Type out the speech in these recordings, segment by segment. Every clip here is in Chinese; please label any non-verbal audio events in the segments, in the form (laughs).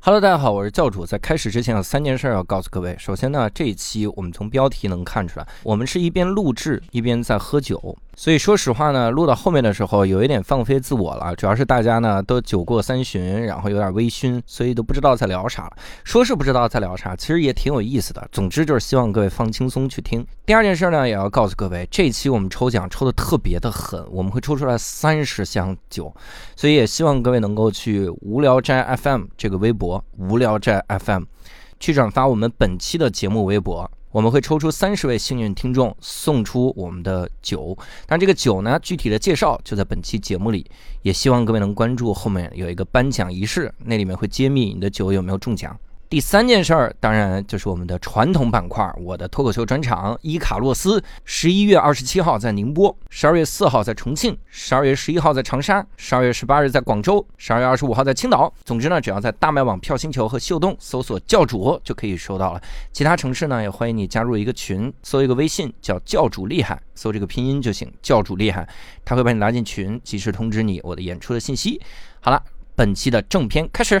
Hello，大家好，我是教主。在开始之前，有三件事要告诉各位。首先呢，这一期我们从标题能看出来，我们是一边录制一边在喝酒，所以说实话呢，录到后面的时候有一点放飞自我了，主要是大家呢都酒过三巡，然后有点微醺，所以都不知道在聊啥了。说是不知道在聊啥，其实也挺有意思的。总之就是希望各位放轻松去听。第二件事呢，也要告诉各位，这一期我们抽奖抽的特别的狠，我们会抽出来三十箱酒，所以也希望各位能够去无聊斋 FM 这个微博“无聊斋 FM” 去转发我们本期的节目微博。我们会抽出三十位幸运听众，送出我们的酒。但这个酒呢，具体的介绍就在本期节目里。也希望各位能关注后面有一个颁奖仪式，那里面会揭秘你的酒有没有中奖。第三件事儿，当然就是我们的传统板块，我的脱口秀专场《伊卡洛斯》，十一月二十七号在宁波，十二月四号在重庆，十二月十一号在长沙，十二月十八日在广州，十二月二十五号在青岛。总之呢，只要在大麦网、票星球和秀动搜索“教主”就可以收到了。其他城市呢，也欢迎你加入一个群，搜一个微信叫“教主厉害”，搜这个拼音就行，“教主厉害”，他会把你拉进群，及时通知你我的演出的信息。好了，本期的正片开始。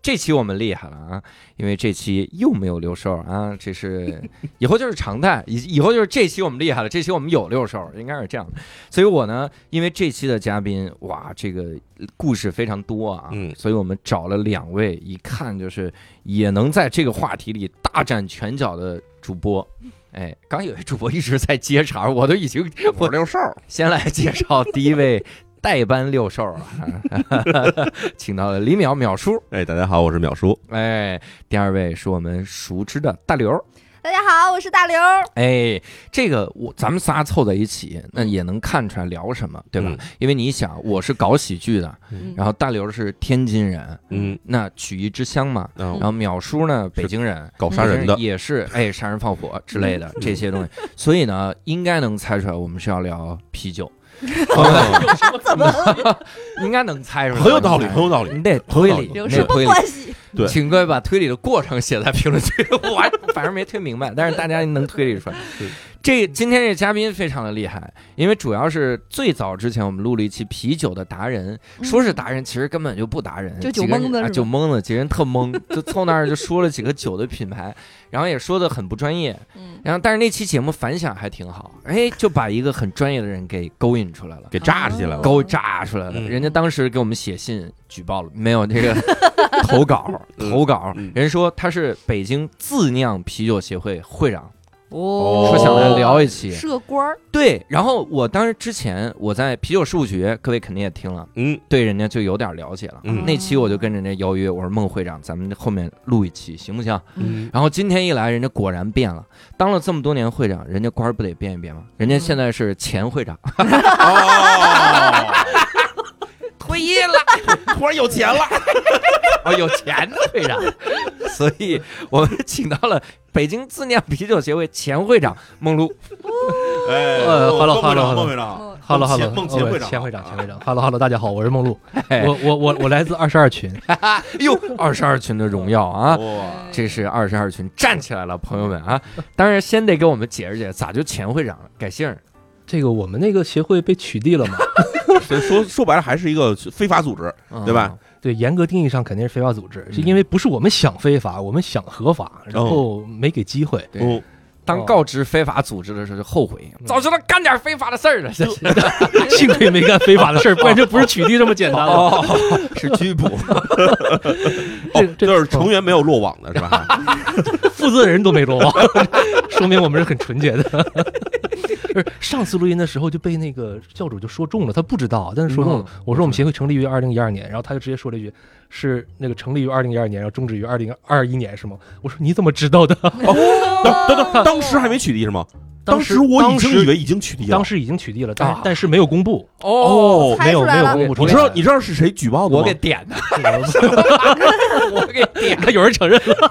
这期我们厉害了啊，因为这期又没有六兽啊，这 (laughs) 是以后就是常态，以以后就是这期我们厉害了，这期我们有六兽，应该是这样的。所以我呢，因为这期的嘉宾哇，这个故事非常多啊，嗯所以我们找了两位，一看就是也能在这个话题里大展拳脚的主播。哎，刚有一主播一直在接茬，我都已经我六兽，先来介绍第一位代班六兽啊， (laughs) 请到了李淼淼叔。哎，大家好，我是淼叔，哎，第二位是我们熟知的大刘。大家好，我是大刘。哎，这个我咱们仨凑在一起，那也能看出来聊什么，对吧？嗯因为你想，我是搞喜剧的，嗯然后大刘是天津人，嗯，那曲艺之乡嘛。然然后淼叔呢，北京人，嗯搞嗯杀人的，嗯也是哎，杀人放火之类的这些东西，所以呢，应该能猜出来我们是要聊啤酒， (laughs) 应该能猜出来，很 (laughs) 有道理，很有道理。你得推理，有有你什得么推理。关系？对请各位把推理的过程写在评论区，我还 (laughs) 反正没推明白，但是大家能推理出来对。这今天这嘉宾非常的厉害，因为主要是最早之前我们录了一期啤酒的达人， (laughs) 说是达人，其实根本就不达人，嗯就几酒个人蒙子啊是吧酒蒙子，几个人特 (laughs) 懵，就凑那儿就说了几个酒的品牌，然后也说的很不专业，嗯，然后但是那期节目反响还挺好，哎，就把一个很专业的人给勾引出来了。给炸起来了，哦勾炸出来了。嗯人家当时给我们写信举报了，没 (laughs) 有这个投稿，嗯投稿。嗯人说他是北京自酿啤酒协会会长，哦说想来聊一期。社官儿，对，然后我当时之前我在啤酒事务局，各位肯定也听了，嗯对人家就有点了解了。嗯那期我就跟人家邀约，我说孟会长，咱们后面录一期行不 (laughs) 行？嗯，然后今天一来，人家果然变了。当了这么多年会长，人家官儿不得变一变吗？人家现在是前会长，哦，退役了。 (laughs) 突然有钱了， (laughs) 哦，有钱的会长，所以我们请到了北京自酿啤酒协会前会长孟露。哎呃孟哈喽孟哈会长，喽哈喽啊孟会长，哦哈喽哈喽，前孟前会长哦啊前会长，前会长哈喽哈喽，大家好，我 (laughs) 是孟露，哎我我我我来自二十二群，哟，哎二十二群的荣耀哦啊！哎哇，这是二十二群站起来了，朋友们啊！当然，先得给我们解释解释，咋就前会长了，改姓儿？这个我们那个协会被取缔了嘛？所以说说白了还是一个非法组织，嗯对吧？对，严格定义上肯定是非法组织，嗯是因为不是我们想非法，我们想合法，然后没给机会。 (laughs) 对哦，当告知非法组织的时候就后悔，早知道干点非法的事儿了。这是幸亏没干非法的事儿，不然就不是取缔这么简单了。哦，是拘捕。这 (laughs) 哦这就是成员没有落网的是吧？ (laughs) 负责人都没落网， (laughs) 说明我们是很纯洁的。 (laughs) 不是上次录音的时候就被那个教主就说中了，他不知道，但是说中了。嗯我说我们协会成立于二零一二年，然后他就直接说了一句：“是那个成立于二零一二年，然后终止于二零二一年，是吗？”我说：“你怎么知道的当当当当时还没取缔是吗？当时时我已当时经以为已经取缔？”了，当时已经取缔了，但啊是但是没有公布，哦，猜没有出来没有了公布出你来。知道你知道是谁举报的 (laughs) 我吗 (laughs) 给？点的，我我给点的。有人承认了。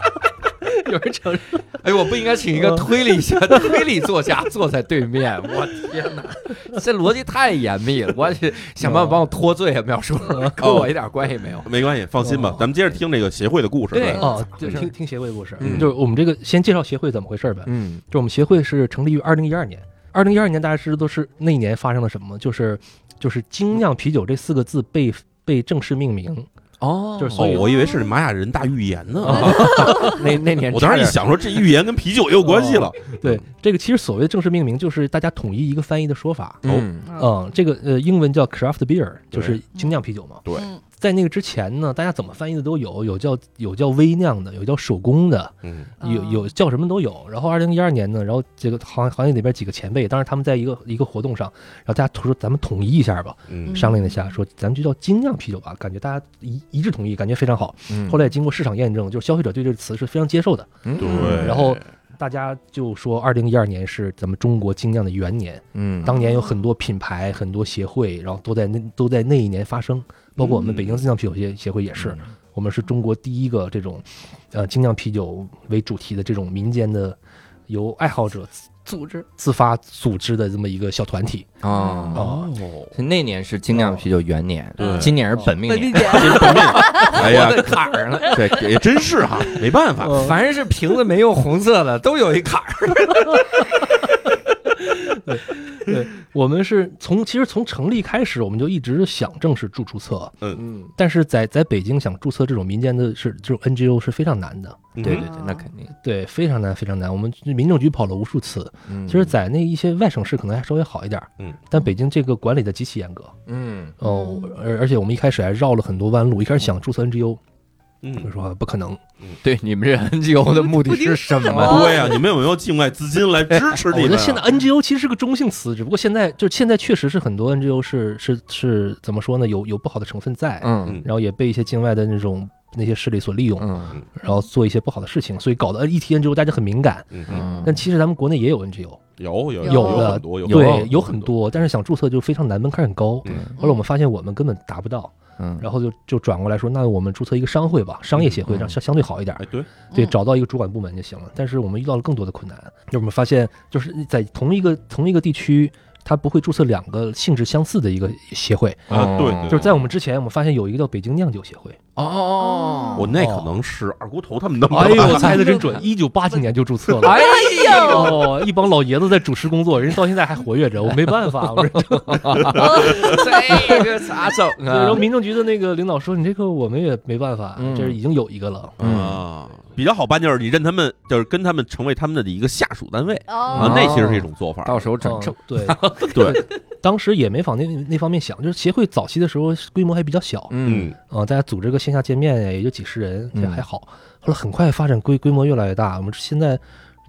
有人承认哎呦，我不应该请一个推理学 (laughs) 推理作家坐在对面，我天哪，这逻辑太严密 (laughs) 了，我得想办法帮我脱罪啊，苗叔， (laughs) 跟我一点关系没有。没关系，放心吧，哦咱们接着听这个协会的故事。对哦，这就是听听协会故事，啊嗯就是我们这个先介绍协会怎么回事呗。嗯就我们协会是成立于二零一二年，二零一二年大家知道是那一年发生了什么？就是就是精酿啤酒这四个字被被正式命名，哦就是哦所以，我以啊为是玛雅人大预言呢。那那年我当时一想说，这预言跟啤酒也有关系了。对，这个其实所谓的正式命名，就是大家统一一个翻译的说法。嗯嗯，这个呃，英文叫 craft beer，就是对精酿啤酒嘛。对嗯在那个之前呢，大家怎么翻译的都有，有叫有叫微酿的，有叫手工的，嗯，有有叫什么都有。然后二零一二年呢，然后这个行行业里边几个前辈，当时他们在一个一个活动上，然后大家说咱们统一一下吧，嗯商量了一下，说咱们就叫精酿啤酒吧，感觉大家一一致同意，感觉非常好。嗯后来也经过市场验证，就是消费者对这个词是非常接受的。嗯对。然后大家就说，二零一二年是咱们中国精酿的元年，嗯当年有很多品牌、很多协会，然后都在那都在那一年发生，包括我嗯们北京精酿啤酒协协会也是，我们是中国第一个这种，呃，精酿啤酒为主题的这种民间的，由爱好者自组织自发组织的这么一个小团体哦，啊。所以那年是精酿啤酒元年，对今年是本命年， (laughs) 哎呀我，的坎儿了。这这也真是哈，没办哦法。 (laughs) 凡是瓶子没用红色的，都有一坎儿。我们是从其实从成立开始，我们就一直想正式注注册，嗯，但是在在北京想注册这种民间的是这种 NGO 是非常难的，对对对对，那肯定。对，非常难，非常难。我们民政局跑了无数次，嗯其实，在那一些外省市可能还稍微好一点，嗯，但北京这个管理的极其严格嗯哦嗯，而而且我们一开始还绕了很多弯路，一开始想注册 NGO，我嗯，说不可能，对，你们这 NGO 的目的是什么？对呀，你们有没有境外资金来支持哦哎我你觉得们？啊现在 NGO 其实是个中性词，只不过现在就现在确实是很多 NGO 是是是怎么说呢，有有不好的成分在，嗯然后也被一些境外的那种那些势力所利用，嗯然后做一些不好的事情，所以搞得一提 NGO 大家很敏感。嗯嗯，嗯，但其实咱们国内也有 NGO，有有有有的很多有对，有很。多，但是想注册就非常难，门槛很高。嗯 (laughs) 后来我们发现我们根本达不到，嗯然后就就转过来说，那我们注册一个商会吧，商业协会，嗯这样相相对好一点哎，。对，嗯对，找到一个主管部门就行了。但是我们遇到了更多的困难，就我们发现，就是在同一个同一个地区，它不会注册两个性质相似的一个协会。嗯啊对对哦就是在我们之前，我们发现有一个叫北京酿酒协会，哦，我那可能是二锅头他们弄哎的吧。啊呦，猜的真准，一九八几年就注册了。哎呦，哦，一帮老爷子在主持工作，人家到现在还活跃着，我没办 (laughs) 法。我说，这个咋整然后啊？民政局的那个领导说，你这个我们也没办法，嗯这是已经有一个了。嗯啊，比较好办就是你认他们，就是跟他们成为他们的一个下属单位啊哦，，那其实是一种做法。到时候整嗯整，对， (laughs) 对，当时也没往那那方面想，就是协会早期的时候规模还比较小，嗯嗯，啊、大家组织个线下见面也就几十人，嗯这还好。后来很快发展规规模越来越大，我们现在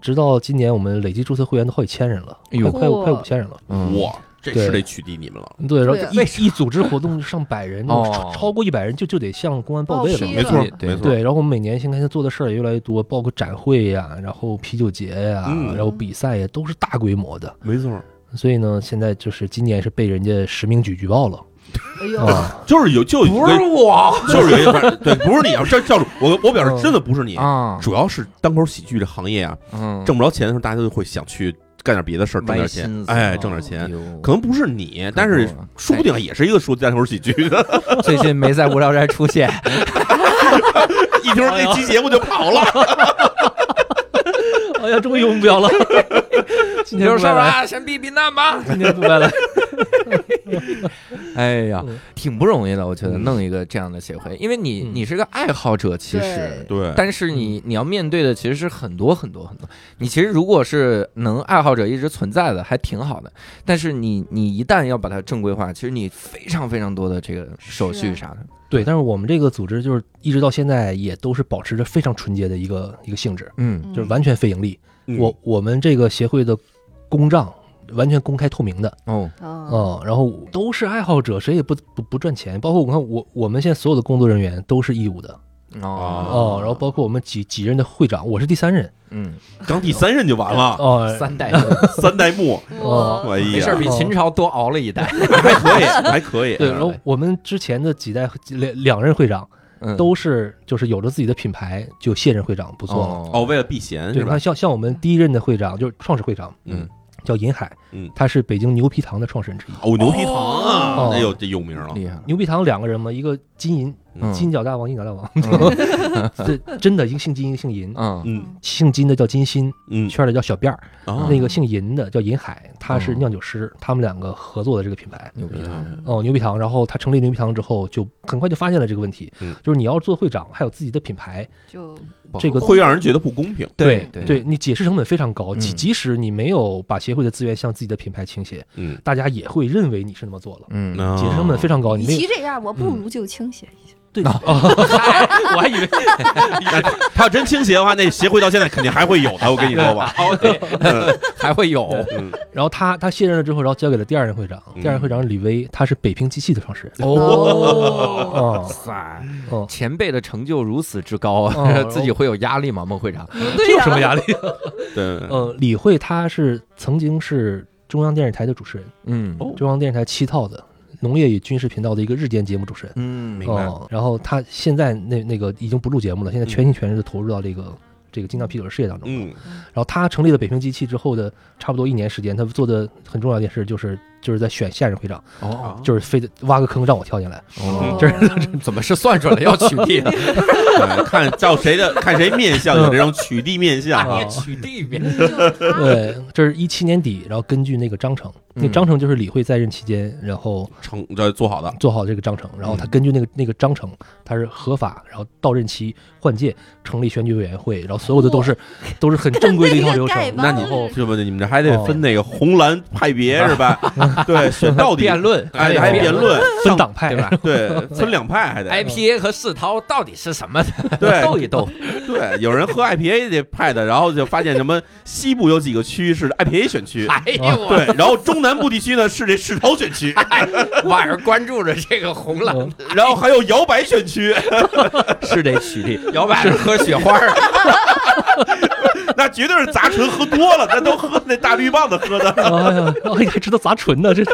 直到今年我们累计注册会员都好几千人了，哎快呦快快哇五千人了。嗯，哇，这是得取缔你们了。对，然后对一一组织活动上百人，哦超超过一百人就就得向公安报备了报嘛。批没错对，对没错。对，然后我们每年现在做的事儿也越来越多，包括展会呀、然后啤酒节呀、嗯然后比赛呀，都是大规模的。没错，所以呢，现在就是今年是被人家实名举举报了哎呦，啊，就是有就有一不是个，我就是有一个，对，不是你啊，这教主，我我表嗯示真的不是你，啊，主要是单口喜剧这行业啊，嗯，挣不着钱的时候，大家就会想去干点别的事儿，挣点歪心钱，思啊哎，挣点钱。钱可能不是你，但是说不定也是一个说单口喜剧的，最近没在无聊斋出 (laughs) 现。一哎听 (laughs) 这期节目就跑了。 (laughs) 哎呀，终于用不 (laughs) 了了。今天不白来，，啊先避避难吧。今天不白来。 (laughs) 哎呀嗯，挺不容易的，我觉得嗯弄一个这样的协会，因为你嗯你是个爱好者，其实对。对，但是你你要面对的其实是很多很多很多，你其实如果是能爱好者一直存在的还挺好的，但是你你一旦要把它正规化，其实你非常非常多的这个手续啥的，对，但是我们这个组织就是一直到现在也都是保持着非常纯洁的一个一个性质，嗯就是完全非盈利。嗯我我们这个协会的公账完全公开透明的，哦哦，嗯，然后都是爱好者，谁也不不不赚钱。包括我看我我们现在所有的工作人员都是义务的哦哦，然后包括我们几几任的会长，我是第三任嗯，刚第三任就完 (laughs) 了，哦，三代啊 (laughs) 三代目，哇哎没事儿，呀，比秦朝多熬了一代，还可以，还可以。对，然后我们之前的几代两两任会长嗯都是就是有着自己的品牌，就卸任会长不做了。哦哦，为了避嫌对，是你看吧？像像我们第一任的会长就是创始会长，嗯，叫银海，嗯他是北京牛皮糖的创始人之一。哦，牛皮糖啊哦，哎呦，这有名了，厉害了，牛皮糖两个人嘛，一个金银，嗯金角大王，银角大王，嗯 (laughs) 这真的一个姓金，一个姓银。嗯嗯姓金的叫金鑫，嗯，圈儿里叫小辫儿；啊那个姓银的叫银海，他是哦嗯酿酒师，他们两个合作的这个品牌。牛逼啊，哦，牛皮糖。然后他成立牛皮糖之后，就很快就发现了这个问题，嗯就是你要做会长，还有自己的品牌，就不好这个会让人觉得不公平。对对对你解释成本非常高，嗯即即使你没有把协会的资源向自己的品牌倾斜，嗯，大家也会认为你是那么做了。嗯，解释成本非常高，与你没其有这样，我不嗯如就倾斜一下。对，哦 (laughs) 我还以为那他要真倾斜的话，那协会到现在肯定还会有的，我跟你 (laughs) 说吧。 (laughs) 嗯还会有嗯然后他他卸任了之后，然后交给了第二任会长，嗯第二任会长李威，他是北平机器的创始人。哦， (laughs) 哦，塞，哦前辈的成就如此之高啊哦， (laughs) 自己会有压力吗？孟会长， (laughs) 对这有什么压力？对，呃，李慧她是曾经是中央电视台的主持人，嗯哦中央电视台七套的农业与军事频道的一个日间节目主持人。嗯，明白，哦，然后她现在那那个已经不录节目了，现在全心全意的投入到这个。这个精酿啤酒的事业当中，嗯然后她成立了北平机器之后的差不多一年时间，她做的很重要一件事就是就是在选下任会长，哦，就是非得挖个坑让我跳进来。 (laughs) 哦这怎么是算出来要取 (laughs) 缔？对看照谁的，看谁面相有这种取缔面相。嗯哎取缔别 (laughs) (laughs) 对，这是一七年底，然后根据那个章程，那啊嗯章程就是李慧在任期间，然后成这做好的，做好这个章程，然后他根据那个那个章程，他是合法，然后到任期换届，成立选举委员会，然后所有的都哦是都是很正规的一套 (laughs) 流程。跟那个那盖你然后是不是你们这还得哦分那个红蓝派别是吧？嗯 (laughs) 对，选到底辩，论，哎，还辩，论，分党派对 (laughs) 吧？对，分两派还得 IPA 和世涛到底是什么？对 (laughs) 斗一斗。对，有人喝 IPA 这派的，然后就发现什么西部有几个区是 IPA 选区，哎呦我，对，然后中南部地区呢是这世涛选区，晚上关注着这个红哦蓝，然后还有摇摆选区， (laughs) 是得取缔。摇摆是喝雪花， (laughs) 那绝对是杂陈喝多了，那都喝那大绿棒子喝的。哎呀，哎呀，还知道砸唇呢，这这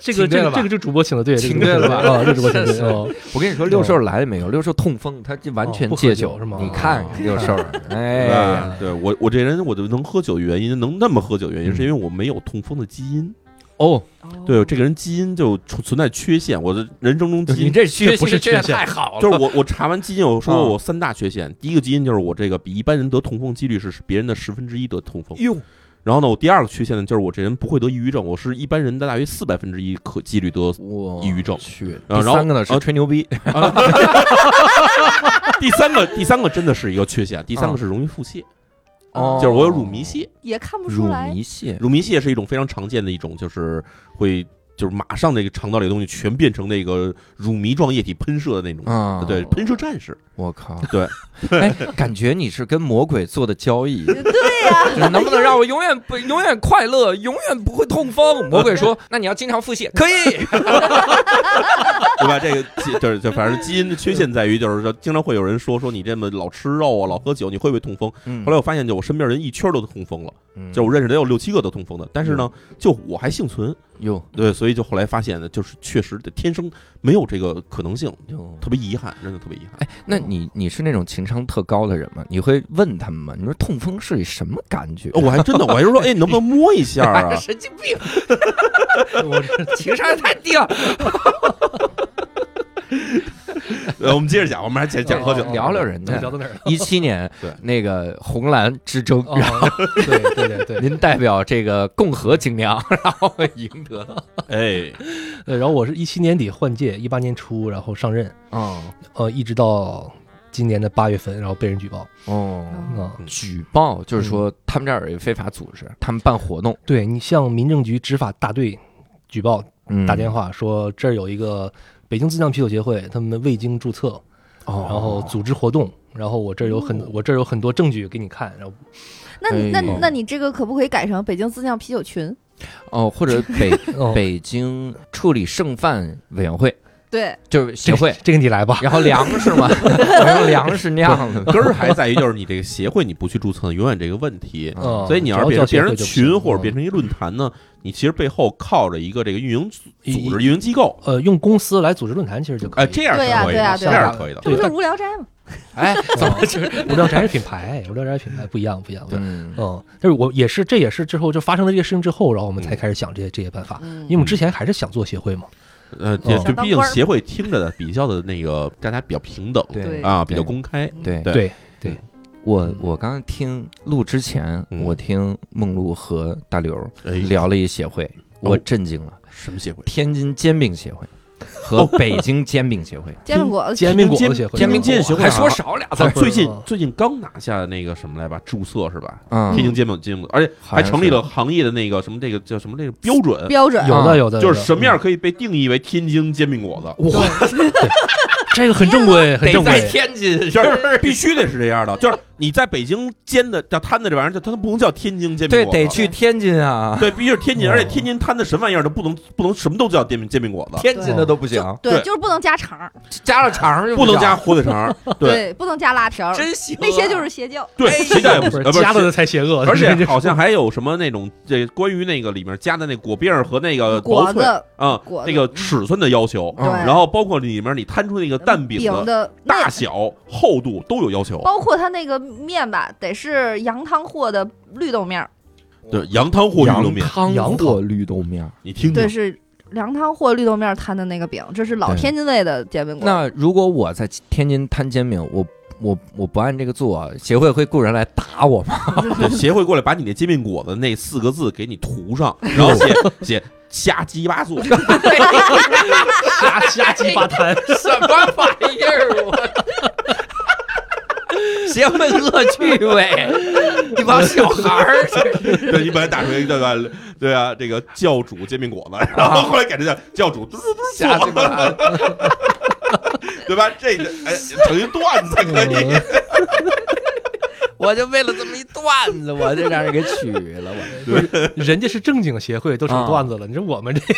请个对这了个吧这个这主播请的对，这个请对了吧啊，这个主播请 (laughs) 的是对是哦， (laughs) 我跟你说，六兽来了没有？六兽痛风，他就完全哦不喝戒酒酒是吗你看看六兽， (laughs) 哎呀，啊，对我我这人我就能喝酒的原因，能那么喝酒的原因，是因为嗯我没有痛风的基因。哦，对，这个人基因就存存在缺陷，我的人生中基你因。这缺这不是这也缺陷太好了，就是我，我查完基因，我啊说我三大缺陷。第一个基因就是我这个比一般人得痛风几率是别人的十分之一得痛风。哟，然后呢，我第二个缺陷呢就是我这人不会得抑郁症，我是一般人的大约四百分之一可几率得。我抑郁症去。啊第然后三个呢是啊吹牛逼， (laughs) 第三个，第三个真的是一个缺陷，第三个是容易腹泻，哦就是我有乳糜泻。也看不乳出来。糜泻，乳糜泻是一种非常常见的一种，就是会就是马上那个肠道里的东西全变成那个乳糜状液体喷射的那种，啊，对，喷射战士。我靠，对，哎，感觉你是跟魔鬼做的交 (laughs) 易，对 (laughs) 呀、就是能不能让我永远不永远快乐，永远不会痛风？魔鬼说，那你要经常腹泻，可 (laughs) 以，对吧？这个基就是就反正基因的缺陷在于，就是说经常会有人说说你这么老吃肉啊，老喝酒，你会不会痛风？嗯后来我发现，就我身边人一圈都痛风了，就是我认识得有六七个都痛风的，但是呢，就我还幸存。哟对，所以就后来发现呢，就是确实得天生没有这个可能性，哟，特别遗憾，真的特别遗憾。哎，那你你是那种情商特高的人吗？你会问他们吗？你说痛风是一什么感觉？哦我还真的，我还是说，哎，你能不能摸一下哎 (laughs) 啊？神经病，我情商也太低了。呃，我们接着讲，我们还接着讲喝酒哦。聊聊人家聊到哪儿了？一七年对那个红蓝之争，哦，对对 (laughs) 对对，您代表这个共和精酿，然后赢得了。哎， (laughs) 呃，然后我是一七年底换届，一八年初然后上任，哦呃，一直到今年的八月份，然后被人举报嗯哦，嗯啊。举报就是说他们这儿有一非法组织，他们办活动，对你向民政局执法大队举报嗯打电话说这儿有一个北京自酿啤酒协会，他们未经注册，哦，然后组织活动，然后我这儿有很我这儿有很多证据给你看，然后那哎呦那那你这个可不可以改成北京自酿啤酒群？ (laughs) 哦，或者北哦北京处理剩饭委员会。对，就是协 (laughs) 会， (laughs) 这个你来吧。然后粮食嘛，然后粮食酿的， (laughs) 根儿还在于就是你这个协会你不去注册，永远这个问题。 (laughs) 嗯所以你要只是要变成变叫哦协会成就不群行或者嗯变成一论坛呢，你其实背后靠着一个这个运营组组织、运营机构，呃，用公司来组织论坛其实就可 (laughs) 以。哎，这样是对呀可以对呀的，对这呀样是可以的。这不是无聊斋吗？哎，怎么就是嗯无聊斋是品牌，无聊斋是品牌不一样，不一样。不一样，嗯嗯，但是我也是，这也是之后就发生了这些事情之后，然后我们才开始想这些这些办嗯法，因为我们之前还是想做协会嘛。呃，这哦这毕想当竟官儿协会听着的比较的那个大家比较平等对对啊，比较公开。嗯对嗯对对，我我刚刚听录之前，嗯我听梦露和大刘哎，聊了一协会，我震惊了，什么协会？天津煎饼协会和北京煎饼协会，煎饼果子，煎饼果子协会，煎饼煎饼协会 (laughs) 还说少俩字啊儿，最近哦最近刚拿下那个什么来吧，注册是吧？嗯天津煎饼煎饼，而且好还像是成立了行业的那个什么这个叫什么这个标准，标准有啊的有的，嗯就是什么样可以被定义为天津煎饼果子？有的？哇，对这个很正规，很得正在规。天津，就是必须得是这样的，就是你在北京煎的叫摊的这玩意儿，就它都不能叫天津煎饼对，果子，得去天津啊，对，必须是天津，哦而且天津摊的什么玩意儿都不能不能什么都叫煎饼煎饼果子，天津的都不行，对，对就是不能加肠儿，加了肠儿就不能行加，火腿 (laughs) 肠儿，对对，不能加辣条儿，真行啊，那些就是邪教。对，哎谁叫也不不行，是呃不加是 (laughs) 了才邪恶，而且这好像还有什么那种这关于那个里面加的那果篦儿和那个呃薄嗯果脆子，啊果，子那个尺寸的要求，对，然后包括里面你摊出那个蛋饼嗯饼的的那大小、厚度都有要求。包括它那个面吧，得是羊汤货的绿豆面儿，对，羊汤或鱼露面，汤羊和绿豆面儿。你听对，听，是羊汤货绿豆面儿摊的那个饼，这是老对天津卫的煎饼果。那如果我在天津摊煎饼，我我我不按这个做，协会会雇人来打我吗？对协会过来把你那煎饼果子那四个字给你涂 (laughs) 上，然后写写瞎鸡巴做，瞎瞎鸡巴摊， (laughs) 什么玩意儿？啊我 (laughs) 协会恶趣味，一帮小孩 (laughs) 儿。对你本来打出一个对吧？对啊，这个教主煎饼果子，然啊后后来改成叫教主滋滋滋瞎鸡做，巴摊对吧？这个哎，成一段 (laughs) 子可以。我就为了这么一段子，我就让人给取了，我 (laughs) (laughs) 人家是正经协会，都成啊段子了。你说我们这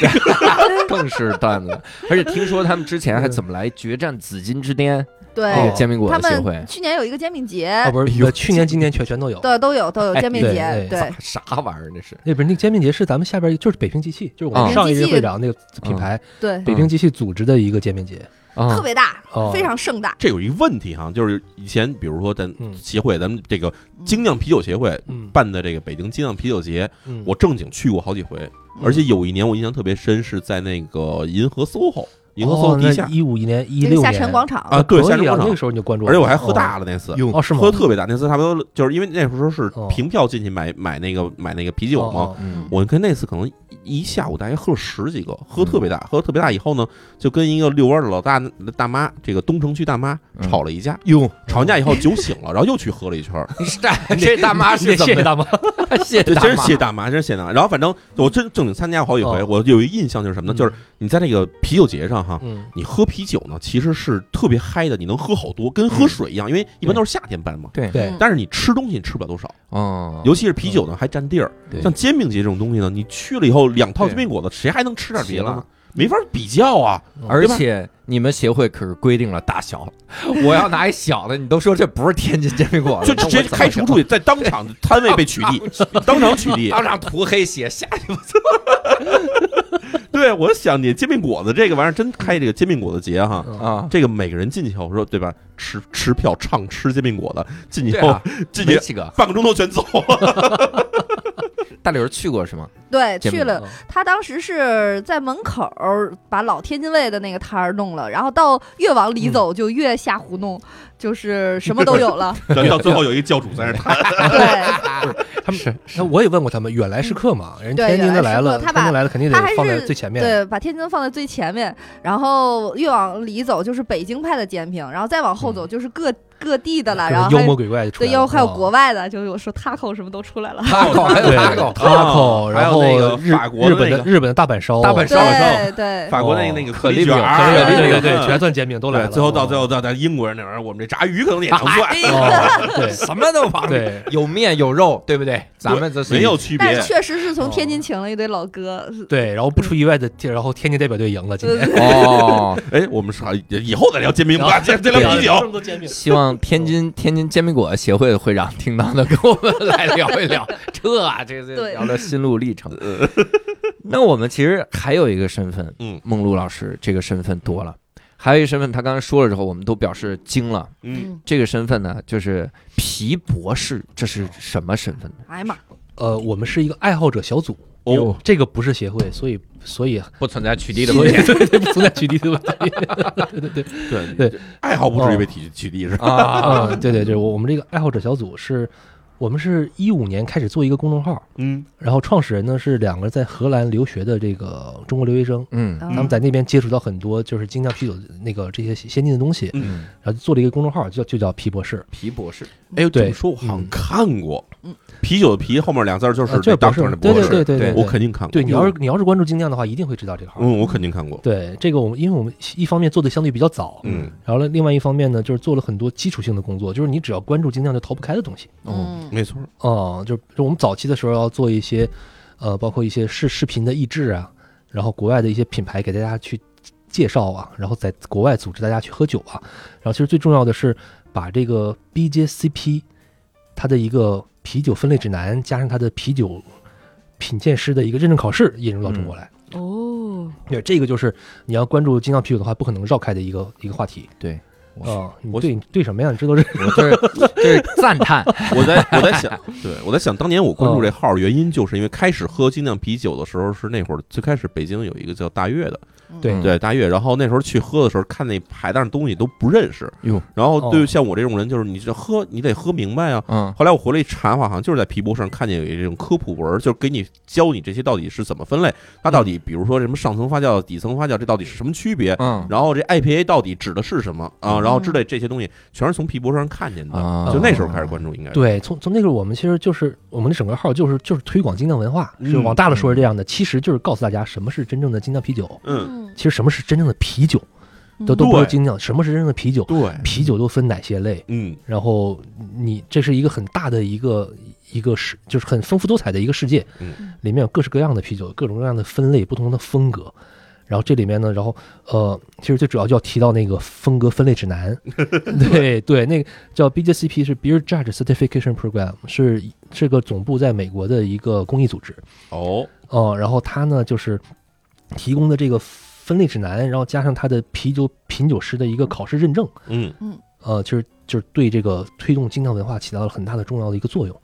更是段子了。而且听说他们之嗯前还怎么来决战紫金之巅对，那个哦煎饼果他子协会们，去年有一个煎饼节，啊不是，去年今年全全都有。对，都有都有哎煎饼对节，哎对，啥玩意儿那是？那不是那煎饼节是咱们下边一就是北平机器，就是我啊们上一北任平机器会长那个品牌对，北平机器组织的一个煎饼节。特啊，别大，哦非常盛大。这有一个问题哈，就是以前比如说咱嗯协会，咱们这个精酿啤酒协会嗯，办的这个北京精酿啤酒节，嗯我正经去过好几回，而且有一年我印象特别深，是在那个银河 SOHO，银河 SOHO 地下哦一五年一这个六下年沉广场，啊，对，可下沉以啊广，那场个，时候你就关注，而且我还喝大了那次。哦，是吗？喝特别大，那次差不多就是因为那时候是哦凭票进去买买那个买那个啤酒嘛，哦，嗯我跟那次可能一下午大约喝了十几个，喝特嗯别大，喝特别大以后呢，就跟一个遛弯的老大大妈，这个东城区大妈嗯吵了一架，哟，吵完架以后酒醒了，然后又去喝了一圈儿， (laughs) (laughs) 这这大妈是谢怎么谢大妈，谢对，大真是妈谢大妈，真是谢大妈。然后反正我真正经参加过好几回，哦我有一印象就是什嗯么呢？就是你在那个啤酒节上哈，嗯，你喝啤酒呢其实是特别嗨的，你能喝好多，跟嗯喝水一样，因为一般都是夏天办嘛。对对嗯但是你吃东西你吃不了多少，哦，尤其是啤酒呢还占地儿。对像煎饼节这种东西呢，你去了以后两套对煎饼果子，谁还能吃点别的行呢？没法比较啊！嗯而对吧且你们协会可是规定了大小， (laughs) 我要拿一小的，你都说这不是天津煎饼果子，就直接开除出去，去，在当场摊位被取缔，当场取缔。当场涂黑血下去。 (laughs) 对，我想你煎饼果子这个玩意儿真开这个煎饼果子节哈，啊！这个每个人进去以后说对吧？持持票畅吃煎饼果子，进去对以后、啊，进没去几个。半个钟头全走了。大刘去过是吗？对，煎饼去了。他当时是在门口儿把老天津卫的那个摊儿弄了，然后到越往嗯里走就越下胡弄，就是什么都有 (laughs) 了。然后到最后有一个教主在那儿摊，对，他们，那我也问过他们，远来是客嘛，人天津的来了，天津来了肯定得放在最前面，对，把天津放在最前面，然后越往里走就是北京派的煎饼，然后再往后走就是各各地的了，嗯各然后种幽还有默鬼怪就出来对，了，又还有啊国外的，就是我说 taco 什么都出来了。塔口 (laughs) 还有对塔口， taco，啊然还有那后个日法国的日本那个日本的大阪 (laughs) 烧，大阪烧烧对对，法国哦那个那个可丽丽卷饼儿，可对丽饼对对嗯对，全算煎啊饼都来了。对最后到哦最后到到英国人那玩意儿，我们这炸鱼可能也成算，哦对什么都往里，对有面有肉，对不对？咱们这是没有区但别是。确实是从哦天津请了一堆老哥， (laughs) 对，然后不出意外的，然后天津代表队赢了今对天。对哦。哎，我们是好以后再聊煎饼吧，再再聊啤酒。多煎饼希望天津天津煎饼果协会的会长听到的，跟我们来聊一聊这啊这这对聊聊心路历程。那我们其实还有一个身份，嗯梦露老师这个身份多了，还有一个身份，他刚才说了之后，我们都表示惊了。嗯，这个身份呢，就是皮博士，这是什么身份呢？哎呀妈，呃，我们是一个爱好者小组，哦，这个不是协会，所以所以不存在取所缔以对不存在取缔的问题。对对，爱好不至哦于被体取缔 (laughs) 是吧？啊！ (laughs) 嗯，对对对，我我们这个爱好者小组是，我们是一五年开始做一个公众号，嗯，然后创始人呢是两个在荷兰留学的这个中国留学生，嗯嗯他们在那边接触到很多就是精酿啤酒的那个这些先进的东西，嗯，然后就做了一个公众号，就就叫皮博士。皮博士，哎呦，这么对说我好像嗯看过嗯，啤酒的啤后面俩字儿就是啊就是博 doctor 士那，对博对对士，对对对，我肯定看过。对你要是你要是关注精酿的话，一定会知道这个号。嗯，我肯定看过。对，这个我们因为我们一方面做的相对比较早，嗯，然后呢，另外一方面呢，就是做了很多基础性的工作，就是你只要关注精酿就逃不开的东西。哦，嗯，没错， (laughs) 哦、就就我们早期的时候要做一些，呃，包括一些视视频的译制啊，然后国外的一些品牌给大家去介绍啊，然后在国外组织大家去喝酒啊，然后其实最重要的是把这个 BJCP 它的一个啤酒分类指南加上它的啤酒品鉴师的一个认证考试引入到中国来。哦，对，这个就是你要关注精酿啤酒的话，不可能绕开的一个一个话题。对，啊、我你我对你对什么呀？你这都是我这是这是赞叹，我在我在想， (laughs) 对我在想，当年我关注嗯这号儿原因，就是因为开始喝精酿啤酒的时候是那会儿最开始北京有一个叫大悦的，对嗯对大悦，然后那时候去喝的时候看那牌子上东西都不认识，哟，然后对于哦像我这种人，就是你这喝你得喝明白啊。嗯后来我回来一查的话，好像就是在皮博上看见有这种科普文儿，就是给你教你这些到底是怎么分类，它到底比如说什么上层发酵、底层发酵，这到底是什么区别？嗯然后这 IPA 到底指的是什么啊？然后之嗯类这些东西全是从皮博上看见的，啊 (laughs) 就那时候开始关注，应该是对，从从那个我们其实就是我们的整个号就是就是推广精酿文化，嗯是往大了说是这样的，其实就是告诉大家什么是真正的精酿啤酒，嗯，其实什么是真正的啤酒，都都不是精酿，什么是真正的啤酒，对，啤酒都分哪些类，嗯。然后你这是一个很大的一个一个世，就是很丰富多彩的一个世界，嗯里面有各式各样的啤酒，各种各样的分类，不同的风格。然后这里面呢，然后呃，其实最主要就要提到那个风格分类指南，对对，那个叫 BJCP 是 Beer Judge Certification Program，是这个总部在美国的一个公益组织，哦，哦、然后它呢就是提供的这个分类指南，然后加上它的啤酒品酒师的一个考试认证，嗯，呃，就是就是对这个推动精酿文化起到了很大的重要的一个作用。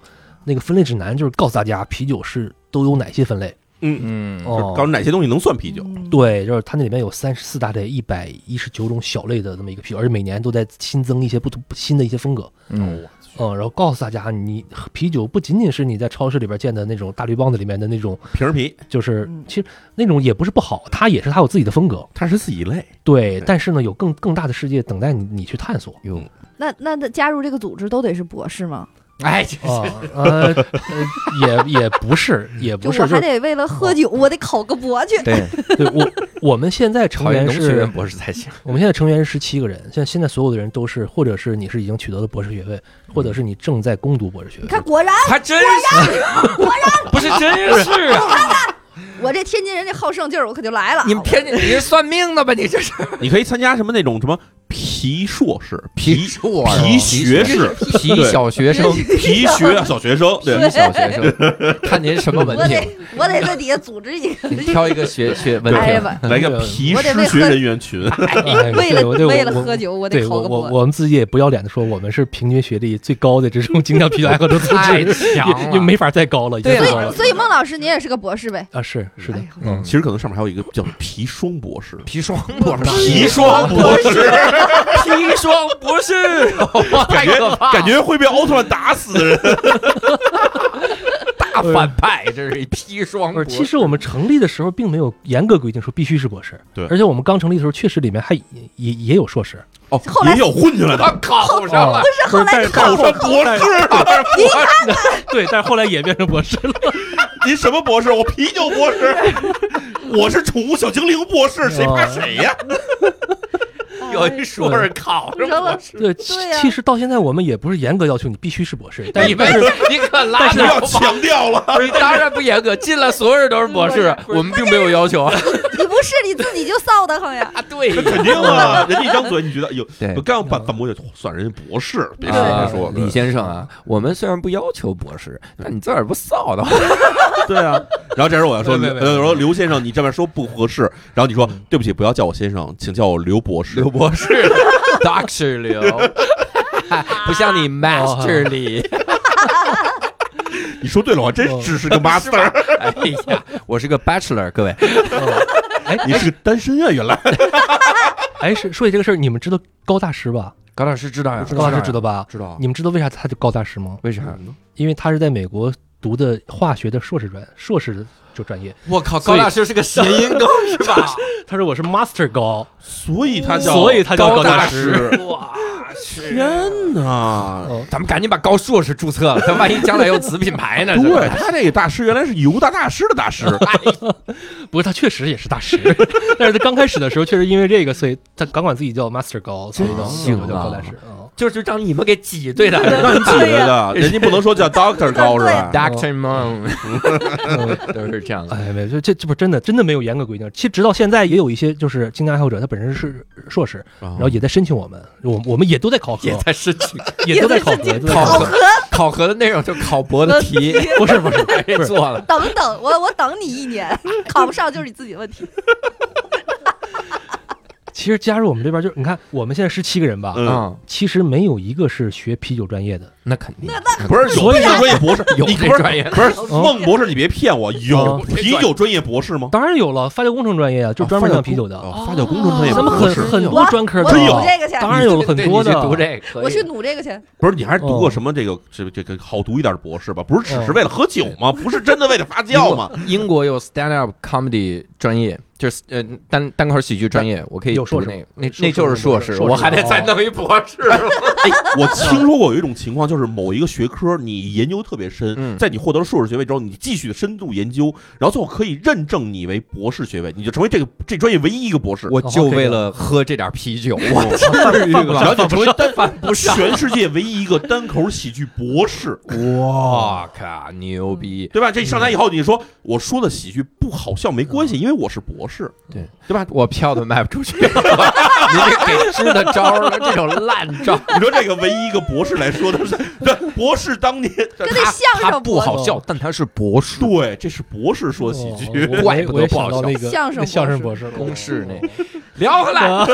那个分类指南就是告诉大家啤酒是都有哪些分类。嗯就是哦告诉哪些东西能算啤酒？对，就是它那里面有三十四大类、一百一十九种小类的这么一个啤酒，而且每年都在新增一些不同新的一些风格。哦嗯，嗯，然后告诉大家，你啤酒不仅仅是你在超市里边见的那种大绿棒子里面的那种，瓶儿啤，就是嗯其实那种也不是不好，它也是它有自己的风格。它是自己类，对对，但是呢，有更更大的世界等待你你去探索。哟，那那那加入这个组织都得是博士吗？哎，这啊、呃，呃也也不是，也就不是，我就是还得为了喝酒，我得考个博去。对，对我，我们现在成考研农员学 (laughs) 是院，博士才行。我们现在成员是十七个人，像现在所有的人都是，或者是你是已经取得了博士学位，或者是你正在攻读博士学你位。看，果然还真是，不是真是啊！我这天津人这好胜劲儿，我可就来了。啊你们天津，你是算命的吧？你这是你可以参加什么那种什么皮硕士、皮 (laughs) 硕啊皮学士、皮小学生，皮学小学 (laughs) 生，对皮小学生，看您什么文我凭，得我得在底下组织一个，您挑一个学学文哎呀凭。妈，来个皮师学人员群，哎为了对我对我为了我喝酒，我得对考我个我博。我们自己也不要脸的说，我们是平均学历最高的这种精酿啤酒爱好者组太织，强也也了，没法再高了，已经对最啊高我了所以孟老师，您也是个博士呗？啊！是是的哎呀，嗯 (laughs) 其，实可能上面还有一个叫砒霜博士，砒霜博士，砒霜博士， (laughs) 砒霜博士， (laughs) 哇太可怕了！感觉会被奥特曼打死的人，大大反派，哎这是一砒霜博不是，士。其实我们成立的时候并没有严格规定说必须是博士，对而且我们刚成立的时候，确实里面还也也也有硕士，哦啊后，来也有混进来的，他考不上了哦，不是后来但是但考是上他博士 (laughs) 啊，对，但是后来也变成博士了。您什么博士？我啤酒博 (laughs) 士，我是宠物小精灵博士，谁怕谁 (laughs) 呀？有一硕士考上成了了。对，对其呀其实到现在我们也不是严格要求你必须是博哎士，但你们但是你可但拉是倒要吧！强调了，当然不严格，进来所有人都是博士，我们并没有要求啊。你不是你自己就臊得慌呀？对呀， (laughs) (laughs) 肯定啊，人家一张嘴，你觉得有 (laughs) 对刚要办办博就算人家博士，别说啊别说，李先生啊，我们虽然不要求博士，那你自个儿不臊的慌？对啊。然后这时候我要说，没没刘没我说刘先生，你这么说不合适。然后你说对不起，不要叫我先生，请叫我刘博嗯士。刘博士 (laughs) ，Doctor 刘， (laughs) 不像你 Master (laughs) 李。你说对了，我还真只是个 (laughs) master，哎呀，我是个 Bachelor，各位，哎你是个单身啊，原来。哎，是说起这个事儿，你们知道高大师吧？高老师知道呀，高大师知道啊吧？知道你们知道为啥他就高大师吗？为啥？因为他是在美国读的化学的硕士专硕士就专业，我靠，所高以大师是个谐音梗是吧？ (laughs) 他说我是 master 高，所以 (laughs) 他叫，所以他叫高大师，哇，天！天哪！哦，咱们赶紧把高硕士注册了，他万一将来有子品牌呢？是吧对他这个大师原来是犹大大师的大师，哎不是他确实也是大师， (laughs) 但是他刚开始的时候确实因为这个，所以他敢管自己叫 master 高，所以叫行啊叫高大师啊。就是让你们给挤兑的。让人挤兑哎的，人家不能说叫 Doctor 高是吧？ (laughs) Doctor Moon 嗯 (laughs) 都是这样的。哎，没有，这这这不真的，真的没有严格规定。其实直到现在，也有一些就是精英爱好者，他本身是硕士，然然后也在申请我们，我我们也都在考核啊也，在 (laughs) 申请也都在考也在核，申都请在考考核核，考核的内容就考博的题，不是不 (laughs) 是被不是，做了。等等，我我等你一年，考不上就是你自己问题。其实加入我们这边就是，你看我们现在十七个人吧，嗯，嗯，其实没有一个是学啤酒专业的，那肯定。不是有所以啤酒专业博士，有你这不是专业不是嗯孟博士，你别骗我，有嗯啤酒专业博士吗？当然有了，发酵工程专业啊，就专门酿啤酒的，哦发酵工程专业咱们博很士，很多专科我的，啊真有努这个去，哦当然有了很多对的你去读这个，我去努这个去。不是你还是读过哦什么这个这这个好读一点的博士吧？不是只是为了喝酒吗？不是真的为了发酵 (laughs) 吗？？英国有 stand up comedy 专业，就是呃单单口喜剧专业，我可以有硕读士那个那硕士那就是硕士，硕士哦哎我还得再弄一博士。我听说过有一种情况，就是某一个学科你研究特别深，嗯在你获得硕士学位之后，你继续深度研究，然后最后可以认证你为博士学位，你就成为这个这专业唯一一个博士。我哦就为了喝这点啤酒，我至于然后吗？就成为单全世界唯一一个单口喜剧博士，哦哇靠，牛逼！对吧？这上台以后，你说我说的喜剧不好笑没嗯关系，因为我是博士，对对吧？我票都卖不出去， (laughs) 您这给支的招儿了，这种烂招儿。你说这个唯一一个博士来说的是，对博士当年跟那相他声不博好笑，但他是博士，对，这是博士说喜剧，哦 (laughs) 我怪不得我也不好想到笑那个相声那相声博博士了公式那聊回来，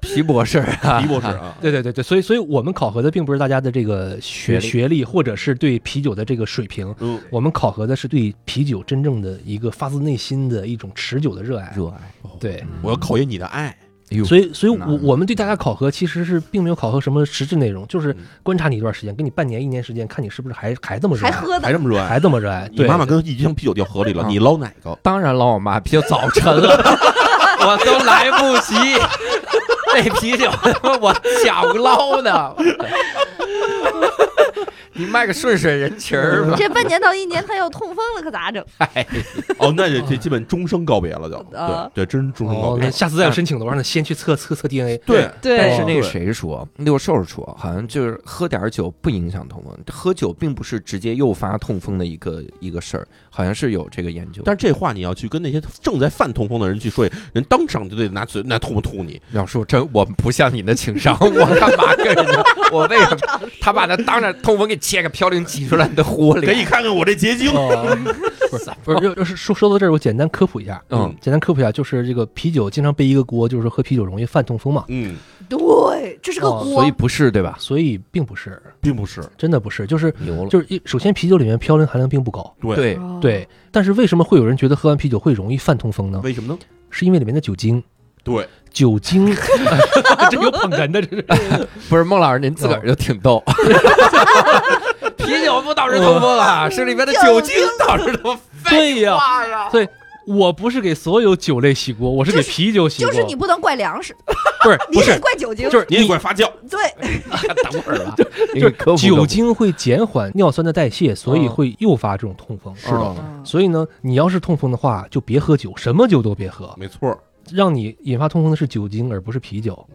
皮博 (laughs) 士啊 (laughs) 李，博士啊，对对对对，所以所以我们考核的并不是大家的这个学学历学历，或者是对啤酒的这个水平，嗯，我们考核的是对啤酒真正的一个发自内心的一种持久的热爱。热爱，哦对，我要考验你的爱，哎呦所以所以那我我们对大家考核其实是并没有考核什么实质内容，就是嗯观察你一段时间，给你半年一年时间，看你是不是还还这么热还爱，喝还嗯呢，这么热爱。啊还这么热爱。 (laughs) 你对，妈妈跟一箱啤酒掉河里了，啊你捞哪 (laughs) 个？当然捞我妈啤酒早晨了， (laughs) 我都来不及。那啤酒他妈我想捞呢，你卖个顺水人情儿吧。这半年到一年他要痛风了，可咋整？哎，哦，那这这基本终生告别了，就啊对对，真是终生告哦，别那。下次再有申请的话，那先去测测测 DNA。嗯 (laughs) 对，但是哦那个谁说，六兽说，好像就是喝点儿酒不影响痛风，喝酒并不是直接诱发痛风的一个一个事儿，好像是有这个研究。但是这话你要去跟那些正在犯痛风的人去说，人当场就得拿嘴拿唾沫吐你。鸟叔，真我不像你的情 (laughs) 商，我干嘛跟人家？我为什么？他把他当着痛风给切个嘌呤挤出来，你的活给里你看看我这结晶，哦， (laughs) 不是不是，要要是说说到这儿，我简单科普一下。嗯，简单科普一下，就是这个啤酒经常背一个锅，就是说喝啤酒容易犯痛风嘛，嗯，对，这是个哦锅所以。不是对吧？所以并不是，并不是。真的不是，就是牛了，就是一首先啤酒里面嘌呤含量并不高，对，对，哦，对，但是为什么会有人觉得喝完啤酒会容易犯痛风呢？为什么呢？是因为里面的酒精，对，酒精，这有捧哏的，这是 (laughs) 不是孟老师，您自个儿就挺逗。啤酒嗯不导致痛风啊，是里面的酒精导致痛风。对呀、所以我不是给所有酒类洗锅，我是给就是啤酒洗锅，就是你不能怪粮食，不是你不得是怪酒精。就是哎你也怪发酵，对， (laughs) 等会儿吧，就是酒精会减缓尿酸的代谢，所以会诱发这种痛风。嗯嗯是的，所以呢，你要是痛风的话，就别喝酒，什么酒都别喝。没错儿。让你引发痛风的是酒精，而不是啤酒。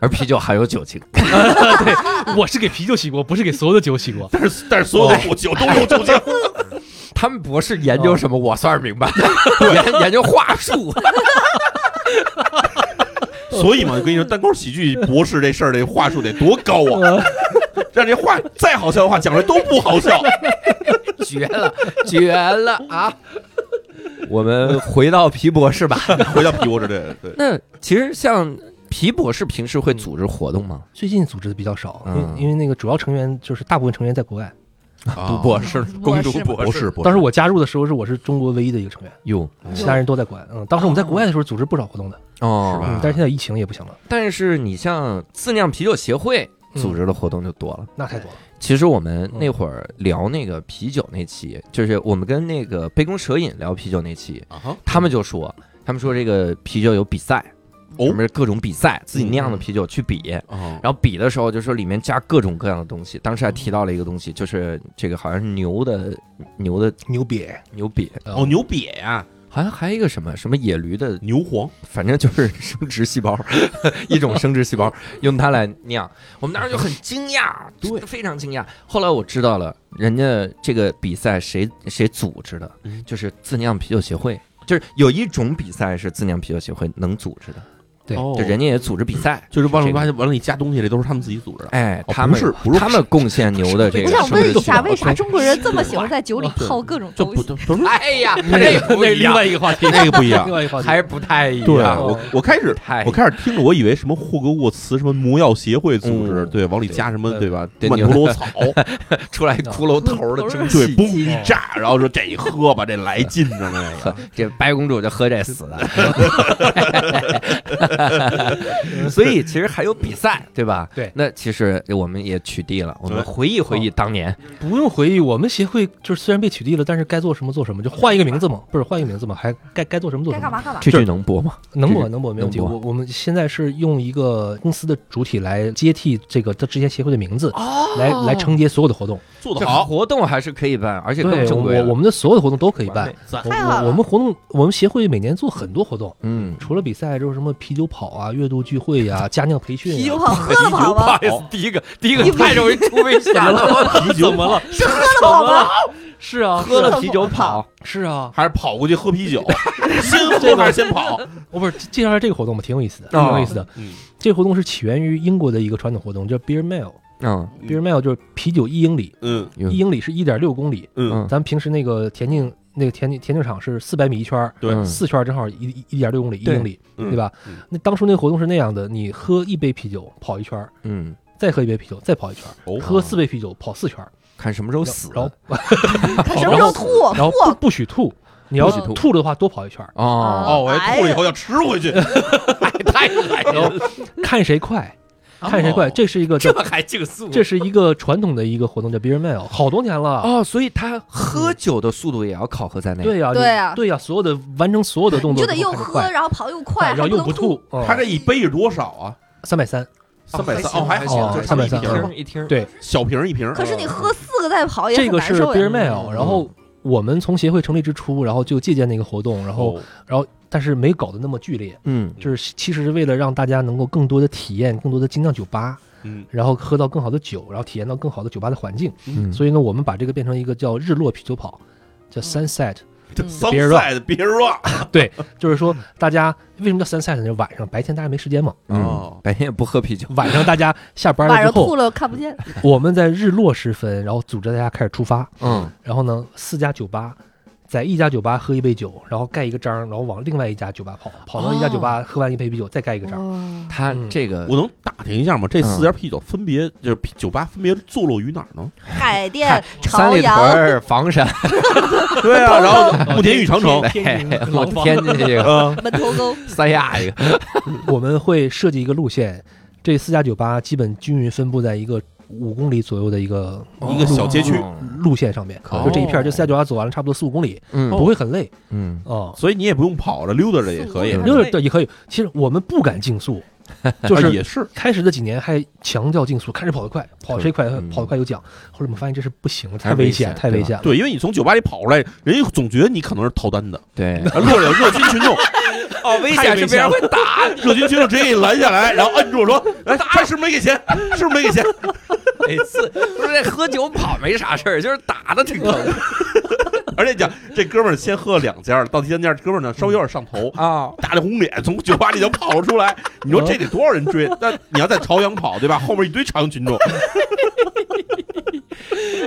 而啤酒含有酒精。对，我是给啤酒洗锅，不是给所有的酒洗锅。但是但是所有的酒都有酒精，他们博士研究什么，我算是 (laughs) 明白，研研究话术。所以嘛，我跟你说，单口喜剧博士这事儿，这话术得多高啊！让这话再好笑的话讲出来都不好笑。绝了，绝了啊！我们回到皮博士吧。回到皮博士这，对，那其实像皮博士平时会组织活动吗？最近组织的比较少，因嗯为因为那个主要成员就是大部分成员在国外。啊读博士，攻嗯读博博士，博士，当时我加入的时候是我是中国唯一的一个成员，哟其他人都在国外。嗯，当时我们在国外的时候组织不少活动的，哦是吧嗯，但是现在疫情也不行了，但是你像自酿啤酒协会嗯组织的活动就多嗯了。那太多了。其实我们那会儿聊那个啤酒那期，就是我们跟那个杯弓蛇影聊啤酒那期，啊哈，他们就说，他们说这个啤酒有比赛，哦嗯我们各种比赛，自己酿的啤酒去比。啊然后比的时候就说里面加各种各样的东西，当时还提到了一个东西，就是这个好像是牛的牛的牛瘪，牛瘪，嗯哦，牛瘪呀，好像还有一个什么什么野驴的牛黄，反正就是 (laughs) 生殖细胞，一种生殖细 (laughs) 胞，用它来酿。我们当时就很惊讶，对，非常惊讶。后来我知道了，人家这个比赛谁谁组织的嗯，就是自酿啤酒协会。就是有一种比赛是自酿啤酒协会能组织的，对哦就人家也组织比赛，就是往这里个发现，往里加东西，这都是他们自己组织的。哎，哦他不们是不是他们贡献牛的这我个想生问殖一细下，胞。为啥中国人这么喜哦欢在酒里对泡各种就东不西？都不是哎 (laughs) 呀，那这不那一另样，外一个话题，啊那个不一 (laughs) 样另。外一个话题还是不太一样。哎对啊，我我开始太我开始听着，我以为什么霍格沃茨什么魔药协会组织，嗯对，往里加什么对对吧？对曼牛陀罗草，出来骷髅头的蒸对，汽，嘣一炸，然后说这一喝吧，这来劲着呢。 (laughs) 这个这白公主就喝这 (laughs) 死的，所以其实还有比赛，对哦吧？对那其实我们也取缔了，我们对回忆回忆当年，不用回忆，我们协会就是虽然被取缔了，但是该做什么做什么，就换一个名字嘛，不是换一个名字嘛，还该该做什么做该什干么，嘛干嘛。这句能播吗？能播这能播没问题。能我我们现在是用一个公司的主体来接替这个他之前协会的名字，哦来来承接所有的活动。做这得好，活动还是可以办，而且更对，我正规了我们的所有的活动都可以办。赞我太好了我我们活动，我们协会每年做很多活动，嗯，除了比赛就是什么啤酒跑啊、阅读聚会呀、 (laughs) 家酿培训、啤酒啊。跑喝了跑不好吗？意哎思，第一个第一个太容易出危险了，啤酒怎么了？是喝了跑吗？ (laughs) 是啊， (laughs) 喝了啤酒跑，是啊，还是跑过去喝啤酒，先喝还是先跑？ (laughs) 我不是介绍一下这个活动嘛，挺有意思的，挺哦有意思的。嗯，这个活动是起源于英国的一个传统活动，叫 Beer Mile。 (laughs) 嗯 Beer Mile 就是啤酒一英里，嗯嗯一英里是一点六公里。嗯嗯，咱们平时那个田径那个田径田径场是四百米一圈儿，对嗯四圈儿正好一一一点六公里，一对英里，嗯对吧嗯？那当初那个活动是那样的：你喝一杯啤酒跑一圈儿，嗯，再喝一杯啤酒再跑一圈儿，哦喝四杯啤酒跑四圈儿，看什么时候死然后什么时候吐？然后不不许吐，你要不许吐吐的话多跑一圈儿，哦，哦，我还吐了以后要吃回去，太 (laughs) 狠然后嗯看谁快，哦看谁快。这是一个叫这还竞速，这是一个传统的一个活动，叫 Beer Mile，好多年了。哦，所以他喝酒的速度也要考核在内，对呀、对你呀对呀、所有的完成所有的动你作就都得又很喝，快然后跑又快，然后又还不不能吐。吐，嗯他这一杯是多少啊？三百三，三百还三行哦，还好，还就行是他们一瓶330儿听一听，对小瓶儿一瓶儿。哦可是你喝四个再跑也这很个难是受 Beer 呀。 Mail，然后我们从协会成立之初，然后就借鉴那个活动，然后哦，然后但是没搞得那么剧烈，嗯就是其实是为了让大家能够更多的体验更多的精酿酒吧，嗯，然后喝到更好的酒，然后体验到更好的酒吧的环境，嗯，所以呢，我们把这个变成一个叫日落啤酒跑，叫 Sunset，这嗯 Sunset Beer Rock 就是说大家为什么叫 Sunset 呢？就是晚上，白天大家没 (laughs) 时间嘛，嗯哦，白天也不喝啤酒，晚上大家下班晚了之上后吐，了看不见，我们在日落时分，然后组织大家开始出发，嗯，然后呢，四家酒吧，在一家酒吧喝一杯酒，然后盖一个章，然后往另外一家酒吧跑，跑到一家酒吧、喝完一杯啤酒，再盖一个章。他嗯这个我能打听一下吗？这嗯四家啤酒分别就是啤酒吧分别坐落于哪儿呢？海淀、三朝里屯阳、儿、房 (laughs) 山、哎对 (laughs) 啊，然后慕田峪长城，哦哎天津我天津这个、嗯，门头沟，三亚一个，我们会设计一个路线，这四家酒吧基本均匀分布在一个五公里左右的一个一个小街区哦路线上面，哦就这一片儿就塞九家走完了差不多四五公里，不嗯会很累嗯，啊。所以你也不用跑着溜达着也可以嗯，溜达对也可以，其实我们不敢竞速，就啊是也是开始的几年还强调竞速，看谁跑得快，跑谁快，呃嗯跑得快有奖。后来我们发现这是不行，太太危危险险，太对危吧险了。对，因为你从酒吧里跑出来，人家总觉得你可能是逃单的，对，啊落了热心群众，哦，危险是别人会打，热心群众直接给你拦下来，然后摁住说：“哎，他是不是没给钱？是不是没给钱每次不是这喝酒跑没啥事儿，就是打的挺疼？”而且讲这哥们儿先喝了两家，到第三家，这哥们儿呢稍微有点上头， (laughs) 啊，大着红脸从酒吧里就跑了出来。你说这得多少人追？但你要在朝阳跑，对吧？后面一堆朝阳群众，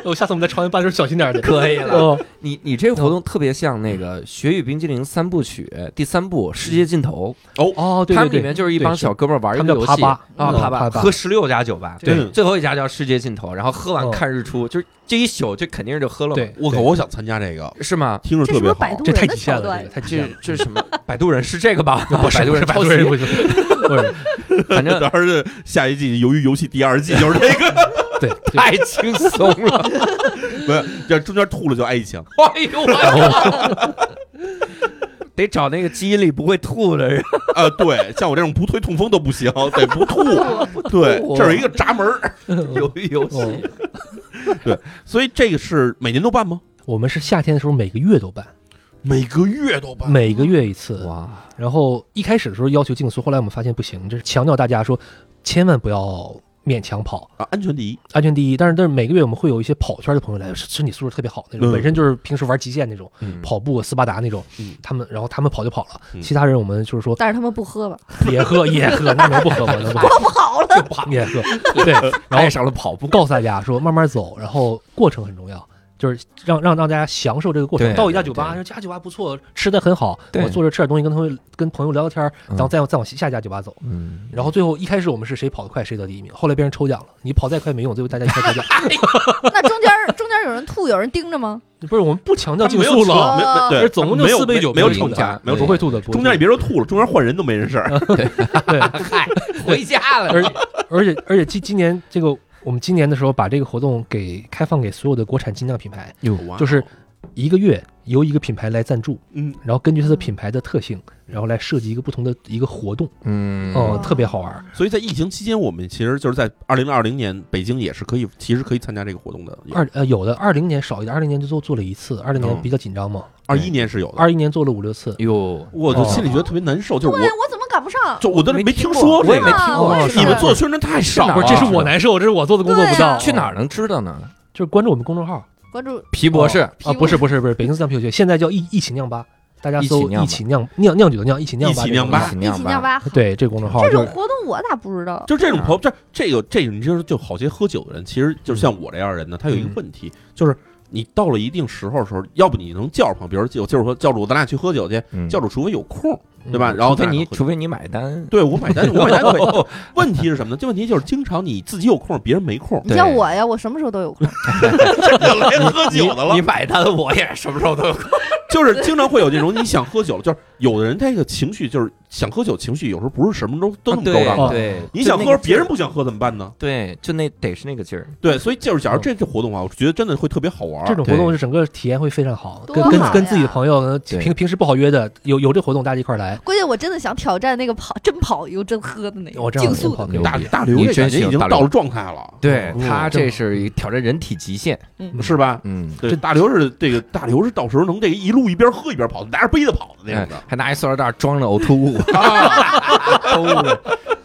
我下次我们在朝阳办的时候小心点儿去。可以了。哦，你你这个活动特别像那个《雪与冰激凌》三部曲第三部《世界尽头》，哦，对他对们对，里面就是一帮对是小哥们儿玩一他个们叫游啪戏吧啊，嗯啪吧，啪吧喝十六家酒吧，对嗯最后一家叫世界尽头，然后喝完嗯看日出，就是这一宿就肯定是就喝了嘛，对，我靠，对我想参加这个，是吗？ (laughs) 听着这特是不别是好摆。渡这太人的极限桥了，段这？个太极这限了。这是什么？摆渡人是这个吧？不是摆渡不是人百抄度袭人，不行，不是反正 (laughs) 当然是下一季，由于游戏第二季就是这个，对，对太轻松了。不是这中间吐了就挨一枪。哎呦我操！ (laughs) 得找那个基因里不会吐的人。啊，对，像我这种不退痛风都不行，得不吐。对，这是一个闸门儿。由于游戏，哦所以这个是每年都办吗？ (laughs) 我们是夏天的时候每个月都办，每个月都办。每个月一次。哇，然后一开始的时候要求竞速，后来我们发现不行，这是强调大家说千万不要勉强跑，啊，安全第一。安全第一。但是但是每个月我们会有一些跑圈的朋友来，身体素质特别好那嗯种，本身就是平时玩极限那种，嗯跑步斯巴达那种嗯，他们然后他们跑就跑了，嗯其他人我们就是说但是他们不喝 (laughs) 吧？别喝也喝，那能不喝吗？(laughs) 能不喝过不好 (laughs) 了，就啪也喝，对，然后爱上了跑步。告诉大家说慢慢走，然后过程很重要。就是让让让大家享受这个过程。对到一家酒对吧，说这家酒吧不错，吃的很好。对我坐着吃点东西，跟同学跟朋友聊聊天儿，嗯然后再再往下一家酒吧走。 (laughs) 嗯，然后最后一开始我们是谁跑得快谁得第一名，后来变成抽奖了，你跑再快没用，最后大家一块抽奖。 (laughs) 那中间儿中间儿有人吐，有人盯着吗？不是我们不强调他们竞没有速车哦了，没没没而对，总共没就有四杯酒没有不抽会吵吐奖的，没有不会吐啊的，不会吐的中间也别说吐了，中间换人都没人事儿。对，嗨，回家了。 (laughs) 而而且而且今今年这个我们今年的时候把这个活动给开放给所有的国产精酿品牌，哇哦就是哦一个月由一个品牌来赞助，嗯，然后根据它的品牌的特性，然后来设计一个不同的一个活动，嗯哦哇，特别好玩儿。所以在疫情期间，我们其实就是在二零二零年，北京也是可以，其实可以参加这个活动的。二呃有的二零年少一点，二零年就做做了一次，二零嗯年比较紧张嘛，二一年是有哦的，二一哦年做了五六次，哟，我就心里觉得特别难受，就是对我，我怎么赶不上？就我都没没听过听说啊我也这没个，啊听过我也是是你们做的宣传太少了。不是，这是我啊难受，这是我做的工作对不当。啊去哪儿？能知道呢？就是关注我们公众号关注皮博士，啊，不是不是不是，北京思想啤酒节现在叫一一起酿吧，大家一搜起酿吧一起酿酿酿酒的酿，一起酿吧，一起酿吧一起一起酿吧。这个公众号。这对，这个公众号就种是活动我咋不知道？就这种朋友，这这个这个，你就是就好些喝酒的人，其实嗯就是像我这样的人呢，他有一个问题，就是你到了一定时候的时候，要不你能叫上朋友，比如就就是说教主，咱俩去喝酒去，嗯教主除非有空，嗯对吧？然后除咱非俩你能喝除非你买单，对我买单，我买单可哦以。问题是什么呢？这问题就是经常你自己有空，别人没 (laughs) 空，你像我呀，我什么时候都有空。就来喝酒的了你。买单，我也什么时候都有空。就是经常会有这种你想喝酒了，就是有的人他这个情绪就是想喝酒，情绪有时候不是什么都都那么高涨啊的。对，你想就那喝个，劲别儿人不想喝怎么办呢？对，就那得是那个劲儿。对，所以就是嗯假如这次活动啊，我觉得真的会特别好玩儿。这种活动是整个体验会非常好，多跟好呀跟跟自己的朋友，呃对平平时不好约的，有有这活动大家一块儿来，关键我真的想挑战那个跑真跑又真喝的那我个这样竞真速跑的。牛大逼，大刘你这真感觉行已经大刘到了状态了，对哦他这这是一挑战人体极限，嗯是吧？嗯，对，这大刘是这个大刘是到时候能这个一路一边喝一边跑，拿着杯子跑的那哎种的。还拿一塑料袋装着呕吐物，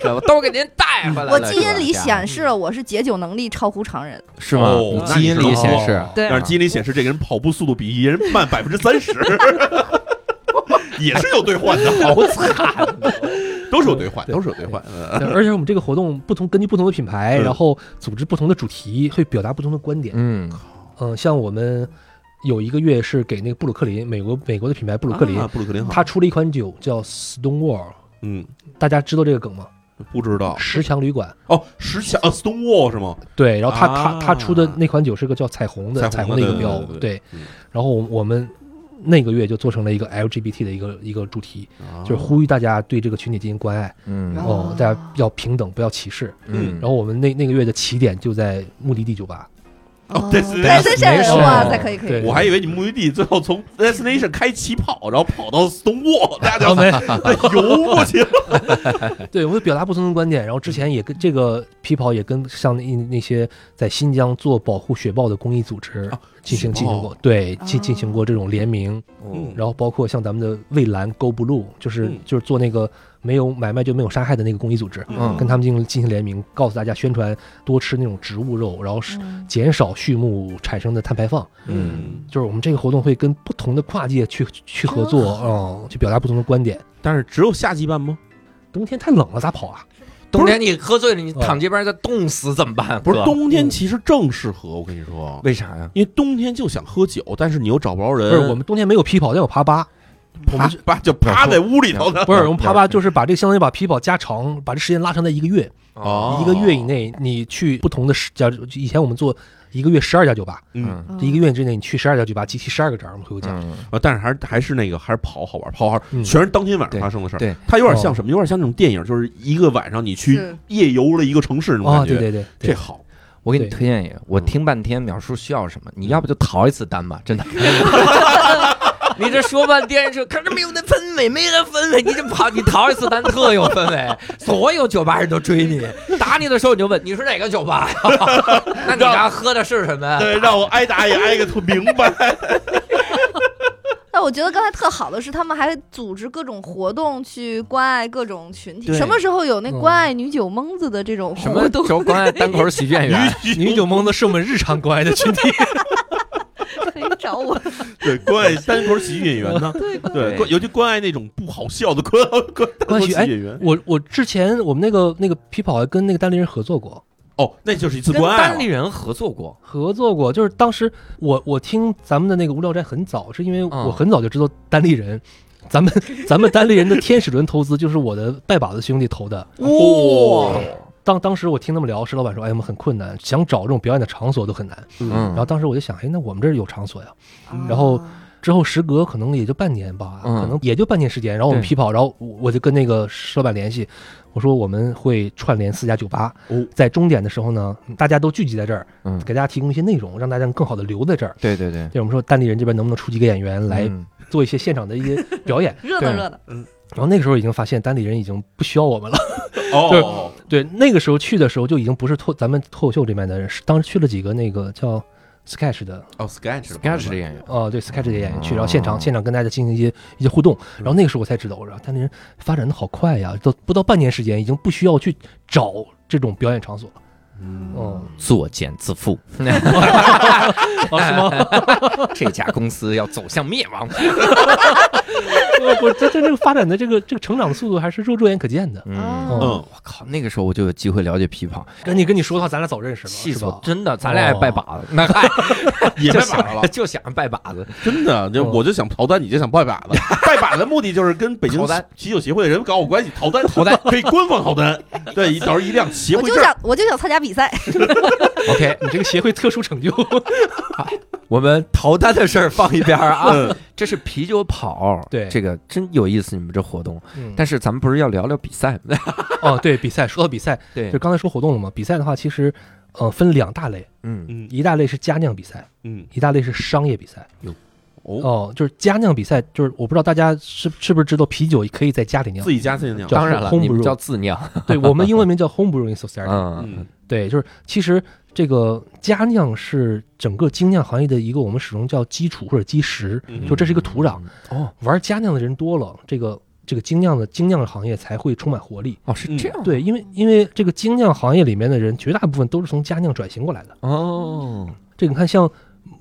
都都给您带回来了。我基因里这样显示了我是解酒能力超乎常人，是吗？哦你那基因你里是显示哦，对但是基因里显示这个人跑步速度比人慢百分之三 (laughs) 十，也是有兑换的，好惨， (laughs) 都是有兑换，啊对都是有兑换。嗯 (laughs) 对而且我们这个活动不同，根据不同的品牌，嗯然后组织不同的主题，会表达不同的观点。嗯，嗯，像我们有一个月是给那个布鲁克林，美国美国的品牌布鲁克林啊，布鲁克林好，它出了一款酒叫 Stonewall，嗯，大家知道这个梗吗？不知道十强旅馆。哦，石墙啊，Stone Wall 是吗？对，然后他啊他他出的那款酒是个叫彩虹的彩彩虹的虹的一对个标对对，对对嗯。然后我我们那个月就做成了一个 LGBT 的一个一个主题，哦就是呼吁大家对这个群体进行关爱，嗯然后哦，大家要平等，不要歧视。嗯，然后我们那那个月的起点就在目的地酒吧，哦在 destination 啊在没事线哇哦塞，可以可以对，我还以为你目的地最后从 destination 开起跑，然后跑到东沃，大家然后 (laughs) 就哦哎没游过去了。对，我就表达不同的观点。然后之前也跟这个皮跑也跟像那那些在新疆做保护雪豹的公益组织啊 (laughs) 进行进行雪豹过，对，进哦进行过这种联名。嗯然后包括像咱们的蔚蓝 Go Blue，就是、嗯就是做那个没有买卖就没有杀害的那个公益组织，嗯跟他们进行进行联名，告诉大家宣传多吃那种植物肉，然后是嗯减少畜牧产生的碳排放。嗯就是我们这个活动会跟不同的跨界去去合作，嗯，去表达不同的观点。但是只有夏季办吗？冬天太冷了，咋跑啊？冬天你喝醉了，你躺这边再冻死怎么办？不是哥，冬天其实正适合，我跟你说，为啥呀？因为冬天就想喝酒，但是你又找不着人。不是，我们冬天没有皮跑，但有爬吧。我们趴趴就趴在屋里头的，不是，我们爬吧了解就是把这个相当于把皮跑加长，把这时间拉长在一个月，哦一个月以内你去不同的十家，以前我们做一个月十二家酒吧，嗯嗯这一个月之内你去十二家酒吧，集齐十二个展，我们回过家。嗯啊，但是还是还是那个还是跑好玩，跑好玩，嗯哦全是当天晚上发生的事儿。对对它有点像什么？有点像那种电影，就是一个晚上你去是夜游了一个城市那种啊，感对觉。对对，这对好，我给你对推荐一个，我嗯听半天描述需要什么，你要不就逃一次单吧， (laughs) 真的。你这说半天是，可是没有那氛围，没那氛围，你这跑你逃一次单特有氛 (laughs) 围，所有酒吧人都追你，打你的时候你就问你是哪个酒 (laughs) 吧呀？那你刚喝的是什么？啊对，让我挨打也挨个特明 (laughs) 白。但我觉得刚才特好的是，他们还组织各种活动去关爱各种群体。对什么时候有那嗯关爱女酒蒙子的这种什么活动？时候关爱单口喜剧演员？啊女酒蒙子是我们日常关爱的群体。可以找我。对，关爱单口喜剧演员呢，对，对，对关尤其关爱那种不好笑的关关单口关系喜剧哎演员。 (laughs) 我我之前我们那个那个皮跑还跟那个单立人合作过，哦，那就是一次跟关爱单了立。人合作过，合作过，就是当时我我听咱们的那个无聊斋很早，是因为嗯我很早就知道单立人， (laughs) 咱们咱们单立人的天使轮投资就是我的拜把子兄弟投的。哦，当当时我听他们聊，石老板说，哎，我们很困难，想找这种表演的场所都很难。嗯然后当时我就想，哎，那我们这儿有场所呀。然后哦之后时隔可能也就半年吧，嗯可能也就半年时间。然后我们对皮跑，然后我我就跟那个石老板联系，我说我们会串联四家酒吧，哦在终点的时候呢，大家都聚集在这儿，嗯给大家提供一些内容，让大家更好的留在这儿。对对对，对我们说，单立人这边能不能出几个演员来嗯做一些现场的一些表演？热闹热闹，然后那个时候已经发现单立人已经不需要我们了。 (laughs) 就是哦，对，那个时候去的时候就已经不是脱咱们脱口秀这边的人，是当时去了几个那个叫 sketch 的，哦，sketch ，sketch 的演员，哦、对 sketch 的演员去，然后哦现场现场跟大家进行一些一些互动。然后那个时候我才知道，我说单立人发展的好快呀，都不到半年时间，已经不需要去找这种表演场所了。嗯，作茧自 (laughs) 缚。哦，是吗？ (laughs) 这家公司要走向灭亡。我我这这这个发展的这个这个成长的速度还是肉肉眼可见的。嗯，哦嗯，我靠，那个时候我就有机会了解皮跑，跟你跟你说的话，咱俩早认识了，气是死吧哦我！！真的，咱俩也拜把子，那嗨，也就拜把想子了，就想拜把子。真 (laughs) 的，就嗯我就想逃单，你就想拜把子， (laughs) 拜把的目的就是跟北京逃单啤酒协会的人搞好关系，逃单， (laughs) 逃单可以官方逃 (laughs) 单，对，到时候一辆协我会就证，想我就想参加比赛， OK，你这个协会特殊 (laughs) 成就，我们逃单的事儿放一边儿啊，嗯，这是啤酒跑，对嗯这个真有意思，你们这活动。但但是咱们不是要聊聊比赛吗？哦，对比赛，说到比赛，对 (laughs) 就，刚才说活动了嘛，比赛的话，其实呃分两大类，嗯嗯一大类是家酿比赛，嗯，一大类是商业比赛。哦，哦，就是家酿比赛，就是我不知道大家是是不是知道啤酒可以在家里酿自，己家自己酿，叫当然了， homebrew 你们叫自酿， (laughs) 对我们英文名叫 home brewing society，、啊嗯，对，就是其实这个家酿是整个精酿行业的一个我们始终叫基础或者基石，嗯就这是一个土壤，哦玩家酿的人多了，这个这个精酿的精酿行业才会充满活力。哦，是这样，对，因为因为这个精酿行业里面的人，绝大部分都是从家酿转型过来的。哦，这个你看，像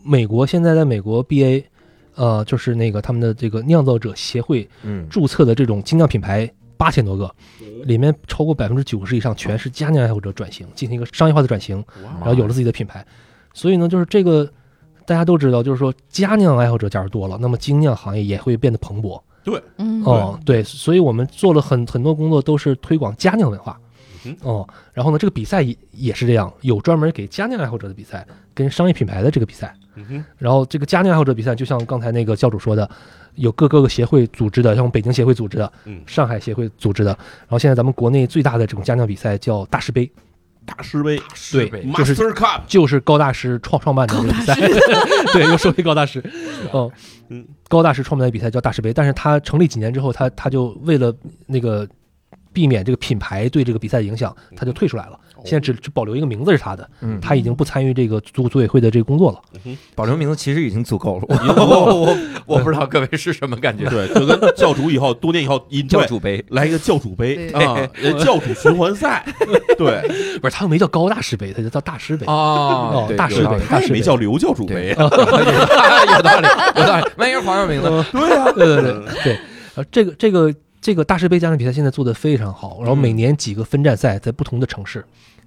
美国现在在美国 BA，呃，就是那个他们的这个酿造者协会嗯，注册的这种精酿品牌八千多个，里面超过百分之九十以上全是家酿爱好者转型，进行一个商业化的转型，哇然后有了自己的品牌。所以呢，就是这个大家都知道，就是说家酿爱好者假如多了，那么精酿行业也会变得蓬勃。嗯，哦，对，所以我们做了很很多工作，都是推广家酿文化嗯。哦，然后呢，这个比赛也也是这样，有专门给家酿爱好者的比赛，跟商业品牌的这个比赛。嗯哼，然后这个嘉年爱好者比赛，就像刚才那个教主说的，有各各个协会组织的，像我们北京协会组织的，嗯，上海协会组织的，然后现在咱们国内最大的这种嘉年华比赛叫大师杯，大师杯对，就是 Master (laughs) Cup，就是高大师创创办的这个比赛， (laughs) 对，又说回高大师，嗯嗯，高大师创办的比赛叫大师杯，但是他成立几年之后，他他就为了那个避免这个品牌对这个比赛的影响，他就退出来了，现在只只保留一个名字是他的，嗯，他已经不参与这个组组委会的这个工作了。保留名字其实已经足够了。哦我我我我不知道各位是什么 (laughs) 感觉。哦对，就跟教主以后多年以后引教主杯来一个教主杯对啊，人教主循环 (laughs) 赛，对，不是，他没叫高大师杯，他就叫大师杯。哦大有师杯道理，大他也师没杯。叫刘教主杯，啊有道理， (laughs) 有道理，万一是皇上名字，对啊呀，哦对对对 (laughs) 对，呃，这个这个这个大师杯家长比赛现在做的非常好，然后每年几个分站赛在不同的城市，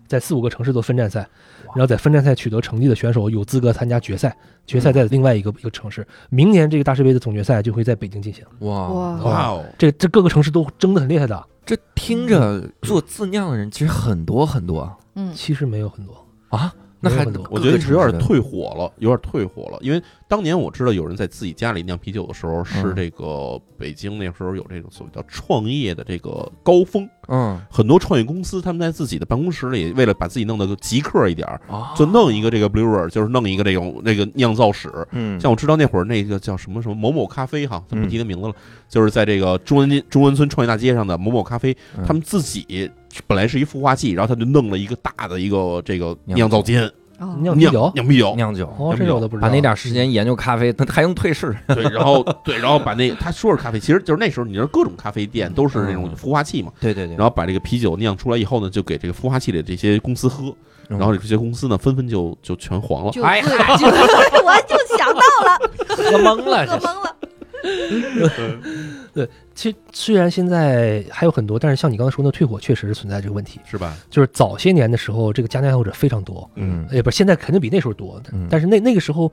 在四五个城市做分站赛，然后在分站赛取得成绩的选手有资格参加决赛，决赛在另外一个一个城市。明年这个大师杯的总决赛就会在北京进行，哇，哇，哇哦，这这各个城市都争得很厉害的，这听着做自酿的人其实很多很多嗯，其实没有很多，啊，那没有还很多我觉得是有点退火了，有点退火了。因为当年我知道有人在自己家里酿啤酒的时候，是嗯这个北京那时候有这种所谓叫创业的这个高峰，嗯很多创业公司他们在自己的办公室里，为了把自己弄得极客一点儿，啊就弄一个这个 brewer，就是弄一个这种那个酿造室。嗯像我知道那会儿那个叫什么什么某某咖啡哈，咱不嗯提他名字了，就是在这个中关中关村创业大街上的某某咖啡，嗯他们自己本来是一孵化器，然后他就弄了一个大的一个这个酿造间，哦酿啤酿酒，酿啤酒，酿酒，哦，这个我都不知道。把那点时间研究咖啡， (laughs) 那还用退市？ (laughs) 对，然后对，然后把那他说是咖啡，其实就是那时候你知道各种咖啡店都是那嗯种孵化器嘛，对对对然后把这个啤酒酿出来以后呢，就给这个孵化器里的这些公司喝，嗯然后这些公司呢纷纷就就全黄了。就哎醉就我就想到了，喝懵了喝懵了，其实虽然现在还有很多，但是像你刚才说的退火确实是存在这个问题。是吧？就是早些年的时候，这个嘉年爱好者非常多，嗯也不是现在肯定比那时候多，嗯但是那那个时候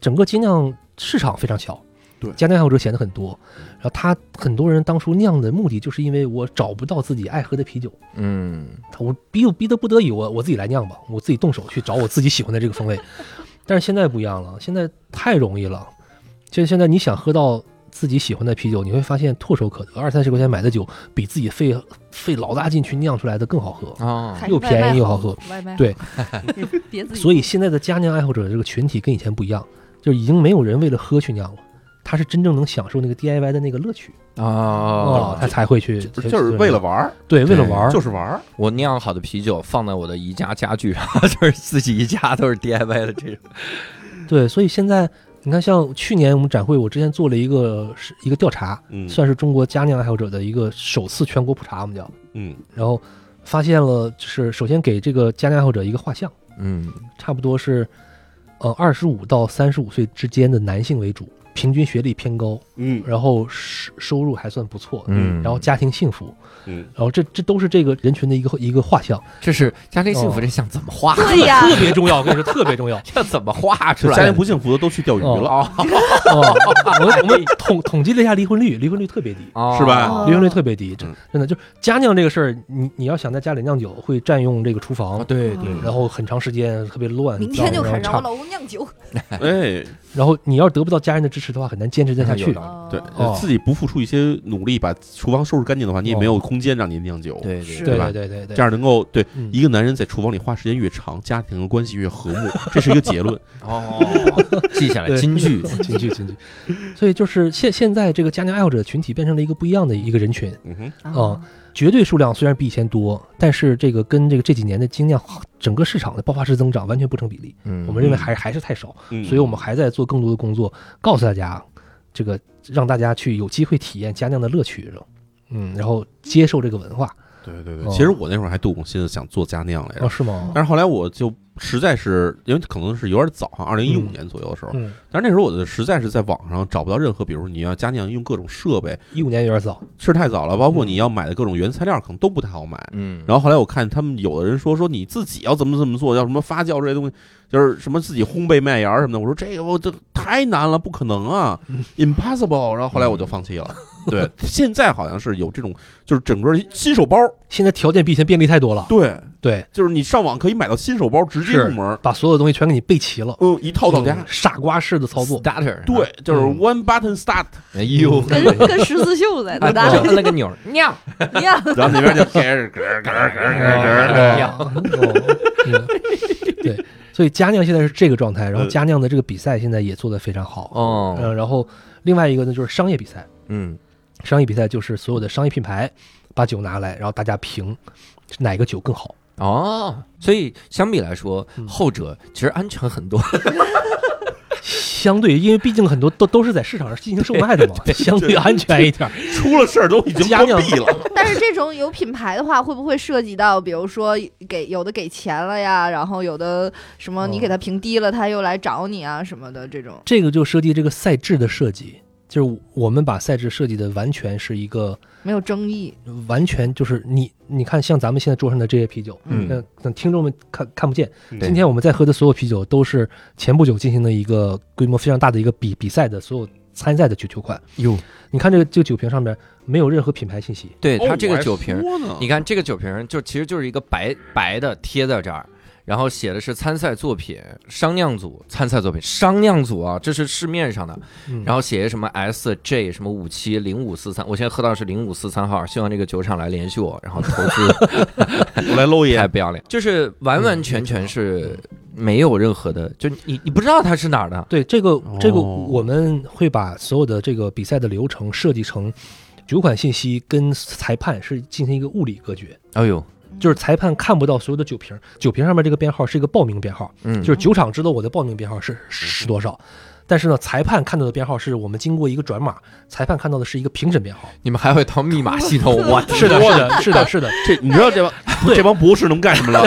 整个精酿市场非常小，对嘉年爱好者显得很多，然后他很多人当初酿的目的就是因为我找不到自己爱喝的啤酒，嗯，他我逼我逼得不得已，我我自己来酿吧，我自己动手去找我自己喜欢的这个风味，但是现在不一样了，现在太容易了，就是现在你想喝到。自己喜欢的啤酒，你会发现唾手可得，二三十块钱买的酒比自己费费老大劲去酿出来的更好喝。哦还，是又外便宜卖又好好喝，外卖好对，别自己，所以现在的佳酿爱好者这个群体跟以前不一样，就已经没有人为了喝去酿了，他是真正能享受那个 DIY 的那个乐趣啊哦，他才会去，就是为了玩儿，对为了玩儿，就是玩儿。我酿好的啤酒放在我的宜家家具上， (laughs) 就是自己宜家都是 DIY 的这种。对，所以现在你看，像去年我们展会，我之前做了一个是一个调查，嗯，算是中国佳酿爱好者的一个首次全国普查，我们叫，嗯，然后发现了就是首先给这个佳酿爱好者一个画像，嗯差不多是呃二十五到三十五岁之间的男性为主，平均学历偏高，嗯然后收收入还算不错，嗯，然后家庭幸福，嗯，然后这这都是这个人群的一个一个画像，这是家庭幸福哦这项怎么画？对呀，特别重要。我跟你说，特别重要。 (laughs) 这怎么画出就来家的？庭不幸福的都去钓鱼了，哦 (laughs) 哦，我们 (laughs) 我们统统计了一下离婚率，离婚率特别低，哦是吧离婚率特别低，真嗯真的就是家酿这个事儿，你你要想在家里酿酒，会占用这个厨哦，房，对对然后很长时间，特别乱，明天就然开后始让我差。老公酿酒，哎，然后你要是得不到家人的支持的话，很难坚持再下有去。道对哦，哦自己不付出一些努力把厨房收拾干净的话，你也哦没有空间让你酿酒。，对是对吧对对对对，这样能够对嗯一个男人在厨房里花时间越长，家庭的关系越和睦，这是一个结 (laughs) 论。哦，记下来对金 (laughs) 句，进去进去。所以就是现现在这个家酿爱好者群体变成了一个不一样的一个人群，嗯哼，哦，绝对数量虽然比以前多，但是这个跟这个这几年的精酿整个市场的爆发式增长完全不成比例。嗯我们认为还还是太少，嗯所以我们还在做更多的工作，告诉大家这个让大家去有机会体验家酿的乐趣，嗯，然后接受这个文化。对对对，哦其实我那会儿还动过心思想做家酿来哦，着，是吗？但是后来我就实在是因为可能是有点早哈，二零一五嗯年左右的时候，嗯，但是那时候我就实在是在网上找不到任何，比如你要家酿用各种设备一五年有点早，是太早嗯了，包括你要买的各种原材料可能都不太好买。嗯，然后后来我看他们有的人说说你自己要怎么怎么做，要什么发酵这些东西，就是什么自己烘焙麦芽儿什么的。我说这个我这太难了，不可能啊，impossible。然后后来我就放弃了。对，现在好像是有这种，就是整个新手包，现在条件比以前便利太多了。对，对就是你上网可以买到新手包，直接入门，把所有东西全给你备齐了，嗯，一套到嗯家。傻瓜式的操作。 starter，对，就是嗯 one button start，哎呦，跟跟十字绣在哎那搭就摁了个钮儿，尿，一样。然后那边就咯儿咯儿咯哎儿咯儿咯儿咯儿哎呀哦嗯 (laughs) 对，所以佳酿现在是这个状态，然后嗯佳酿的这个比赛现在也做得非常好。哦，嗯，然后另外一个呢就是商业比赛，嗯商业比赛就是所有的商业品牌把酒拿来，然后大家评哪个酒更好。哦，所以相比来说，嗯后者其实安全很多。相对，因为毕竟很多都都是在市场上进行售卖的嘛， (laughs) 相对安全一点。出了事儿都已经家关酿闭了，但是这种有品牌的话，会不会涉及到，比如说给有的给钱了呀，然后有的什么你给他评低了，他又来找你啊什么的这种。这个就涉及这个赛制的设计，就是我们把赛制设计的完全是一个没有争议，完全就是你你看，像咱们现在桌上的这些啤酒，嗯那那听众们看看不见，嗯今天我们在喝的所有啤酒都是前不久进行的一个规模非常大的一个比比赛的所有参赛的酒酒款。哟，你看这个这个酒瓶上面没有任何品牌信息，对哦它这我个还酒瓶，说呢你看这个酒瓶就其实就是一个白白的贴在这儿，然后写的是参赛作品、商酿组、参赛作品、商酿组啊，这是市面上的，嗯然后写一什么 S J 什么五七零五四三，我现在喝到的是零五四三号，希望这个酒厂来联系我，然后投资我来搂一太眼，不要脸，就是完完全全是没有任何的，就你你不知道它是哪儿的，对这个这个哦我们会把所有的这个比赛的流程设计成。酒款信息跟裁判是进行一个物理隔绝，哎呦，就是裁判看不到所有的酒瓶，酒瓶上面这个编号是一个报名编号，嗯，就是酒厂知道我的报名编号是是多少，但是呢，裁判看到的编号是我们经过一个转码，裁判看到的是一个评审编号。你们还会套密码系统，我 (laughs) 是的，是的，啊是的，是的。这你知道这帮这帮博士能干什么了？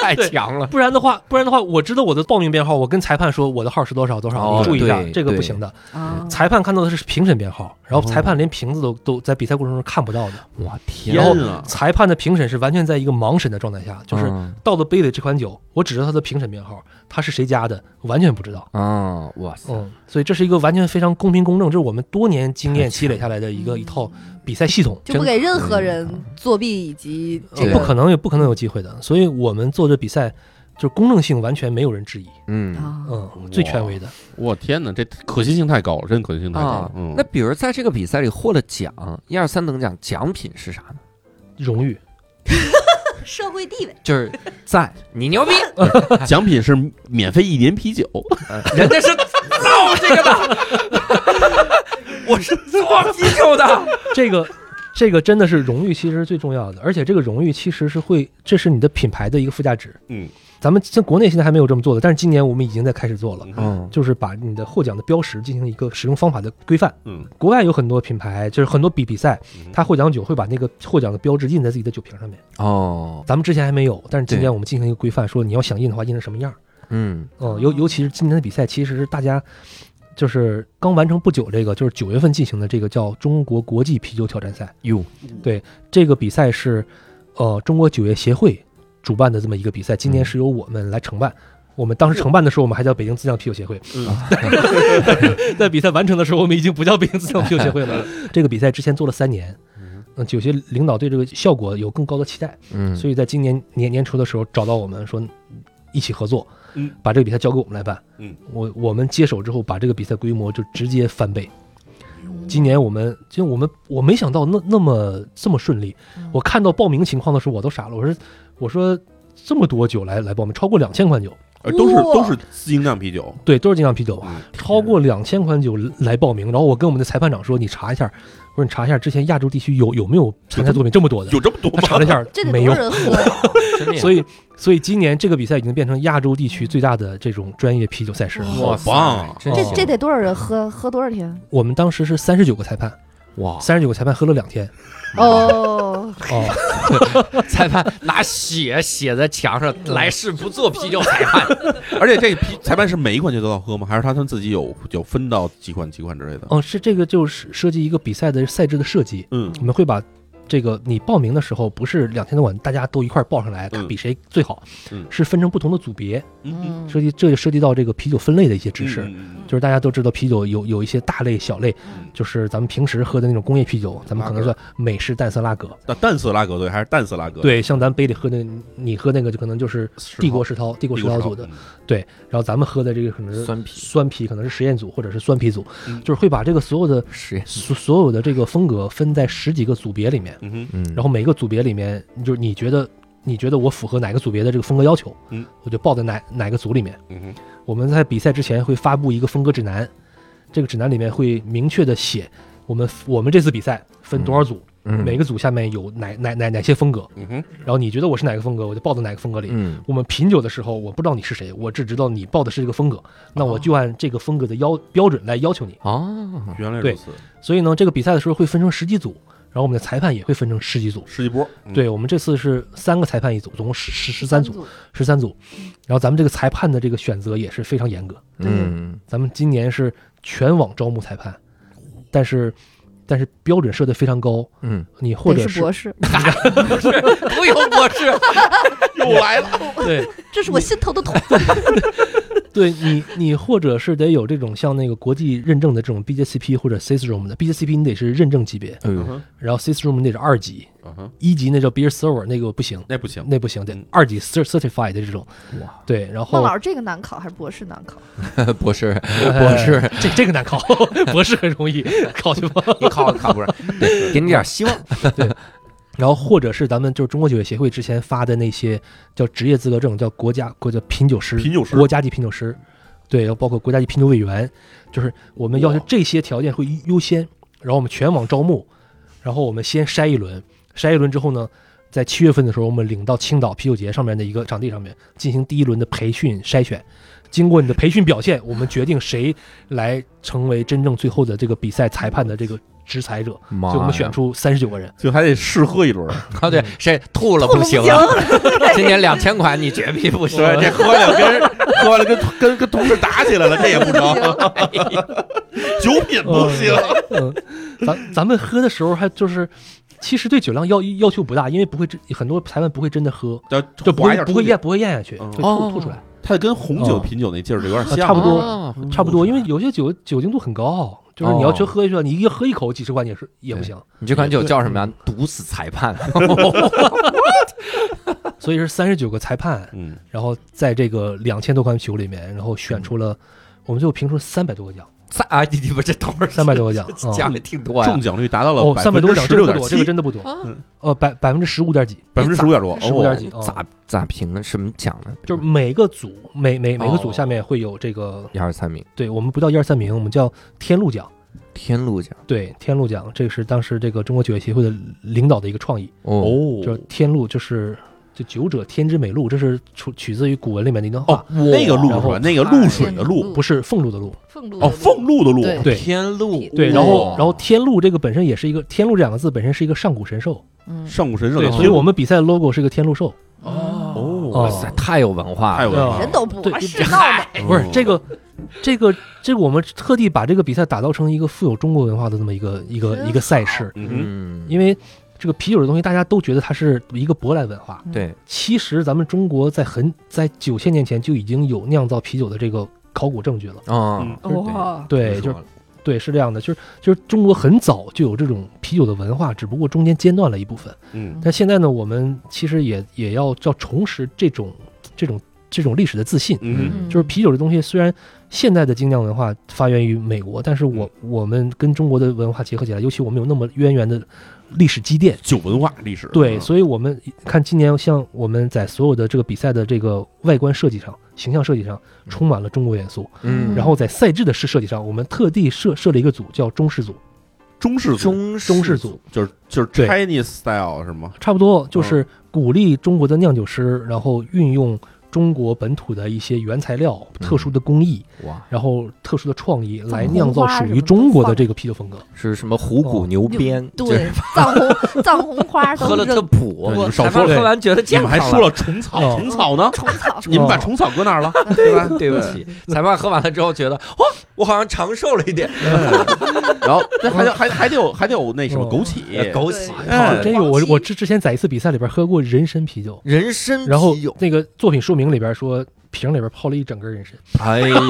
太强了，不然的话，不然的话，我知道我的报名编号，我跟裁判说我的号是多少多少，哦你注意一下对，这个不行的。啊，裁判看到的是评审编号，然后哦裁判连瓶子都都在比赛过程中看不到的。我天天然后啊！裁判的评审是完全在一个盲审的状态下，就是嗯倒了杯里这款酒，我只知道它的评审编号，它是谁家的，完全不知道。啊，哇塞，嗯，所以这是一个完全非常公平公正，这是我们多年经验积累下来的一个嗯一套比赛系统，就不真给任何人作弊以及这对呃个不可能也不可能有机会的。所以我们做这比赛，就是公正性完全没有人质疑，嗯啊，嗯，最权威的。我天哪，这可行性太高了，真可行性太高了。嗯啊那，比如在这个比赛里获了奖，一二三等奖奖品是啥呢？荣誉社会地位就是赞你牛逼，那奖品是免费一年啤酒，人家是造这个的，我是做啤酒的。这个。这个真的是荣誉，其实是最重要的，而且这个荣誉其实是会，这是你的品牌的一个附加值。嗯，咱们在国内现在还没有这么做的，但是今年我们已经在开始做了，嗯，就是把你的获奖的标识进行一个使用方法的规范。嗯，国外有很多品牌，就是很多比比赛，嗯他获奖酒会把那个获奖的标志印在自己的酒瓶上面。哦，咱们之前还没有，但是今对年我们进行一个规范，说你要想印的话，印成什么样儿？嗯嗯，尤尤其是今年的比赛，其实是大家就是刚完成不久，这个就是九月份进行的这个叫中国国际啤酒挑战赛。哟，对，这个比赛是呃中国酒业协会主办的这么一个比赛，今年嗯是由我们来承办。我们当时承办的时候，我们还叫北京自酿啤酒协会。嗯 (laughs) 在比赛完成的时候，我们已经不叫北京自酿啤酒协会了。这个比赛之前做了三年，嗯，有些领导对这个效果有更高的期待。嗯，所以在今年年年初的时候找到我们说一起合作，嗯，把这个比赛交给我们来办，嗯，我我们接手之后把这个比赛规模就直接翻倍。嗯今年我们就我们我没想到那那么这么顺利，嗯我看到报名情况的时候我都傻了，我说我说这么多酒来来报名，超过两千款酒，呃都是哇都是精酿啤酒，对，都是精酿啤酒，嗯超过两千款酒来报名，然后我跟我们的裁判长说，你查一下，我说你查一下之前亚洲地区有有没有参赛作品这么多的，有 (laughs) 这么多他查了吗一？下这得没多有少，哦人 (laughs) 喝呀？哎以所以以，所以今年这个比赛已经变成亚洲地区最大的这种专业啤酒赛事了。好棒啊真这行这得多少人喝？喝多少天？我们当时是三十九个裁判， (laughs) 哇！哦三十九个裁判喝了两天。哦，哦，裁判拿血写在墙上，来世不做啤酒裁判。而且这批裁判是每一款酒都要喝吗？还是他们自己有有分哦到几款几款之类的？哦，是这个就是设计一个比赛的赛制的设计，嗯我们会把这个你报名的时候不是两千多碗大家都一块儿报上来，看嗯比谁最好，嗯是分成不同的组别，嗯，嗯涉及这就涉及到这个啤酒分类的一些知识。嗯就是大家都知道啤酒有有一些大类、小类，嗯就是咱们平时喝的那种工业啤酒，咱们可能拉叫美式淡色拉格。那淡色拉格对还是淡色拉格？，对，像咱杯里喝的，你喝那个就可能就是帝国石涛，帝国帝石涛国组的。嗯然后咱们喝的这个可能是酸啤酸啤，可能是实验组或者是酸啤组，嗯就是会把这个所有的实验，所所有的这个风格分在十几个组别里面，嗯哼，嗯，然后每个组别里面，就是你觉得你觉得我符合哪个组别的这个风格要求，嗯，我就报在哪哪个组里面。嗯哼，我们在比赛之前会发布一个风格指南，这个指南里面会明确的写我们我们这次比赛分多少组，嗯每个组下面有哪哪哪哪些风格，嗯哼，然后你觉得我是哪个风格，我就报到哪个风格里。嗯我们品酒的时候，我不知道你是谁，我只知道你报的是这个风格，那我就按这个风格的要标准来要求你。哦，原来如对此，所以呢，这个比赛的时候会分成十几组，然后我们的裁判也会分成十几组。世纪波，嗯，对我们这次是三个裁判一组，总共十十十三组，组，十三组。然后咱们这个裁判的这个选择也是非常严格，嗯咱们今年是全网招募裁判，但是但是标准设的非常高，嗯，你或得者是博士，不由博士， (laughs) 又来了，对这是我心头的 (laughs) 痛。哦对你你或者是得有这种像那个国际认证的这种 BJCP 或者 CISROM 的 BJCP 你得是认证级别，哎嗯呦，哼，然后 CISROM 你得是二级，嗯哼，一级那叫 Beer Server 那个不行，那不行，那不行，得嗯二级 cert certified 的这种哇，对，然孟后老师这个难考还是博士难考？博士，博士这这个难考， (laughs) 博士很容易考去吧。你考考不上，对，给你点希望，然后或者是咱们就是中国酒业协会之前发的那些叫职业资格证，叫国家国叫品酒师，品酒师国家级品酒师，对，然后包括国家级品酒委员，就是我们要求哇这些条件会优优先，然后我们全网招募，然后我们先筛一轮，筛一轮之后呢，在七月份的时候，我们领到青岛啤酒节上面的一个场地上面进行第一轮的培训筛选。经过你的培训表现，我们决定谁来成为真正最后的这个比赛裁判的这个执裁者，所所以我们选出三十九个人。就还得试喝一轮儿，啊，对，谁吐了吐了行哦不行啊，今年两千款你绝逼不行，对，这喝了跟人喝了跟跟跟同事打起来了，这也不 (laughs) 成，酒品不行，嗯，咱咱们喝的时候还就是，其实对酒量要要求不大，因为不会真很多裁判不会真的喝，就就不滑一下会不出会去咽，不会咽下去，嗯会吐吐出来，它跟红酒品酒那劲儿有点像啊，差不多哦差不多。因为有些酒酒精度很高，就是你要去喝一下，你一喝一口几十罐也是也不行，你这款酒叫什么呀？毒死裁判， (laughs) (laughs) 所以是三十九个裁判，嗯，然后在这个两千多款酒里面，然后选出了。我们最后评出三百多个奖，三啊，你你们这等会儿三 (laughs) 百多 (laughs) 个奖，啊奖也挺多呀中，奖率达到了哦，三百多个奖，十这六个不点多，这个七，真的不多啊，呃，百百分之十五点几，百分之十五点多， 15点哦几哦咋咋评呢？什么奖呢？就是每个组每每每个哦组下面会有这个一二三名，对我们不叫一二三名，我们叫天路奖。天路奖对，天路奖，这是当时这个中国酒业协会的领导的一个创意，哦，哦叫天路，就是就酒者天之美路，这是出取自于古文里面的一段话，哦，那个然露是后吧？那个露水的露，不是俸禄的禄。俸禄哦，俸禄的对禄，对天路对，然后哦然后天路这个本身也是一个天路这两个字本身是一个上古神兽，嗯，上古神兽对，的所以我们比赛的 logo 是一个天路兽。哦嗯哇塞，太有文化了，太有文化嗯人了，嗯都博对士闹呢，哎不是这个，这个，这个，我们特地把这个比赛打造成一个富有中国文化的这么一个一个真一个赛事，嗯嗯，因为这个啤酒的东西，大家都觉得它是一个舶来文化，对，其实咱们中国在很在九千年前就已经有酿造啤酒的这个考古证据了。嗯嗯，哇， (laughs) 对，听说就是了对，是这样的，就是就是中国很早就有这种啤酒的文化，只不过中间间断了一部分。嗯但现在呢，我们其实也也要要重拾这种这种这种历史的自信。嗯嗯就是啤酒这东西，虽然现代的精酿文化发源于美国，但是我我们跟中国的文化结合起来，尤其我们有那么渊源的历史积淀，酒文化历史，对，嗯所以我们看今年像我们在所有的这个比赛的这个外观设计上、形象设计上，充满了中国元素。嗯，然后在赛制的设设计上，我们特地设设了一个组叫中式组，嗯中式族中中式式组就是就是对 Chinese style 是吗？差不多就是鼓励中国的酿酒师，然后运用中国本土的一些原材料、嗯特殊的工艺，哇，然后特殊的创意来藏酿红造花属什于么中都国的放这个啤酒风格。 (laughs) 是什么虎骨哦牛鞭？就是对，藏红藏红 (laughs) 花喝都了特扔补，对你们我少才说发了喝完觉得你健们康还了说了虫草，哦虫草呢？虫 (laughs) 草，你们把哦虫草搁哪儿了？对吧？对不 (laughs) 起，裁判喝完了之后觉得，哦，我好像长寿了一点。哎然后这还得还还得有还得有那什么哦枸杞，呃枸对杞，哎真有我黄我芪之之前在一次比赛里边喝过人参啤酒，人参然后啤酒，那个作品说明里边说瓶里边泡了一整根人参，哎 (laughs) 呀，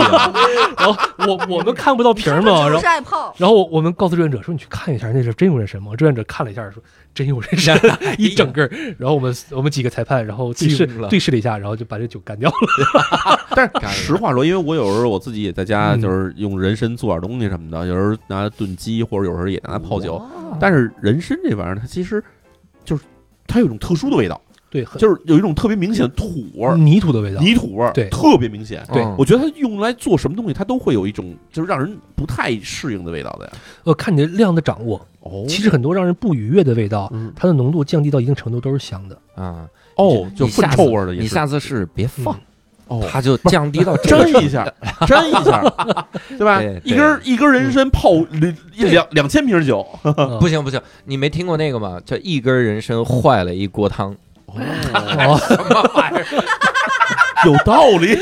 然后我我们看不到瓶儿嘛，然就是后。爱泡，然后我们告诉志愿者说：“你去看一下，那是真有人参吗？”志愿者看了一下说：“真有人参，一整根儿。”然后我们我们几个裁判，然后对视定了对视了一下，然后就把这酒干掉了。但是实话说，因为我有时候我自己也在家，嗯就是用人参做点东西什么的，有时候拿炖鸡，或者有时候也拿泡哦酒。但是人参这玩意儿，它其实就是它有一种特殊的味道，对，很就是有一种特别明显的土味儿、泥土的味道。泥土味儿，对特别明显。对嗯我觉得它用来做什么东西，它都会有一种就是让人不太适应的味道的呀。呃，看你的量的掌握，哦其实很多让人不愉悦的味道，嗯，它的浓度降低到一定程度都是香的。啊，哦，就你粪下次臭味儿的也你是。下次试试别放，哦， (laughs) 它就降低到这个蒸一下，蒸一下，对嗯吧对？一根儿一根儿人参泡里一两两千瓶酒， (laughs) 不行不行，你没听过那个吗？叫一根人参坏了一锅汤，哦，有道理。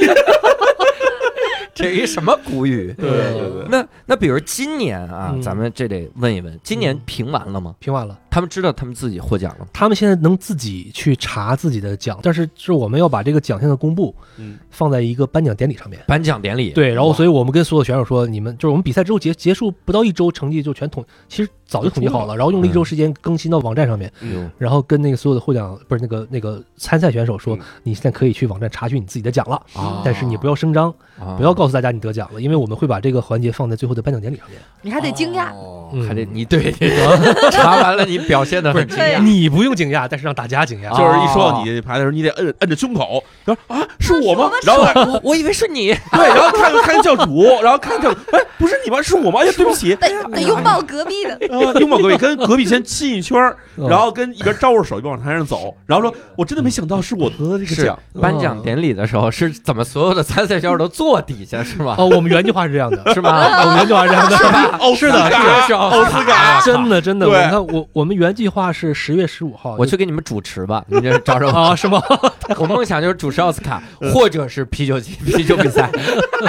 这一什么古语？对对对 (laughs) 那那比如今年啊，嗯咱们这得问一问，今年评完了吗？评完了。他们知道他们自己获奖了吗？他们现在能自己去查自己的奖，但是是我们要把这个奖项的公布 (laughs) 嗯，放在一个颁奖典礼上面。颁奖典礼，对，然后哇所以我们跟所有选手说，你们就是我们比赛之后结结束不到一周，成绩就全统，其实早就统计好了，然后用了一周时间更新到网站上面，嗯然后跟那个所有的获奖不是那个那个参赛选手说嗯，你现在可以去网站查询你自己的奖了，啊但是你不要声张，啊不要告诉大家你得奖了，因为我们会把这个环节放在最后的颁奖典礼上面。你还得惊讶，哦嗯还得你对查完了，你表现的很惊对呀讶，你不用惊讶，但是让大家惊讶。啊就是一说到你这牌的时候，你得摁摁着胸口，然后啊是我吗？然然后后我我以为是你，对，然后看看教主，然后看教主，哎，不是你吗？是我吗？哎呀，对不 (laughs) 起，得得拥抱隔壁的，呃拥抱隔壁，跟隔壁先亲一圈儿，嗯然后跟一边招呼手，一边往台上走，然后说，我真的没想到是我得的这个是奖，颁嗯奖典礼的时候是怎么所有的参赛选手都坐底下是吗？哦，我们原计划是这样的，哦是吗？我们原计划是这样的。哦，是的是的奥斯卡，真的真的，我对看我我们原计划是十月十五号， (laughs) 我去给你们主持吧，你这找找我。啊是吗？ (laughs) 我梦想就是主持奥斯卡，或者是啤酒节啤酒比赛。 (laughs)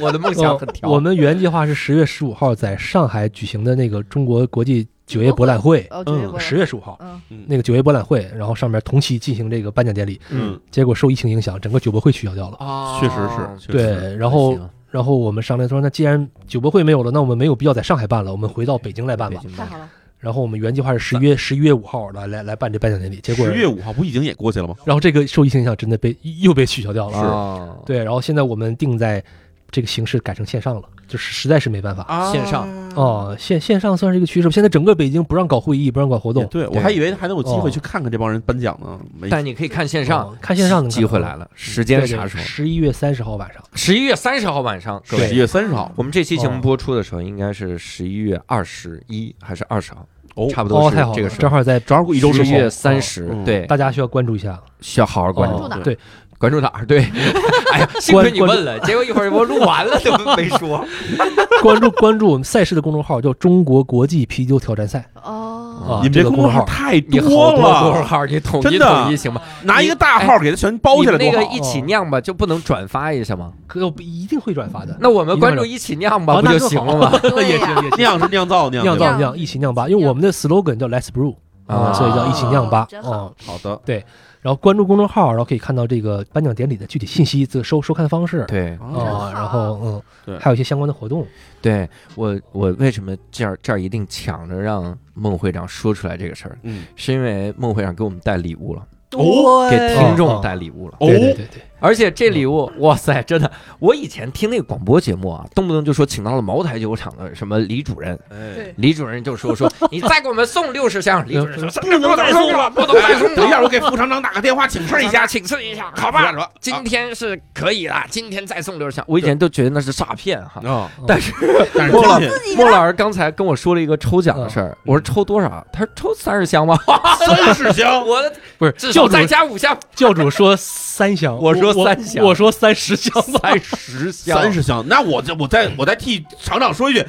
我的梦想很哦呃我条，们原计划是十月十五号在上海举行的那个中国国际酒业博览会，哦，绝对不能十月十五号嗯，那个酒业博览会，然后上面同期进行这个颁奖典礼，嗯，结果受疫情影响，整个酒博会取消掉了。啊确实是，确实是，对，然后然后我们商量说，那既然酒博会没有了，那我们没有必要在上海办了，我们回到北京来办吧。太好了，然后我们原计划是十月十一月五号来来来办这颁奖典礼，结果十月五号不已经也过去了吗？然后这个受疫情影响真的被又被取消掉了。啊，对，然后现在我们定在这个形式改成线上了，就是实在是没办法。啊线上嗯哦，线线上算是一个趋势。现在整个北京不让搞会议，不让搞活也动，对，我对还以为还能有机会哦去看看这帮人颁奖呢，没但你可以看线上哦，看线上能看机会来了，时间啥时候？十一月三十号晚上。十一月三十号哦晚上，各十一位。月三十号我们这期节目播出的时候，应该是十一月二十一还是二十号？哦差不多哦，是太好了，这个时正候。好在正好一周之十后一，月三十嗯，对，大家需要关注一下。啊需要好好关注。哦对，关注哪儿？对， (laughs) 哎呀，幸亏你问了，结果一会儿我录完了都没说。 (laughs) 关注关注我们赛事的公众号叫“中国国际啤酒挑战赛哦啊”，你们这这个公公众众号号太你好多公众了，号，你统一真的统一行吗？拿一个大号给它全包你起来们那多个好。一起酿吧，就不能转发一下吗？可我一定会转发的。那我们关注一一起酿吧，哦不那就更行好了吗？对也呀行也 (laughs) 行，酿是酿造酿酿对吧造酿一起酿吧，因为我们的 slogan 叫 “Let's Brew”，啊，哦所以叫一起酿吧。真好哦，好的，然后关注公众号，然后可以看到这个颁奖典礼的具体信息、这个收收看方式对啊、真哦好然后嗯，对还有一些相关的活动。对，我我为什么这样这样一定抢着让孟会长说出来这个事儿？嗯，是因为孟会长给我们带礼物了，哦给对听众哦带礼物了。哦对对对对，而且这礼物，哇塞，真的！我以前听那个广播节目啊，动不动就说请到了茅台酒厂的什么李主任，哎，对，李主任就说说你再给我们送六十箱。李主任说不能再送了，不能再送了。等一下，我给副厂长打个电话请示一下，请示一下，好好吧？吧？说啊今天是可以的，今天再送六十箱。我以前都觉得那是诈骗哈。啊，但是 (laughs) 但是过了真自己莫的老师刚才跟我说了一个抽奖的事儿，我说抽多少？他说抽三十箱吗？是三十箱，哦我的不是至教少主再加五箱。 (laughs) 教主说三箱，我说我三箱，我说三十箱吧，三十箱， (laughs) 三十箱，那我再我再我再替厂长说一句，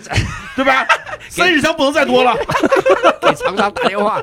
对吧？三十箱不能再多了，给厂长打电话。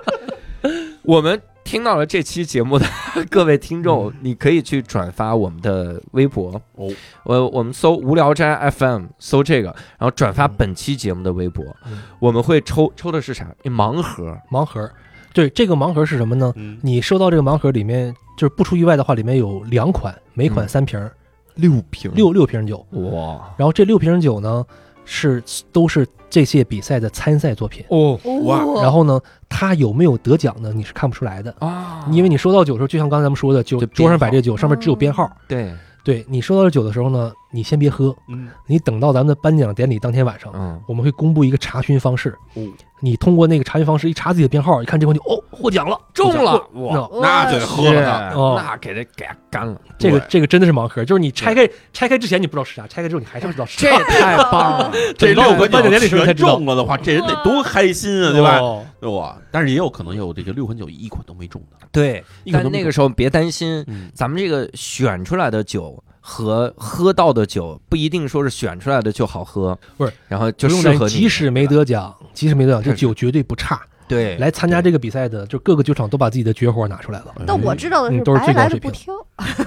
我们听到了这期节目的 (laughs) 各位听众，你可以去转发我们的微博哦，我我们搜“无聊斋 FM”，搜这个，然后转发本期节目的微博，嗯我们会抽抽的是啥？一盲盒， (laughs) 盲盒。对，这个盲盒是什么呢？嗯，你收到这个盲盒里面，就是不出意外的话，里面有两款，每款嗯三瓶儿，六瓶六六瓶酒。哇然后这六瓶酒呢，是都是这届比赛的参赛作品。哦哇哦然后呢，它有没有得奖呢？你是看不出来的，啊因为你收到酒的时候，就像刚才咱们说的，酒就编桌上摆号这酒，上面只有编号。对，对你收到这酒的时候呢，你先别喝，嗯你等到咱们的颁奖典礼当天晚上，嗯，我们会公布一个查询方式。哦你通过那个查询方式一查自己的编号，一看这款酒，哦，获奖了，中了获哇奖了那就得喝了它，是哦那给这给它干了，那这个这个真的是盲盒，就是你拆开拆开之前你不知道是啥，拆开之后你还是不知道是这啥。太棒 (laughs) 了， (laughs) 这六款八九酒年那时候才哦全知道中了的话，这人得多开心啊，对吧？吧？哇！但是也有可能有这个六款酒一款都没中的，对，一但款都没那中个时候别担心，嗯咱们这个选出来的酒和喝到的酒不一定说是选出来的就好喝，不是，然后不就用适担合心，你。即使没得奖，即使没得奖，这是酒绝对不差。哎对来参加这个比赛的，就各个酒厂都把自己的绝活拿出来了。但我知道的嗯是，都是白最高来了水不平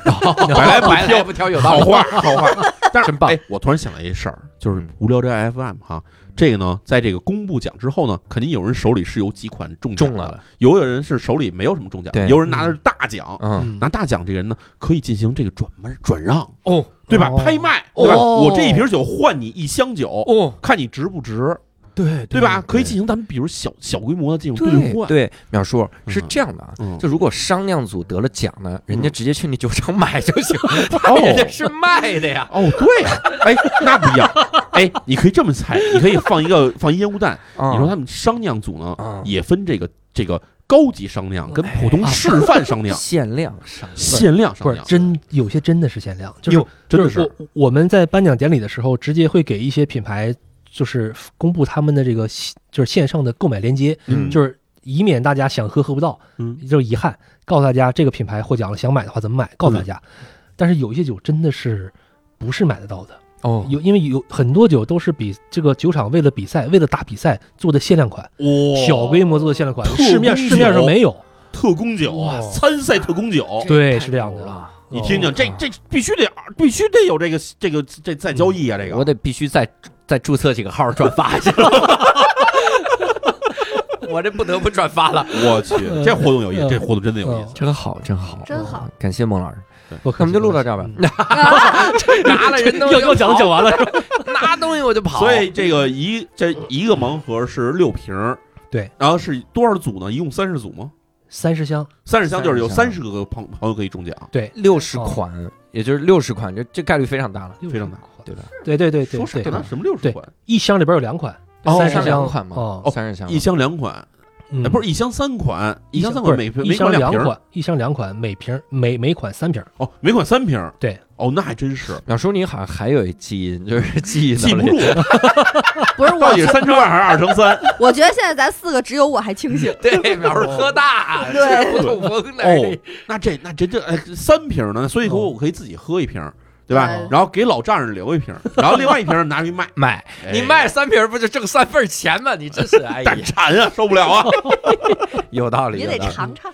挑， (laughs) (laughs) 白来不白挑来不挑有道好理。话， (laughs) 好话。但是真棒哎，我突然想了一事儿，就是嗯无聊斋 FM 哈，这个呢，在这个公布奖之后呢，肯定有人手里是有几款中奖中了的，有有人是手里没有什么中奖的，对有人拿的是大奖。嗯，拿大奖这个人呢，可以进行这个转卖转让，哦对吧？哦拍卖，对吧？哦我这一瓶酒换你一箱酒，哦，看你值不值，对对吧？可以进行咱们比如小小规模的这种对换，对，淼叔是嗯这样的啊。嗯，就如果商酿组得了奖呢，人家嗯直接去你酒厂买就行，哦 (laughs) 人家是卖的呀。哦，对呀、哎，那不一样，哎，你可以这么猜，你可以放一个放一烟雾弹，你啊你说他们商酿组呢，啊也分这个这个高级商酿跟普通哎示范商酿、限量上限量不商 (laughs) 是酿，真有些真的是限量，就是哟真的就是是我我们在颁奖典礼的时候，直接会给一些品牌就是公布他们的这个就是线上的购买链接，嗯就是以免大家想喝喝不到，嗯就是遗憾。告诉大家这个品牌获奖了，想买的话怎么买？告诉大家。嗯但是有一些酒真的是不是买得到的，哦，有因为有很多酒都是比这个酒厂为了比赛、为了打比赛做的限量款，哇小规模做的限量款，特市面供市面上酒没有。特供酒啊，哇哦参赛特供酒，对，是这样的。了。你听听，哦这这必须得必须得有这个这个这再交易啊，这我个得必须再再注册几个号转发一下。 (laughs) 我这不得不转发了，我去，这活动有意思， (laughs) 嗯这活动真的有意思。真好，真好，嗯真好。感谢孟老师，我那我们就录到这儿吧。嗯 (laughs) 拿了人要要讲的讲完了是吧？ (laughs) 拿东西我就跑所以这个一这一个盲盒是六瓶儿，对，然后是多少组呢？一共三十组吗？三十箱，三十箱就是有三30十个朋朋友可以中奖，对，六十款，也就是六十款，这这概率非常大了。非常大，对吧？对对对对说啥对呢？，什么六十对款？一箱里边有两款，哦三三十十箱两款嘛，哦，三十箱一箱两款，哎，不是是一箱三款，一箱三不款是每嗯一每箱款两瓶儿款，一箱两款，每瓶每每款三瓶。哦，每款三瓶儿对，哦，那还真 (laughs) 是淼叔，你好像还有一基因，就是记忆能记不力。住，不是我 (laughs) 到底是三乘二还是二乘 (laughs) 三？我觉得现在咱四个只有我还清醒 (laughs) 对，淼叔喝哎大，对 (laughs) 不 (laughs) 透风的。，哦，那这那这这哎三瓶儿呢，所以哦说我可以自己喝一瓶儿，对吧对？然后给老丈人留一瓶儿，然后另外一瓶儿拿去 (laughs) 卖买哎你卖三瓶儿不就挣三份儿钱吗？你真是 (laughs) 哎呀胆，馋啊，受不了 (laughs) 啊！有道理，也有得道理尝尝，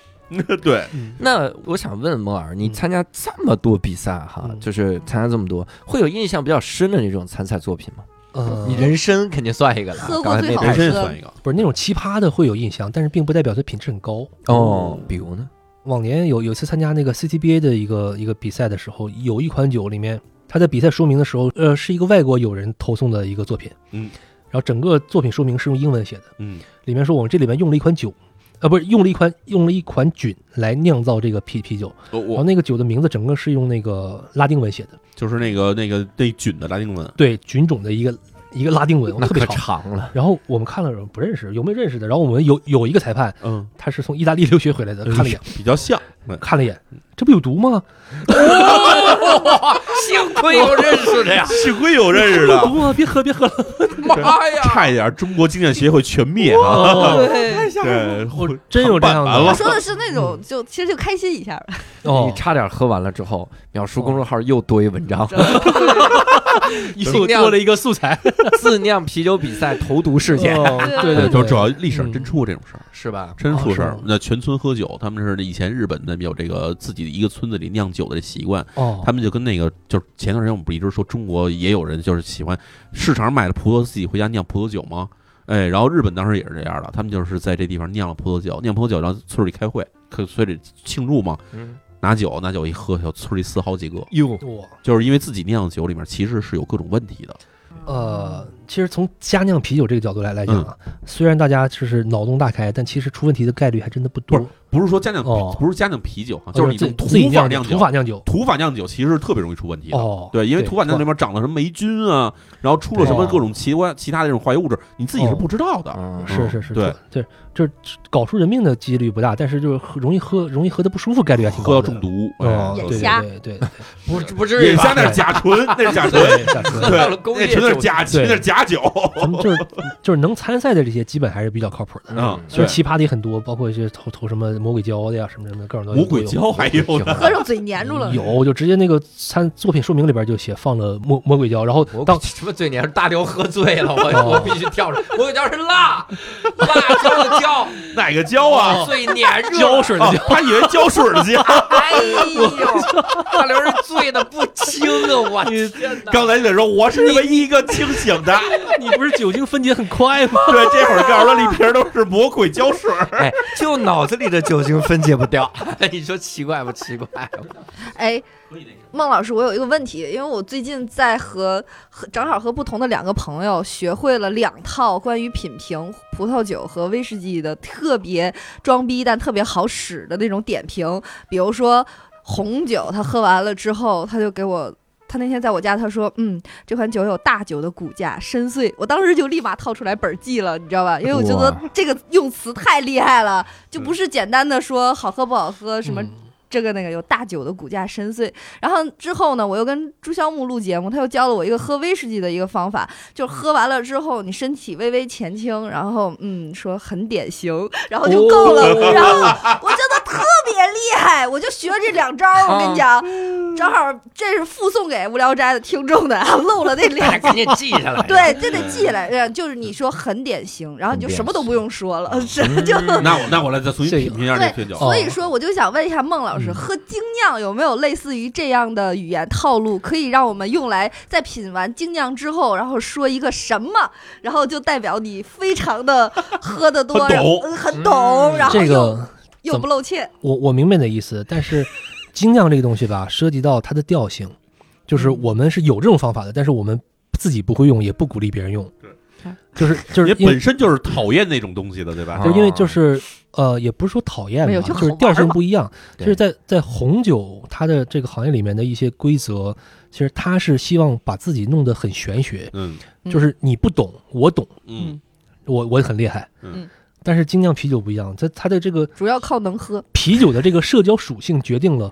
对，那我想问孟老师，你嗯参加这么多比赛哈，嗯就是参加这么多，会有印象比较深的那种参赛作品吗？呃，你人参肯定算一个了，喝过刚才最那好人个参也算一个，不是那种奇葩的会有印象，但是并不代表它品质很高。哦，比如呢？往年有有一次参加那个 CTBA 的一个一个比赛的时候，有一款酒里面，他在比赛说明的时候，呃，是一个外国友人投送的一个作品，嗯，然后整个作品说明是用英文写的，嗯，里面说我们这里面用了一款酒，呃，不是用了一款用了一款菌来酿造这个啤啤酒，我然后我那个酒的名字整个是用那个拉丁文写的，就是那个那个那菌的拉丁文，对菌种的一个一个拉丁文，那特别可长。长 (laughs) 了， (laughs) 然后我们看了不认识，有没有认识的？然后我们有有一个裁判，嗯，他是从意大利留学回来的，看了一眼，比较 (laughs) 像，嗯！看了一眼，这不有毒吗？幸亏有认识的呀 (laughs) 幸亏有认 (laughs) 识的有，毒啊！别喝，别喝了。妈呀，嗯哦差一点中国经验协会全灭啊！太吓事儿吗？对，我真有这样完我了的说的是那种就其实就开心一下，你 (laughs) 哦，差点喝完了之后，秒叔公众号又多一文章，哦 (laughs) 又多了一个素材自酿啤酒比赛投毒事件，哦对对，呃就对主要历史上嗯真出过这种事儿，是吧？真出哦事是儿吗。那全村喝酒，他们是以前日本那边有这个自己的一个村子里酿酒的这习惯，哦，他们就跟那个就是前段时间我们不一直说中国也有人就是喜欢市场上买的葡萄自己回家酿葡萄酒吗？哎，然后日本当时也是这样的，他们就是在这地方酿了葡萄酒，酿葡萄酒，然后村里开会，可村里庆祝嘛，嗯，拿酒拿酒一喝，小村里死好几个，哟，哇，就是因为自己酿的酒里面其实是有各种问题的，呃，其实从家酿啤酒这个角度来来讲啊，嗯虽然大家就是脑洞大开，但其实出问题的概率还真的不多。不不是说家酿、哦不是家酿啤酒哈，就是你自用己自己法酿酿土酒，法酿酒。土法酿酒其实是特别容易出问题的。哦，对，因为土法酿酒是里吧面长了什么霉菌啊，然后出了什么对哦各种奇怪其他的这种化学物质，你自己是不知道的。嗯是是是，对对，就是搞出人命的几率不大，但是就是喝容易喝容易喝的不舒服概率还挺喝高到中的。毒，哦，眼对对对瞎对对 (laughs) 对，不不至眼于吧瞎那是甲醇，那是甲醇，对下次到了对，工业那纯是甲，酒精那是假酒。咱们就是就是能参赛的这些基本还是比较靠谱的。啊嗯，其实奇葩的也很多，包括一些投投什么魔鬼胶的呀，什么什么的各种都有魔鬼胶还有呢，喝上嘴粘住了。有，就直接那个参作品说明里边就写放 (laughs) 了魔魔鬼胶，然后我当什么最年大刘喝醉了，我哦我必须跳出来。我叫是辣，辣椒的椒，哦哪个胶啊？哦最粘住了胶水的啊胶，他以为胶水的 (laughs) 胶。哎呦， (laughs) 大刘是醉的不轻啊！我天哪！刚才你得说我是唯一一个清醒的，你不是酒精分解很快吗？对，这会儿告诉他里瓶都是魔鬼胶水。哎，就脑子里的酒精分解不掉， (laughs) 你说奇怪不奇怪？啊哎，孟老师，我有一个问题，因为我最近在和和正好和不同的两个朋友学会了两套关于品评葡萄酒和威士忌的特别装逼但特别好使的那种点评，比如说红酒，他喝完了之后，他就给我。他那天在我家，他说：“嗯，这款酒有大酒的骨架深邃。”我当时就立马套出来本儿记了，你知道吧？因为我觉得哇这个用词太厉害了，就不是简单的说好喝不好喝，什么这个那个有大酒的骨架深邃。然后之后呢，我又跟朱萧木录节目，他又教了我一个喝威士忌的一个方法，就是喝完了之后你身体微微前倾，然后嗯说很典型，然后就够了。哦 (laughs) 然后我觉得特别厉害，我就学这两招儿。我跟你讲， (laughs) 正好这是附送给无聊斋的听众的，啊，漏了那两赶紧记下来。对，这得记下来。呃就是你说很典型，然后你就很典什么都不用说 (laughs) 了，是就。嗯那我那我来再重新品评一下这对啤哦酒。所以说，我就想问一下孟老师，嗯喝精酿有没有类似于这样的语言套路，可以让我们用来在品完精酿之后，然后说一个什么，然后就代表你非常的喝得多，很懂嗯很懂，嗯然后 (laughs) 这又、个又不露怯。我我明白你的意思，但是精酿这个东西吧，涉及到它的调性，就是我们是有这种方法的，但是我们自己不会用，也不鼓励别人用对。就是就是你因为本身就是讨厌那种东西的，对吧？就是因为就是呃，也不是说讨厌没有吧，就就是好调玩性嘛不一样。对就是在在红酒它的这个行业里面的一些规则，其实它是希望把自己弄得很玄学，嗯嗯就是你不懂，我懂，嗯，我我很厉害。嗯但是精酿啤酒不一样，它它的这个主要靠能喝，啤酒的这个社交属性决定了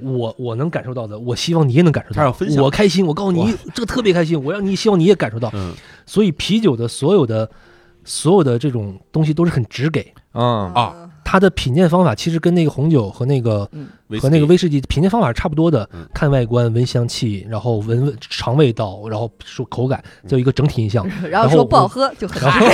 我我能感受到的，我希望你也能感受他要到。分享我开心，我告诉你，这个特别开心，我让你希望你也感受到。嗯所以啤酒的所有的所有的这种东西都是很直给，嗯，啊它的品鉴方法其实跟那个红酒和那个威士忌和那个威士忌品鉴方法是差不多的嗯，看外观、闻香气，然后闻闻尝味道，然后说口感，再有一个整体印嗯象。然后然后说不我好喝就很然 (laughs) 后，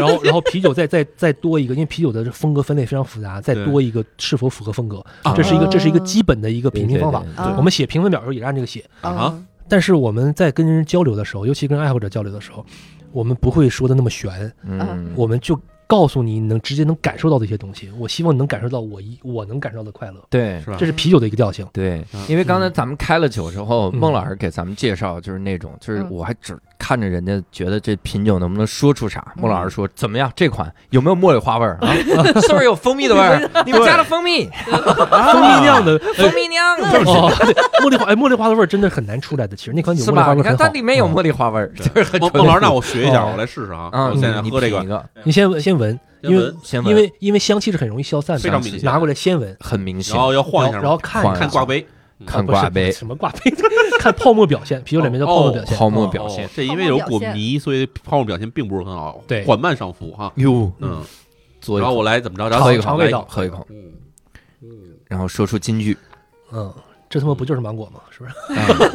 然后，然后啤酒再再再多一个，因为啤酒的这风格分类非常复杂，再对多一个是否符合风格啊，这是一个啊这是一个基本的一个评定方法。对对我们写评分表的时候也是按这个写，嗯啊，但是我们在跟人交流的时候，尤其跟爱好者交流的时候，我们不会说的那么玄，嗯，我们就告诉你能直接能感受到的一些东西。我希望你能感受到我一我能感受到的快乐，对是吧这？是啤酒的一个调性。对嗯，因为刚才咱们开了酒之后，嗯孟老师给咱们介绍就是那种，就是嗯我还只看着人家觉得这品酒能不能说出啥。嗯孟老师说怎么样？这款有没有茉莉花味儿 (laughs) 啊？是不是有蜂蜜的味儿？你们加了蜂蜜，蜂蜜酿的，蜂蜜酿的。哦，对，茉莉花，哎，茉莉花的味儿真的很难出来的。其实那款酒是茉莉吧？花味你儿看很它好。里面有茉莉花味儿，就是很孟纯孟老师，那我学一下，哦我来试试啊！啊，嗯我现在你喝这品个一，个你先闻，先闻，先因为闻先闻，因为因为香气是很容易消散非常的，明显拿过来先闻，很明显然，后要晃一下然后然嘛，后看晃一一下下看挂杯，看不是挂杯，什么挂杯，看泡沫表现，啤酒里面叫泡沫表现。泡沫表现哦，这因为有果泥，所以泡沫表现并不是很好，对缓慢上浮哈。哟，嗯，嘬一然后口，我来怎么着？然后尝一尝口，味来一道口，喝一口，嗯嗯，然后说出金句。嗯，这他妈不就是芒果吗？是不是？嗯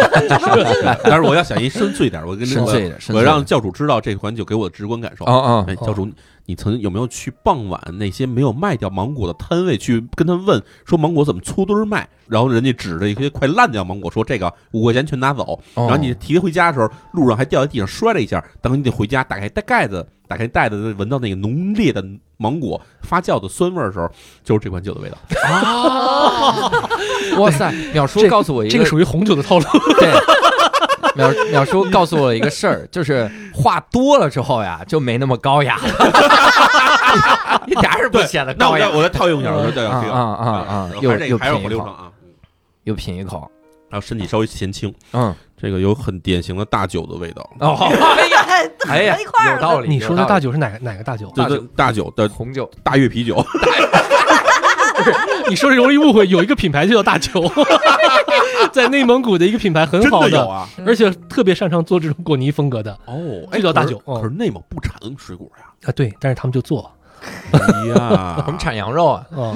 但是我要想一深邃点儿，我跟深邃的，深我我邃让的教主知道这款酒给我的直观感受。哦哦哎，教主，你曾有没有去傍晚那些没有卖掉芒果的摊位去跟他问说芒果怎么粗堆儿卖？然后人家指着一些快烂掉芒果说这个五块钱全拿走，哦，然后你提回家的时候路上还掉在地上摔了一下，等你得回家打开袋盖子，打开袋子闻到那个浓烈的芒果发酵的酸味儿的时候，就是这款酒的味道。 (laughs) 哇塞，淼叔这告诉我一这个属于红酒的套路。 (laughs) 对，淼淼叔告诉我一个事儿，就是话多了之后呀，就没那么高雅了，一点儿也不显得那高我雅再。我再套用一下，我说对啊这啊个啊啊！然后又还是这又个还是品一火六上口，啊，又品一口，然后身啊体稍微前倾，嗯，这个有很典型的大酒的味道。 (laughs) 哦， (laughs) 哎呀，哎呀，有道理。你说的有大道理酒是哪个哪个大酒？大对酒对，大酒的红酒，大月啤酒， (laughs) 你说是容易误会，有一个品牌就叫大酒， (laughs) 在内蒙古的一个品牌嗯很真好有啊！而且特别擅长做这种果泥风格的哦，这叫大酒可是可是内蒙不产水果呀，啊，对，但是他们就做哎呀我 (laughs) 们产羊肉啊，啊，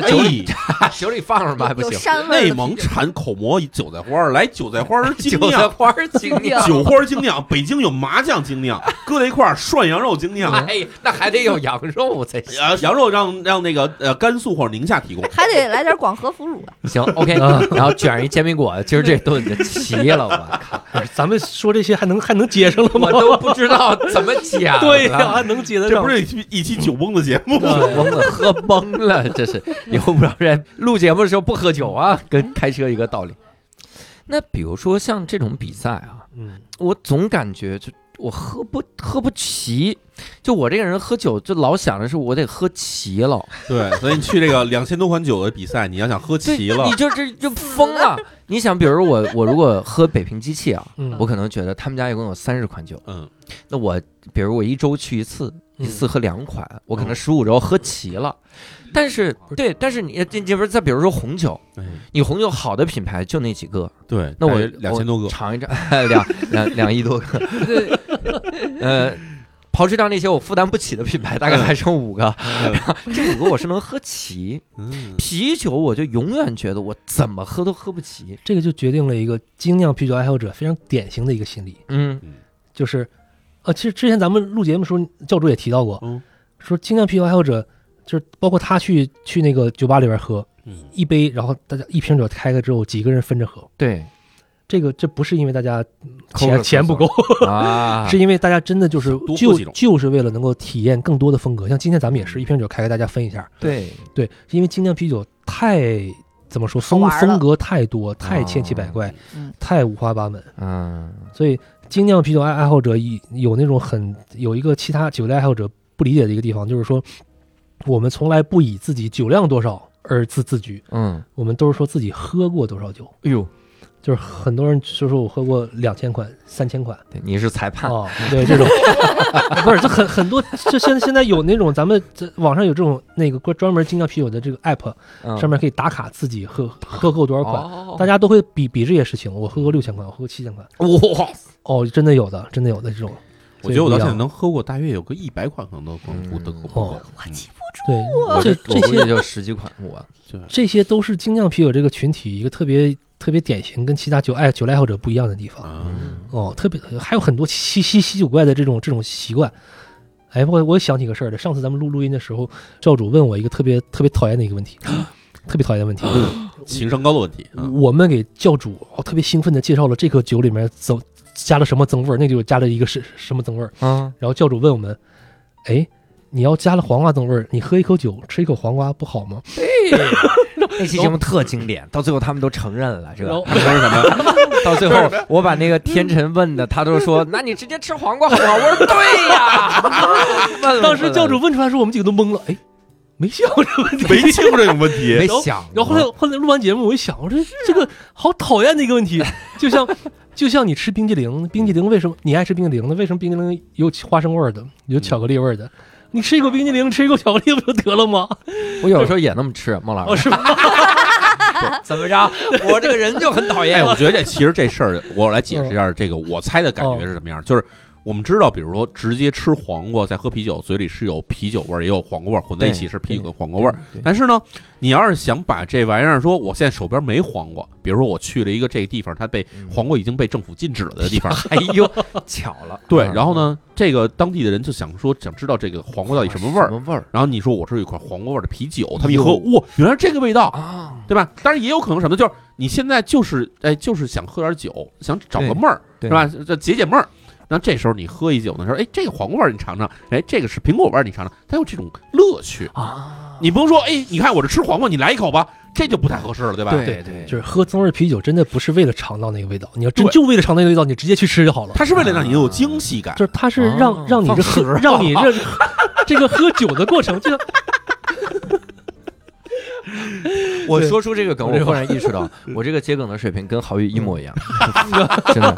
哎酒里酒里放什么还不有行？膻味儿的内蒙产口蘑韭菜花儿，来韭菜花儿精韭菜酿，花儿精 (laughs) 酿，韭花儿精酿，北京有麻酱精酿，搁在一块儿涮羊肉精酿，哎呀，那还得有羊肉才行。呃，羊肉让让那个呃甘肃或者宁夏提供。 (laughs) 还得来点广和腐乳啊。行，OK，然后卷上一煎饼果，今儿这顿就齐了，我靠，不是咱们说这些还能还能接上了我吗？都不知道怎 (laughs) 么剪了。对呀、还能接得这上不？是一期一期酒蒙子节目吗？ (laughs) 懵了，喝懵了，这是以后不让人录节目的时候不喝酒啊，跟开车一个道理。哎那比如说像这种比赛啊，嗯，我总感觉就我喝不喝不齐，就我这个人喝酒就老想着是我得喝齐了，对，所以你去这个两千多款酒的比赛，你要想喝齐了你，就这就疯了。你想，比如我我如果喝北平机器啊，嗯我可能觉得他们家一共有三十款酒，嗯，那我比如我一周去一次，嗯一次喝两款，我可能十五周喝齐了。但是对，但是你你你不是再比如说红酒，哎你红酒好的品牌就那几个，对，那我两千多个我，尝一尝， (laughs) 两两两亿多个，呃，刨除掉那些我负担不起的品牌，大概还剩五个，这五个我是能喝齐。嗯，啤酒我就永远觉得我怎么喝都喝不齐，这个就决定了一个精酿啤酒爱好者非常典型的一个心理，嗯就是，呃，其实之前咱们录节目的时候，教主也提到过，嗯说精酿啤酒爱好者就是包括他去去那个酒吧里边喝嗯一杯，然后大家一瓶酒开开之后，几个人分着喝，对这个这不是因为大家抠着钱抠钱不着够，啊，是因为大家真的就是多喝就几种就是为了能够体验更多的风格。像今天咱们也嗯是一瓶酒开给大家分一下，对对，是因为精酿啤酒太怎么说好风玩了风格太多，太千奇百啊怪，嗯太五花八门，嗯所以精酿啤酒爱爱好者一有那种很有一个其他酒类爱好者不理解的一个地方，就是说我们从来不以自己酒量多少而自自居，嗯，我们都是说自己喝过多少酒。哎呦，就是很多人就说我喝过两千款、三千款，对你是裁 (laughs) 判，哦，对这种， (laughs) 不是这很很多，就现在现在有那种咱们这网上有这种那个专专门精酿啤酒的这个 app，嗯上面可以打卡自己喝喝够多少款，哦大家都会比比这些事情，我喝过六千款，我喝过七千款，哇，哦，真的有的，真的有的这种，嗯我觉得我到现在能喝过大约有个一百款，可能都不不都不够哦。嗯对我，这我这估计些就十几款我。对，这些都是精酿啤酒这个群体一个特别特别典型跟其他酒爱酒类爱好者不一样的地方，啊，哦，特别还有很多稀稀稀奇古怪的这种这种习惯。哎，我我想起个事儿来，上次咱们录录音的时候，教主问我一个特别特别讨厌的一个问题，特别讨厌的问题。情商高的问题啊，我们给教主、哦、特别兴奋的介绍了这个酒里面增加了什么增味儿，那个酒加了一个什什么增味儿，啊，然后教主问我们，哎，你要加了黄瓜增味儿，你喝一口酒吃一口黄瓜不好吗？那期节目特经典，到最后他们都承认了，是吧然后？他们说是什么？ (laughs) 到最后我把那个天辰问的，他都说，那你直接吃黄瓜好不好？我说对 (laughs) 呀。问了当时教主问出来的时候，我们几个都懵了，哎，没想过这个问题，没听过这种问题 (laughs) 没想过，然后后来后来录完节目，我一想，我说啊这个好讨厌的一个 (laughs) 问题，就像就像你吃冰激凌，冰激凌为什么你爱吃冰激凌呢？为什么冰激凌有花生味儿的，有巧克力味儿的？你吃一口冰激凌，吃一口巧克力不就得了吗？我有时候也那么吃，孟老哦，师 (laughs) 是吧？怎么着？我这个人就很讨哎，厌嗯我觉得这其实这事儿，我来解释一下这个我猜的感觉是什么样，就是。我们知道，比如说直接吃黄瓜，再喝啤酒，嘴里是有啤酒味儿，也有黄瓜味儿，混在一起是啤酒跟黄瓜味儿。对，但是呢，你要是想把这玩意儿说，我现在手边没黄瓜，比如说我去了一个这个地方，它被嗯黄瓜已经被政府禁止了的 (laughs) 地方，哎呦，巧了。对，嗯然后？呢，这个当地的人就想说，想知道这个黄瓜到底什么味儿什。么味儿然后你说我这有一款黄瓜味儿的啤酒，他们一喝，哟哇，原来是这个味道，啊？对吧？当然也有可能什么，就是你现在就是哎，就是想喝点酒，想找个对闷儿，对是吧？这解解闷儿。那这时候你喝一酒的时候，哎，这个黄瓜味儿你尝尝，哎，这个是苹果味儿你尝尝，它有这种乐趣。啊，你不能说，哎，你看我这吃黄瓜，你来一口吧，这就不太合适了，对吧？对对，就是喝增味啤酒，真的不是为了尝到那个味道，你要真对就为了尝到那个味道，你直接去吃就好了。它是为了让你有惊喜感就。是它是啊让让你这喝， (laughs) 让你这这个喝酒的过程，就 (laughs) 像 (laughs) 我对说出这个梗，我忽然意识到， (laughs) 我这个接梗的水平跟郝宇一模一 (laughs) 样，真的。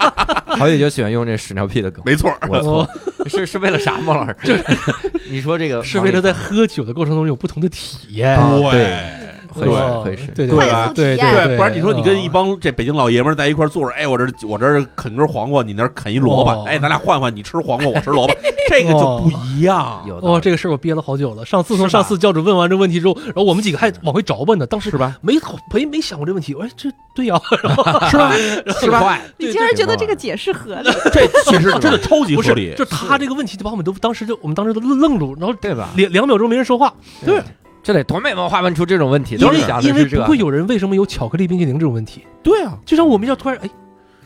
郝宇就喜欢用这屎尿屁的梗，没错儿，我错，是是为了啥？孟老师，这 (laughs) 你说这个哦 (laughs) 是为了在喝酒的过程中有不同的体验。啊对会是哦会是对快吧速体对验，对，不然你说你嗯跟一哦帮这北京老爷们儿在一块儿坐着，哎，我这我这儿啃根黄瓜，你那儿啃一萝卜哦，哎，咱俩换换，你吃黄瓜，我吃萝 (laughs) 卜，这个就不一样，有道哦，理这个事儿我憋了好久了。上次是吧从上次教主问完这问题之后，然后我们几个还往回找问呢。当时是吧？没没没想过这问题，我说这对啊呀、是吧？是吧？快，你竟然觉得这个解释合理？这其实真的超级不合是，理。就他这个问题就把我们都当时就我们当时都愣住，然后对吧？两两秒钟没人说话，对，这得多美文化问出这种问题，因都为是想的因为是这不个会有人为什么有巧克力冰淇淋这种问题，对啊，就像我们要突然哎，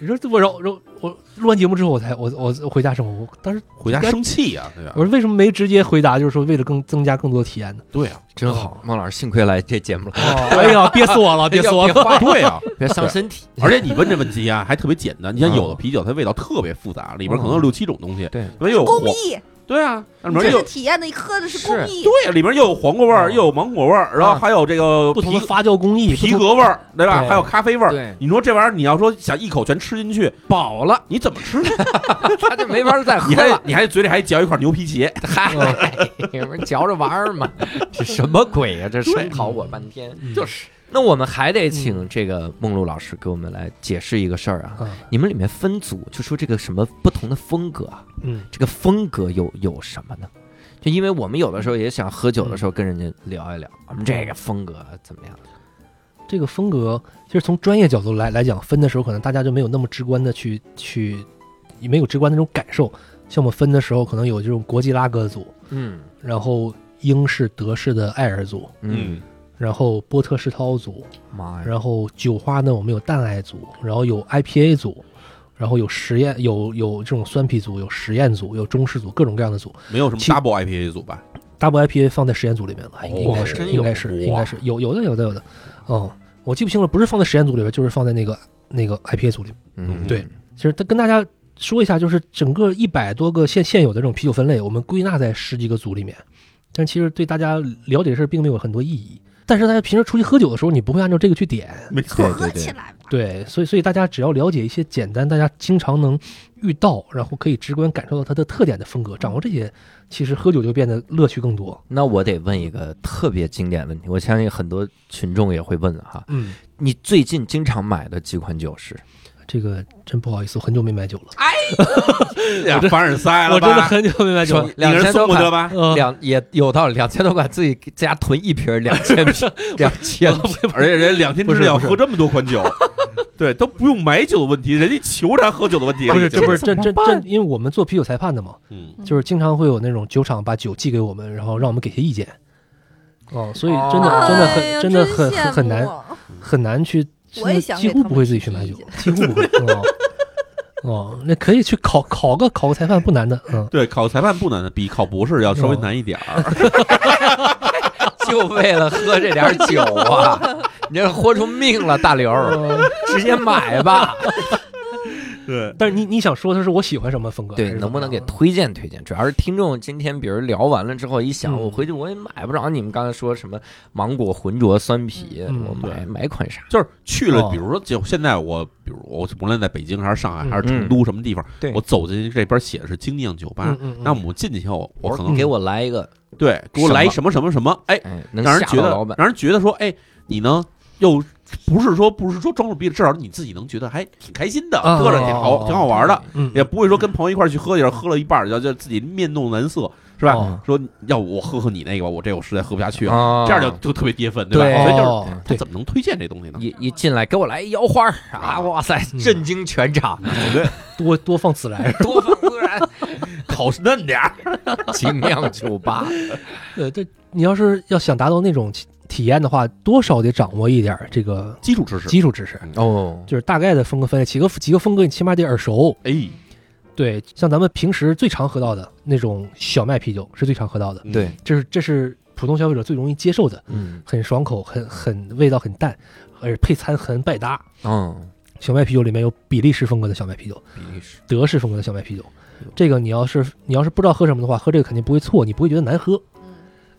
你说我然后然后我录完节目之后我才我我我回家生活，我当时回家生气呀，对吧我？说为什么没直接回答，就是说为了更增加更多 (laughs) 体验呢？对啊，(laughs) 真哦好。孟老师，幸亏来这节目了， (laughs) 哎呀，憋死我了，憋死我别 (laughs) 了！坏，对啊。别伤身体。而且你问这问题啊，还特别简单。你像有的啤酒，它味道特别复杂，里边可嗯能有六七种东西，对，里面又有公黄，益，对啊，里面这又是有体验的，你喝的是公益。对啊，里面又有黄瓜味儿，嗯又有芒果味儿，然后啊还有这个不同皮的发酵工艺，皮不同革味儿，对吧？对还有咖啡味儿。 (laughs) 对，你说这玩意儿，你要说想一口全吃进去，饱了，你怎么 (laughs) 吃？他就没法再喝你还了。你还嘴里还嚼一块牛皮鞋，嗨， (laughs) 你们嚼着玩儿嘛，嗯 (laughs) 这什么鬼呀、这嗯声讨我半天，就是。那我们还得请这个梦露老师给我们来解释一个事儿啊。嗯你们里面分组，就说这个什么不同的风格啊，嗯，这个风格有有什么呢？就因为我们有的时候也想喝酒的时候跟人家聊一聊，我们这个风格怎么样？这个风格，其实从专业角度来来讲，分的时候可能大家就没有那么直观的去去，也没有直观的那种感受。像我们分的时候，可能有这种国际拉格组，嗯然后英式、德式的艾尔组，嗯，，然后波特世涛组，妈呀，然后酒花呢，我们有淡艾组，然后有 IPA 组，然后有实验，有有这种酸啤组，有实验组，有中式组，各种各样的组。没有什么其 double IPA 组吧？ double IPA 放在实验组里面了，应该真是，有应该是，哇应该是有有的有的有的，哦，我记不清了，不是放在实验组里边，就是放在那个那个 IPA 组里。嗯，对其实它跟大家说一下，就是整个一百多个现现有的这种啤酒分类，我们归纳在十几个组里面，但其实对大家了解的事儿并没有很多意义。但是大家平时出去喝酒的时候，你不会按照这个去点，没错， (laughs) 喝起来吧，对，所以所以大家只要了解一些简单，大家经常能遇到，然后可以直观感受到它的特点的风格，掌握这些，其实喝酒就变得乐趣更多。那我得问一个特别经典的问题，我相信很多群众也会问的哈。嗯，你最近经常买的几款酒是？这个真不好意思，我很久没买酒了，呀凡尔赛了我真的吧？很久没买酒了说。两你千多是送不款得吧？呃，两也有道理，两千多款自己在家囤一瓶，两 (laughs) 千瓶，两千 (laughs) 瓶，而且人家两天之内要喝这么多款酒， (laughs) 对，都不用买酒的问题，人家求咱喝酒的问题。不是，这这不是这这这，因为我们做啤酒裁判的嘛，嗯，嗯就是经常会有那种酒厂把酒寄给我们，然后让我们给些意见。哦，所以真的、哦真的哎很呀真的很很很羡难慕很难去，我也想几给他乎们不会自己去买提意酒见，几乎不会。 (laughs) 哦哦，那可以去考考个考个裁判不难的，嗯，对，考裁判不难，比考博士要稍微难一点儿。 (laughs) 就为了喝这点酒啊！ (laughs) 你这豁出命了，大刘， (laughs) 嗯直接买吧。对，但是你你想说的是我喜欢什么风格？对还，是能不能给怎么样推荐推荐？主要是听众今天，比如聊完了之后，一想嗯我回去我也买不着你们刚才说什么芒果浑浊酸啤，嗯我买对买款啥？就是去了，哦比如说，就现在我，比如我无论在北京还是上海嗯还是成都什么地方对，我走进这边写的是精酿酒吧嗯，嗯嗯，那我们进去以后，我我可说能你给我来一个，对给我来什么什么什么，哎，哎，能让人吓觉到得老板。让人觉得说，哎，你呢又不是说不是说装着逼，至少你自己能觉得还挺开心的，哦啊乐着挺好，挺好玩的，嗯，也不会说跟朋友一块儿去喝点儿，喝了一半儿，然后就自己面露难色，是吧？哦说要不我喝喝你那个吧，我这我实在喝不下去，啊这样就就特别跌份，吧？对所以就是哦嗯他对，怎么能推荐这东西呢？一一进来给我来一腰花儿啊！哇塞，嗯震惊全场，多多放自来，多放自然，烤嫩点儿，精酿酒吧，对对，你要是要想达到那种体体验的话，多少得掌握一点儿这个基础知识。基础知识，哦，就是大概的风格分类，几个几个风格你起码得耳熟。哎，对，像咱们平时最常喝到的那种小麦啤酒是最常喝到的，嗯对，这是这是普通消费者最容易接受的，嗯很爽口，很很味道很淡，而配餐很百搭。嗯，小麦啤酒里面有比利时风格的小麦啤酒，比利时，德式风格的小麦啤酒。这个你要是你要是不知道喝什么的话，喝这个肯定不会错，你不会觉得难喝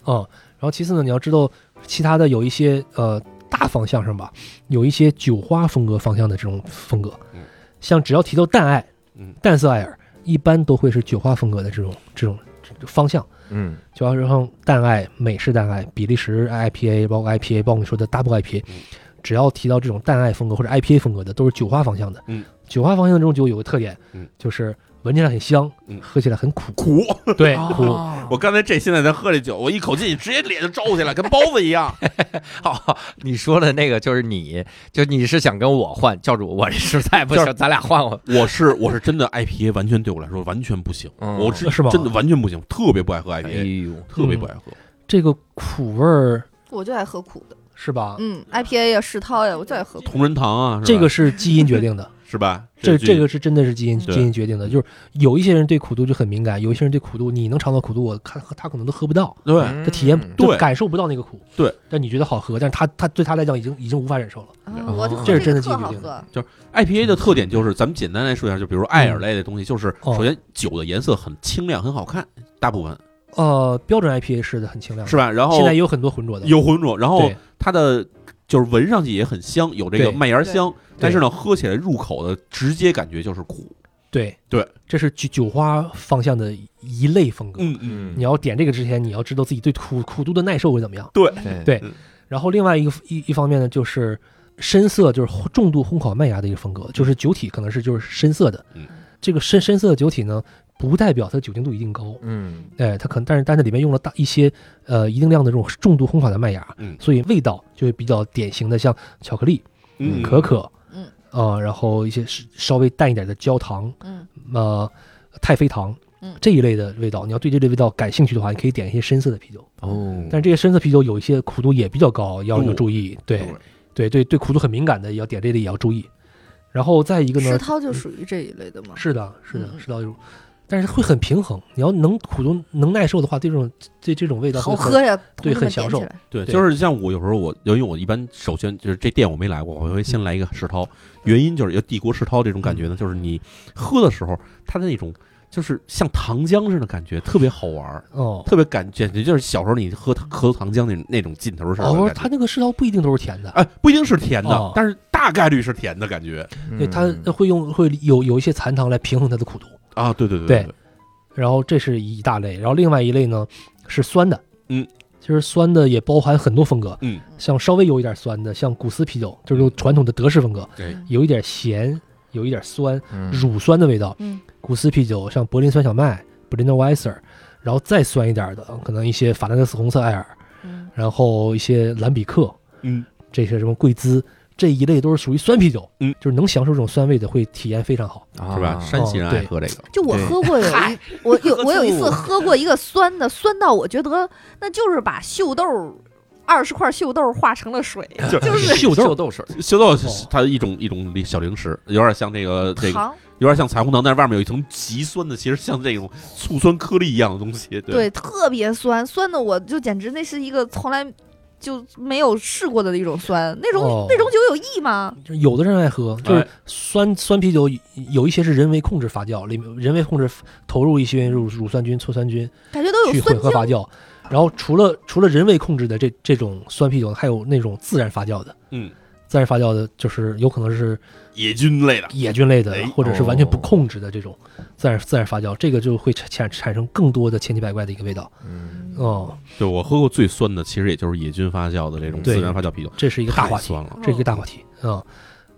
啊、嗯然后其次呢，你要知道其他的有一些呃大方向上吧，有一些酒花风格方向的这种风格嗯，像只要提到淡艾嗯、淡色艾尔，一般都会是酒花风格的这种这种方向。嗯主要是像淡艾、美式淡艾、比利时 IPA，包括 IPA，包括你说的 Double IPA，嗯只要提到这种淡艾风格或者 IPA 风格的，都是酒花方向的。嗯，酒花方向的这种酒有个特点，嗯就是闻起来很香，嗯喝起来很苦，苦。对，哦苦。我刚才这现在在喝这酒，我一口进去直接脸就皱起来，跟包子一 (laughs) 样。好，你说的那个就是你，就你是想跟我换教主，我这实在不就行，咱俩换换。我是我是真的 IPA 完全对我来说完全不行，嗯我是哦是吧真的完全不行，特别不爱喝哎 IPA，呦，特别不爱喝。这个苦味儿我就爱喝苦的，是吧？嗯，IPA 呀、世涛呀，我就爱喝苦。同仁堂啊，这个是吧是基因决 (laughs) 定的，是吧？这这这个是真的是基因对基因决定的，就是有一些人对苦度就很敏感，有一些人对苦度你能尝到苦度，我看 (laughs) 他可能都喝不到，对，嗯他体验对就感受不到那个苦。对，但你觉得好喝，但是他他对他来讲已经已经无法忍受了。啊我就哦喝这是个真的特记好忆力喝， IPA 的特点就是，咱们简单来说一下，就比如说艾尔类的东西，就是嗯哦首先酒的颜色很清亮，很好看，大部分呃，标准 IPA 是的，很清亮嗯的，是吧？然后嗯现在也有很多浑浊的，有浑浊，然后对它的就是闻上去也很香，有这个对麦芽香，但是呢，喝起来入口的直接感觉就是苦。对对，这是酒酒花方向的一类风格。嗯嗯，嗯你，要点这个之前，你要知道自己对苦苦度的耐受会怎么样。对对然后另外一个一一方面呢，就是深色，就是烘重度烘烤麦芽的一个风格，就是酒体可能是就是深色的。嗯，这个深深色的酒体呢，不代表它的酒精度一定高。嗯哎，它可能但是但是里面用了大一些呃一定量的这种重度烘烤的麦芽，嗯所以味道就会比较典型的像巧克力、嗯，可可，嗯啊、然后一些是稍微淡一点的焦糖，嗯呃，太妃糖，嗯这一类的味道，你要对这类味道感兴趣的话，你可以点一些深色的啤酒。嗯哦，但是这些深色啤酒有一些苦度也比较高，要要注意。对对对对对，苦度很敏感的也要点这类也要注意。然后再一个世呢，涛就属于这一类的嘛。是的，是的嗯，嗯是的，但是会很平衡。你要能苦度能耐受的话，对这种对这种味道好会很喝呀，同志对们很享点受起来。对，对就是像我有时候我，因为我一般首先就是这店我没来过，我会先来一个世涛，原因就是有帝国世涛这种感嗯觉呢，就是你喝的时候，它的那种就是像糖浆似的感觉，特别好玩儿，哦。特别感简直就是小时候你喝糖喝糖浆那那种劲头似的哦，感它觉。那个世涛不一定都是甜的，哎，不一定是甜的哦，但是大概率是甜的感觉嗯对，它会用会有有一些残糖来平衡它的苦度。啊！对对对对然后这是一大类，然后另外一类呢是酸的，嗯，其实酸的也包含很多风格，嗯，像稍微有一点酸的，像古斯啤酒，就是用传统的德式风格，对嗯有一点咸，有一点酸，嗯乳酸的味道。嗯，古斯啤酒像柏林酸小麦 （Berliner Weißer），然后再酸一点的，可能一些法兰克斯红色艾尔，嗯然后一些兰比克，嗯，这些什么贵兹这一类都是属于酸啤酒，嗯，就是能享受这种酸味的，会体验非常好。啊是吧？山西人哦爱对喝这个，就我喝过有一，我有我有一次喝过一个酸的，酸到我觉得那就是把秀豆二十块秀豆化成了水，啊就是秀豆豆水儿，秀哦豆它一种一种小零食，有点像这个这个，糖，有点像彩虹糖，但是外面有一层极酸的，其实像这种醋酸颗粒一样的东西。对，特别酸，酸的我就简直那是一个从来就没有试过的一种酸，那种哦那种酒有益吗？就是有的人爱喝，就是哎酸酸啤酒有一些是人为控制发酵，里面人为控制投入一些乳乳酸菌、醋酸菌感觉都有去酸混合精，发酵。然后除了除了人为控制的这这种酸啤酒，还有那种自然发酵的，嗯，自然发酵的，就是有可能是野菌类的，野菌类的哎，或者是完全不控制的这种自然自然发酵，这个就会产产产生更多的千奇百怪的一个味道。嗯，哦，对我喝过最酸的，其实也就是野菌发酵的这种对自然发酵啤酒，这是一个大太话题，酸了。这是一个大话题啊、嗯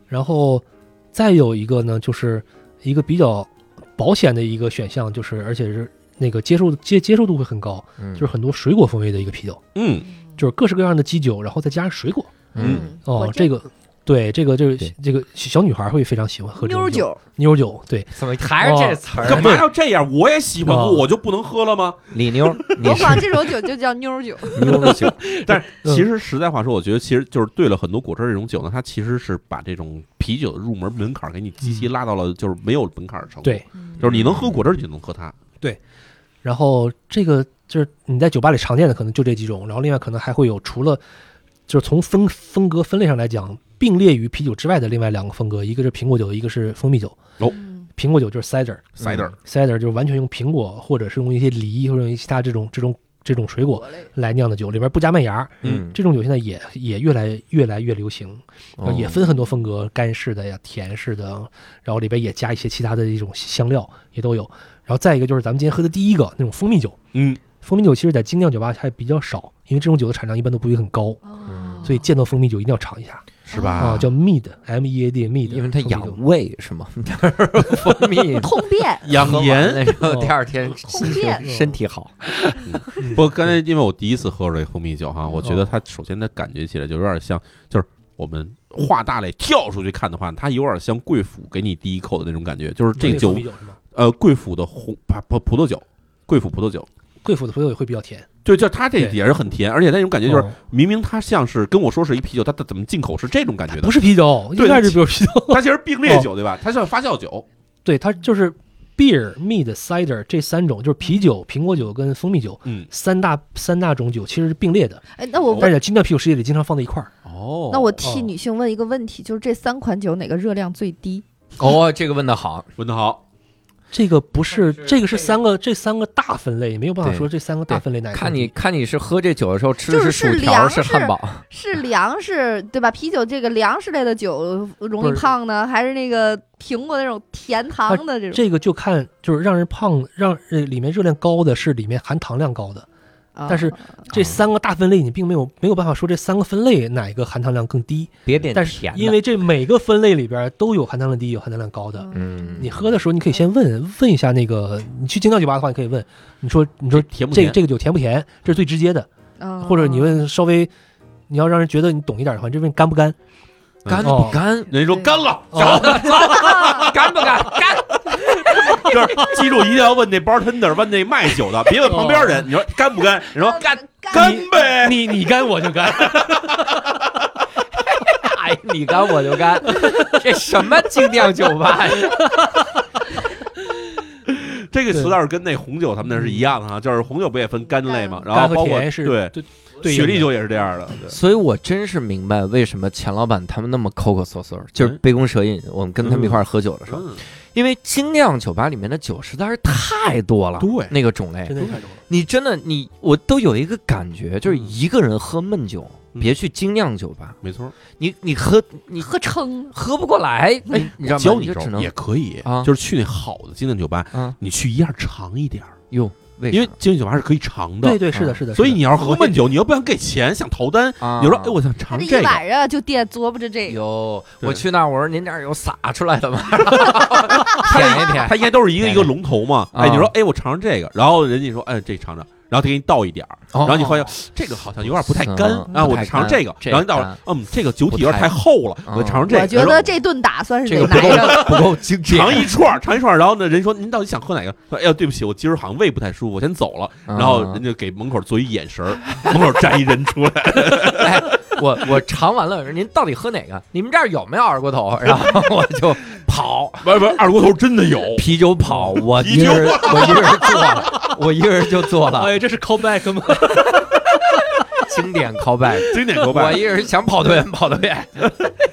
然后再有一个呢，就是一个比较保险的一个选项，就是而且是那个接受接接受度会很高，嗯就是很多水果风味的一个啤酒，嗯，就是各式各样的基酒，然后再加上水果。嗯嗯，哦我，这个对，这个就是对这个小女孩会非常喜欢喝这妞种儿，酒，妞儿酒对，怎么还是这词干儿？啊嘛要这样？我也喜欢喝，哦我就不能喝了吗？李妞，你我是 (laughs) 管这种酒就叫妞儿酒。妞儿酒，但是嗯其实实在话说，我觉得其实就是对了很多果汁儿这种酒呢，它其实是把这种啤酒的入门门槛儿给你极其拉到了就是没有门槛儿的程度。对，嗯嗯就是你能喝果汁儿，你就能喝它。然后这个就是你在酒吧里常见的可能就这几种，然后另外可能还会有除了就是从分风格分类上来讲，并列于啤酒之外的另外两个风格，一个是苹果酒，一个是蜂蜜酒。嗯苹果酒就是 cider， cider， cider 就是完全用苹果或者是用一些梨或者用一些其他这种这种这种水果果类来酿的酒，里边不加麦芽。嗯，这种酒现在也也越来越来越流行，然后嗯也哦分很多风格，干式的呀、甜式的，然后里边也加一些其他的一种香料也都有。然后再一个就是咱们今天喝的第一个那种蜂蜜酒，嗯，蜂蜜酒其实在精酿酒吧还比较少，因为这种酒的产量一般都不会很高，哦所以见到蜂蜜酒一定要尝一下是啊，吧？叫 mead M E A D mead，因为它蜂蜜酒养胃是 (laughs) 吗？蜂 (laughs) 蜜通便，养喝完颜。了之后，哦第二 (laughs) 天通便身体好。不过刚才因为我第一次喝这蜂蜜酒哈，我觉得它首先它感觉起来就有点像，就是我们画大类跳出去看的话，它有点像贵腐给你第一口的那种感觉，就是这贵妇酒啤酒是吗？呃贵腐的红葡葡萄酒，贵腐葡萄酒。贵腐的朋友也会比较甜，对，就它这对也是很甜，而且那种感觉就是哦明明它像是跟我说是一啤酒，它它怎么进口是这种感觉的 (laughs) 不？是啤哦酒，一对开始就是啤酒， (laughs) 它其实并列酒对吧？它像发酵酒，对，它就是 beer、mead、cider 这三种，就是啤酒、苹果酒跟蜂蜜酒嗯，三大三大种酒其实是并列的，哎，那我但问，是在精酿啤酒世界里经常放在一块儿。哦那我替哦女性问一个问题，就是这三款酒哪个热量最低？ (laughs) 哦，这个问的好，闻得好，这个不是，但是这个是三个，这三个大分类，没有办法对说这三个大分类哪个看更低你看你是喝这酒的时候吃的哎就是薯是条粮是食汉 (laughs) 堡，是粮食对吧？啤酒这个粮食类的酒容易不是胖呢，还是那个苹果那种甜糖的这种？这个就看就是让人胖，让呃里面热量高的是里面含糖量高的。啊但是哦这三个大分类你并没有没有办法说这三个分类哪一个含糖量更低，别点但是甜的，因为这每个分类里边都有含糖量低，有含糖量高的。嗯你喝的时候，你可以先问问一下那个，你去精酿酒吧的话，你可以问，你说你说甜不这甜个？这个酒甜不甜？这是最直接的。嗯或者你问稍微，你要让人觉得你懂一点的话，这问干不干？嗯干哦不干，人家说对干了，哦啊干不干，干就是啊记住一定要问那 bartender，问那卖酒 (laughs) 的，别问旁边人。你说干不干？你说干干干呗，哦你你干我就干。哎，你干我就干， (laughs) 这什么精酿酒吧呀？这个词倒是跟那红酒他们那是一样的哈，就是红酒不也分干类嘛，然 (laughs) 嗯干后和包括甜是对对对应雪的莉酒也是这样的，(laughs) 对所以我真是明白为什么钱老板他们那么抠抠搜搜，就是杯弓蛇影。我们跟他们一块儿喝酒的时候，嗯因为精酿酒吧里面的酒实在是太多了，对那个种类真，的是你真的你我都有一个感觉，就是一个人喝闷酒，嗯别去精酿酒吧，没错。你你喝你喝撑，喝不过来，哎，你知道教吗？你就招只儿能也可以啊，就是去那好的精酿酒吧，嗯啊你去一样尝一点儿，哟，为因为啥精酿酒吧是可以尝的对。对是的是的。所以是的你要是喝闷酒，你又不想给钱，想逃单，啊，哎你就说哎，我想他尝这这一个。晚上就惦琢磨着这个。有对我去那儿，我说您这儿有洒出来的吗？舔一舔 (laughs) 他，应该都是一个对一个龙头嘛。啊哎，你说哎，我尝尝这个，然后人家说哎，这尝尝，然后他给你倒一点儿，然然后你发现这个好像有点不太干嗯啊，哦不我太尝干这个，这然后你个倒干是嗯，这个酒不体有点太太厚了，嗯我尝尝这我个。觉然后得这顿打算是这得个不来着，够不够精致，尝一串儿，尝一串儿，然后呢，人说您到底想喝哪个？说哎呀，对不起，我今儿好像胃不太舒服，我先走了。嗯然后人家给门口做一眼神儿，门口站一人出来，哎，我我尝完了，我说您到底喝哪个？你们这儿有没有二锅头？然后我就 (laughs) 跑，不是不是，二锅头真的有， (laughs) 啤酒跑，我啤一酒人我一人做了，我一人就做了哎，这是 callback 吗？经典 callback。经典口我白。一人想跑得远，跑得远。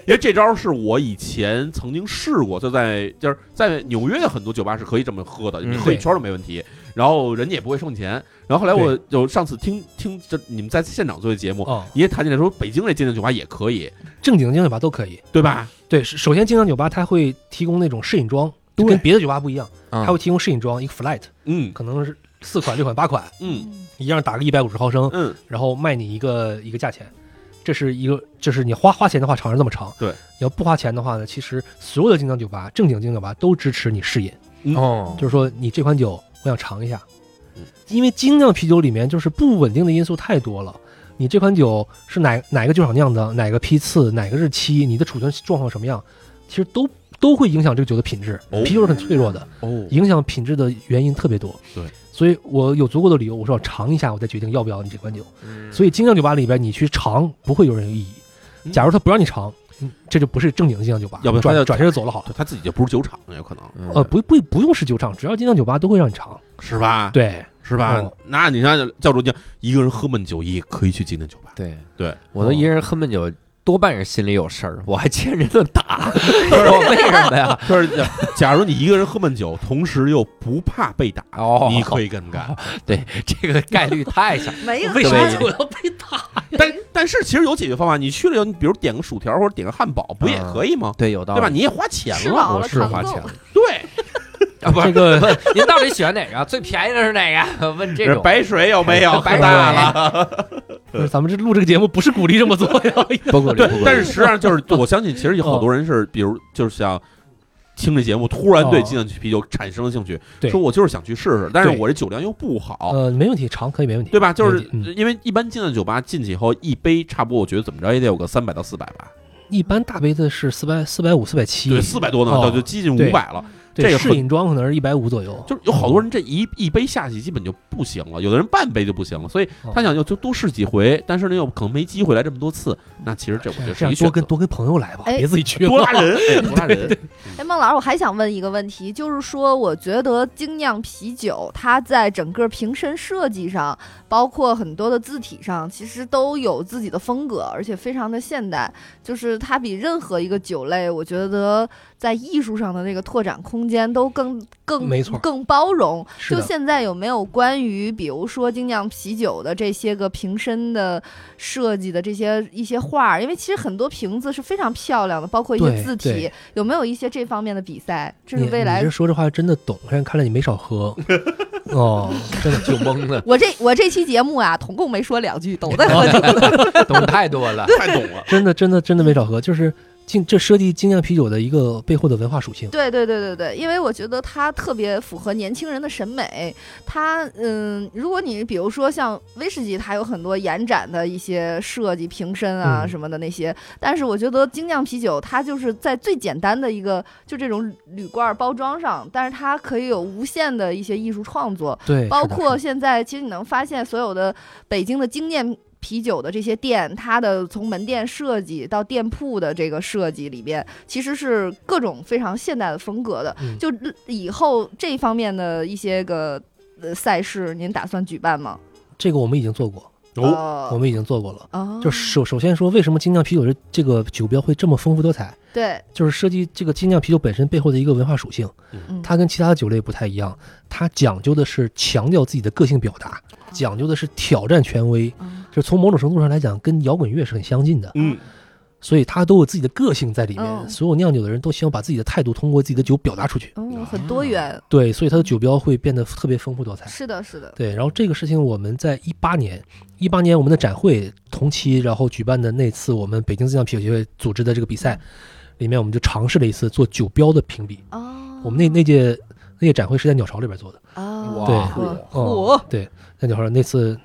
因为这招儿是我以前曾经试过，就在就是在纽约的很多酒吧是可以这么喝的，嗯你喝一圈儿都没问题。然后人家也不会收你钱。然后后来我就上次听听这你们在现场做的节目，哦，你也谈起来说北京这街景酒吧也可以，正经的精酿酒吧都可以。对吧？对，首首先精酿酒吧它会提供那种摄影装，就跟别的酒吧不一样，嗯它会提供摄影装一个 flat，嗯可能是四款、六款、八款，嗯一样打个一百五十毫升，嗯然后卖你一个一个价钱。这是一个，这是你花花钱的话，尝是这么长。对你要不花钱的话呢，其实所有的精酿酒吧，正经精酿酒吧都支持你试饮，嗯哦就是说你这款酒我想尝一下嗯，因为精酿啤酒里面就是不稳定的因素太多了。你这款酒是哪哪个酒厂酿的，哪个批次，哪个日期，你的储存状况什么样，其实都都会影响这个酒的品质哦。啤酒是很脆弱的，哦影响品质的原因特别多。对，所以我有足够的理由，我说要尝一下，我再决定要不要你这款酒。嗯嗯所以精酿酒吧里边你去尝不会有人有异议。嗯假如他不让你尝，嗯这就不是正经的精酿酒吧，要不然他就转转身就走了好了。他自己就不是酒厂，有可能嗯呃，不不不用是酒厂，只要精酿酒吧都会让你尝。是吧？，对，是吧嗯？哦那你看教主讲，一个人喝闷酒也可以去精酿酒吧， (laughs) 对哦对，我都一人喝闷酒，多半是心里有事儿，我还欠人家 (laughs) 打，我为什么呀？就是假如你一个人喝闷酒，同时又不怕被打， (laughs) 哦，你可以跟干。对这个概率太小， (laughs) 没有啊为什什么么酒酒要被打？但但是其实有解决方法，你去了以后，你比如点个薯条或者点个汉堡，不也可以吗？ (laughs) 对，有嗯道对吧？理，你也花钱吃了，饱我了是扛花揍钱了。对，啊，不是 (laughs) 这个 (laughs) 问您到底喜欢哪个？最便宜的是哪个？ (laughs) 问这这种白水有没有？白喝大水了。呃咱们这录这个节目不是鼓励这么做 (laughs) 呀。哎不鼓励，不鼓对，励但是实际上就是，我相信其实有好多人是，比如就是想听这节目，突然对精酿啤酒产生了兴趣，对说我就是想去试试，但是对我这酒量又不好，呃，没问题，尝可以没问题。对吧？就是嗯因为一般精酿酒吧进去以后，一杯差不多，我觉得怎么着也得有个三百到四百吧，一般大杯子是四百四百五四百七对，，四百多呢，哦就就接近对五百了。这对，个试很饮装可能是一百五左右。就是有好多人这一一杯下去基本就不行了，有的人半杯就不行了，所以哦他想要就多试几回，但是呢又可能没机会来这么多次，那其实这我觉得这是样一多选跟择。多跟朋友来吧，哎别自己去多了。拉人，哎多拉人，哎，孟老师，我还想问一个问题，就是说，我觉得精酿啤酒它在整个瓶身设计上，包括很多的字体上，其实都有自己的风格，而且非常的现代。就是它比任何一个酒类，我觉得在艺术上的那个拓展空间都更更没错更包容。是就的，现在有没有关于，比如说精酿啤酒的这些个瓶身的设计的这些一些画儿？因为其实很多瓶子是非常漂亮的，包括一些对字体对，有没有一些这方面的比赛？这是你未你来这。说这话真的懂，看看来你没少 (laughs) 喝。哦，真的就懵 (laughs) 了，我这我这期节目啊， (laughs) 总共没说两句，都 (laughs) 在喝酒。懂太多了。太懂了。真的真的真的没少喝，就是精这设计精酿啤酒的一个背后的文化属性。对对对对对，因为我觉得它特别符合年轻人的审美。它嗯，如果你比如说像威士忌，它有很多延展的一些设计、瓶身啊嗯什么的那些，但是我觉得精酿啤酒它就是在最简单的一个就这种铝罐包装上，但是它可以有无限的一些艺术创作。对，包是的括是现在，其实你能发现所有的北京的精酿啤酒的这些店，它的从门店设计到店铺的这个设计里边，其实是各种非常现代的风格的。嗯就呃以后这方面的一些个呃赛事，您打算举办吗？的这个我们已经做过，哦，我哦，们已经做过了。哦就首首先说，为什么精酿啤酒这这个酒标会这么丰富多彩？对，就是设计这个精酿啤酒本身背后的一个文化属性，嗯它跟其他的酒类不太一样，它讲究的是强调自己的个性表达，讲究的是挑战权威，嗯就从某种程度上来讲，跟摇滚乐是很相近的。嗯，所以它都有自己的个性在里面。嗯所有酿酒的人都希望把自己的态度通过自己的酒表达出去。嗯，很多元，对，所以它的酒标会变得特别丰富多彩。是的，是的，对，然后这个事情我们在一八年，一八年我们的展会同期，然后举办的那次我们北京自酿啤酒协会组织的这个比赛，里面我们就尝试了一次做酒标的评比。哦，我们那那届那届展会是在鸟巢里边做的，哦，对嚯哦，对，在鸟巢那次，嗯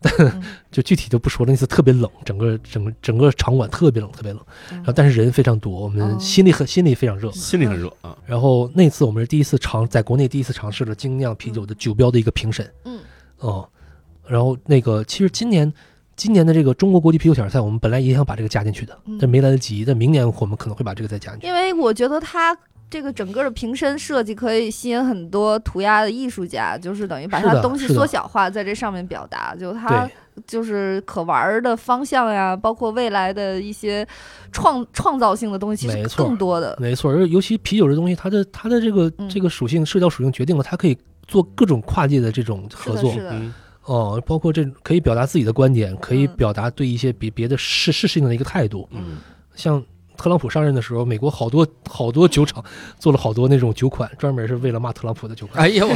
(laughs) 就具体就不说了，那次特别冷，整个整个整个场馆特别冷，特别冷。然后但是人非常多，我嗯哦嗯们心里很心里非常热。心里很热啊。然后那次我们是第一次尝，在国内第一次尝试了精酿啤酒的酒标的一个评审，嗯哦、然后那个其实今年今年的这个中国国际啤酒小赛，我们本来也想把这个加进去的嗯，但没来得及。但明年我们可能会把这个再加进去。因为我觉得它这个整个的瓶身设计可以吸引很多涂鸦的艺术家，就是等于把是它的东西是的缩小化，在这上面表达，就它对就是可玩儿的方向呀，包括未来的一些创创造性的东西，其没实错更多的。没错，而尤其啤酒这东西，它的它的这个嗯这个属性社交属性决定了它可以做各种跨界的这种是合的，作是，的，嗯哦，包括这可以表达自己的观点，可以嗯表达对一些别别的事事情的一个态度。嗯，像特朗普上任的时候，美国好多好多酒厂做了好多那种酒款，专门是为了骂特朗普的酒款，哎呦，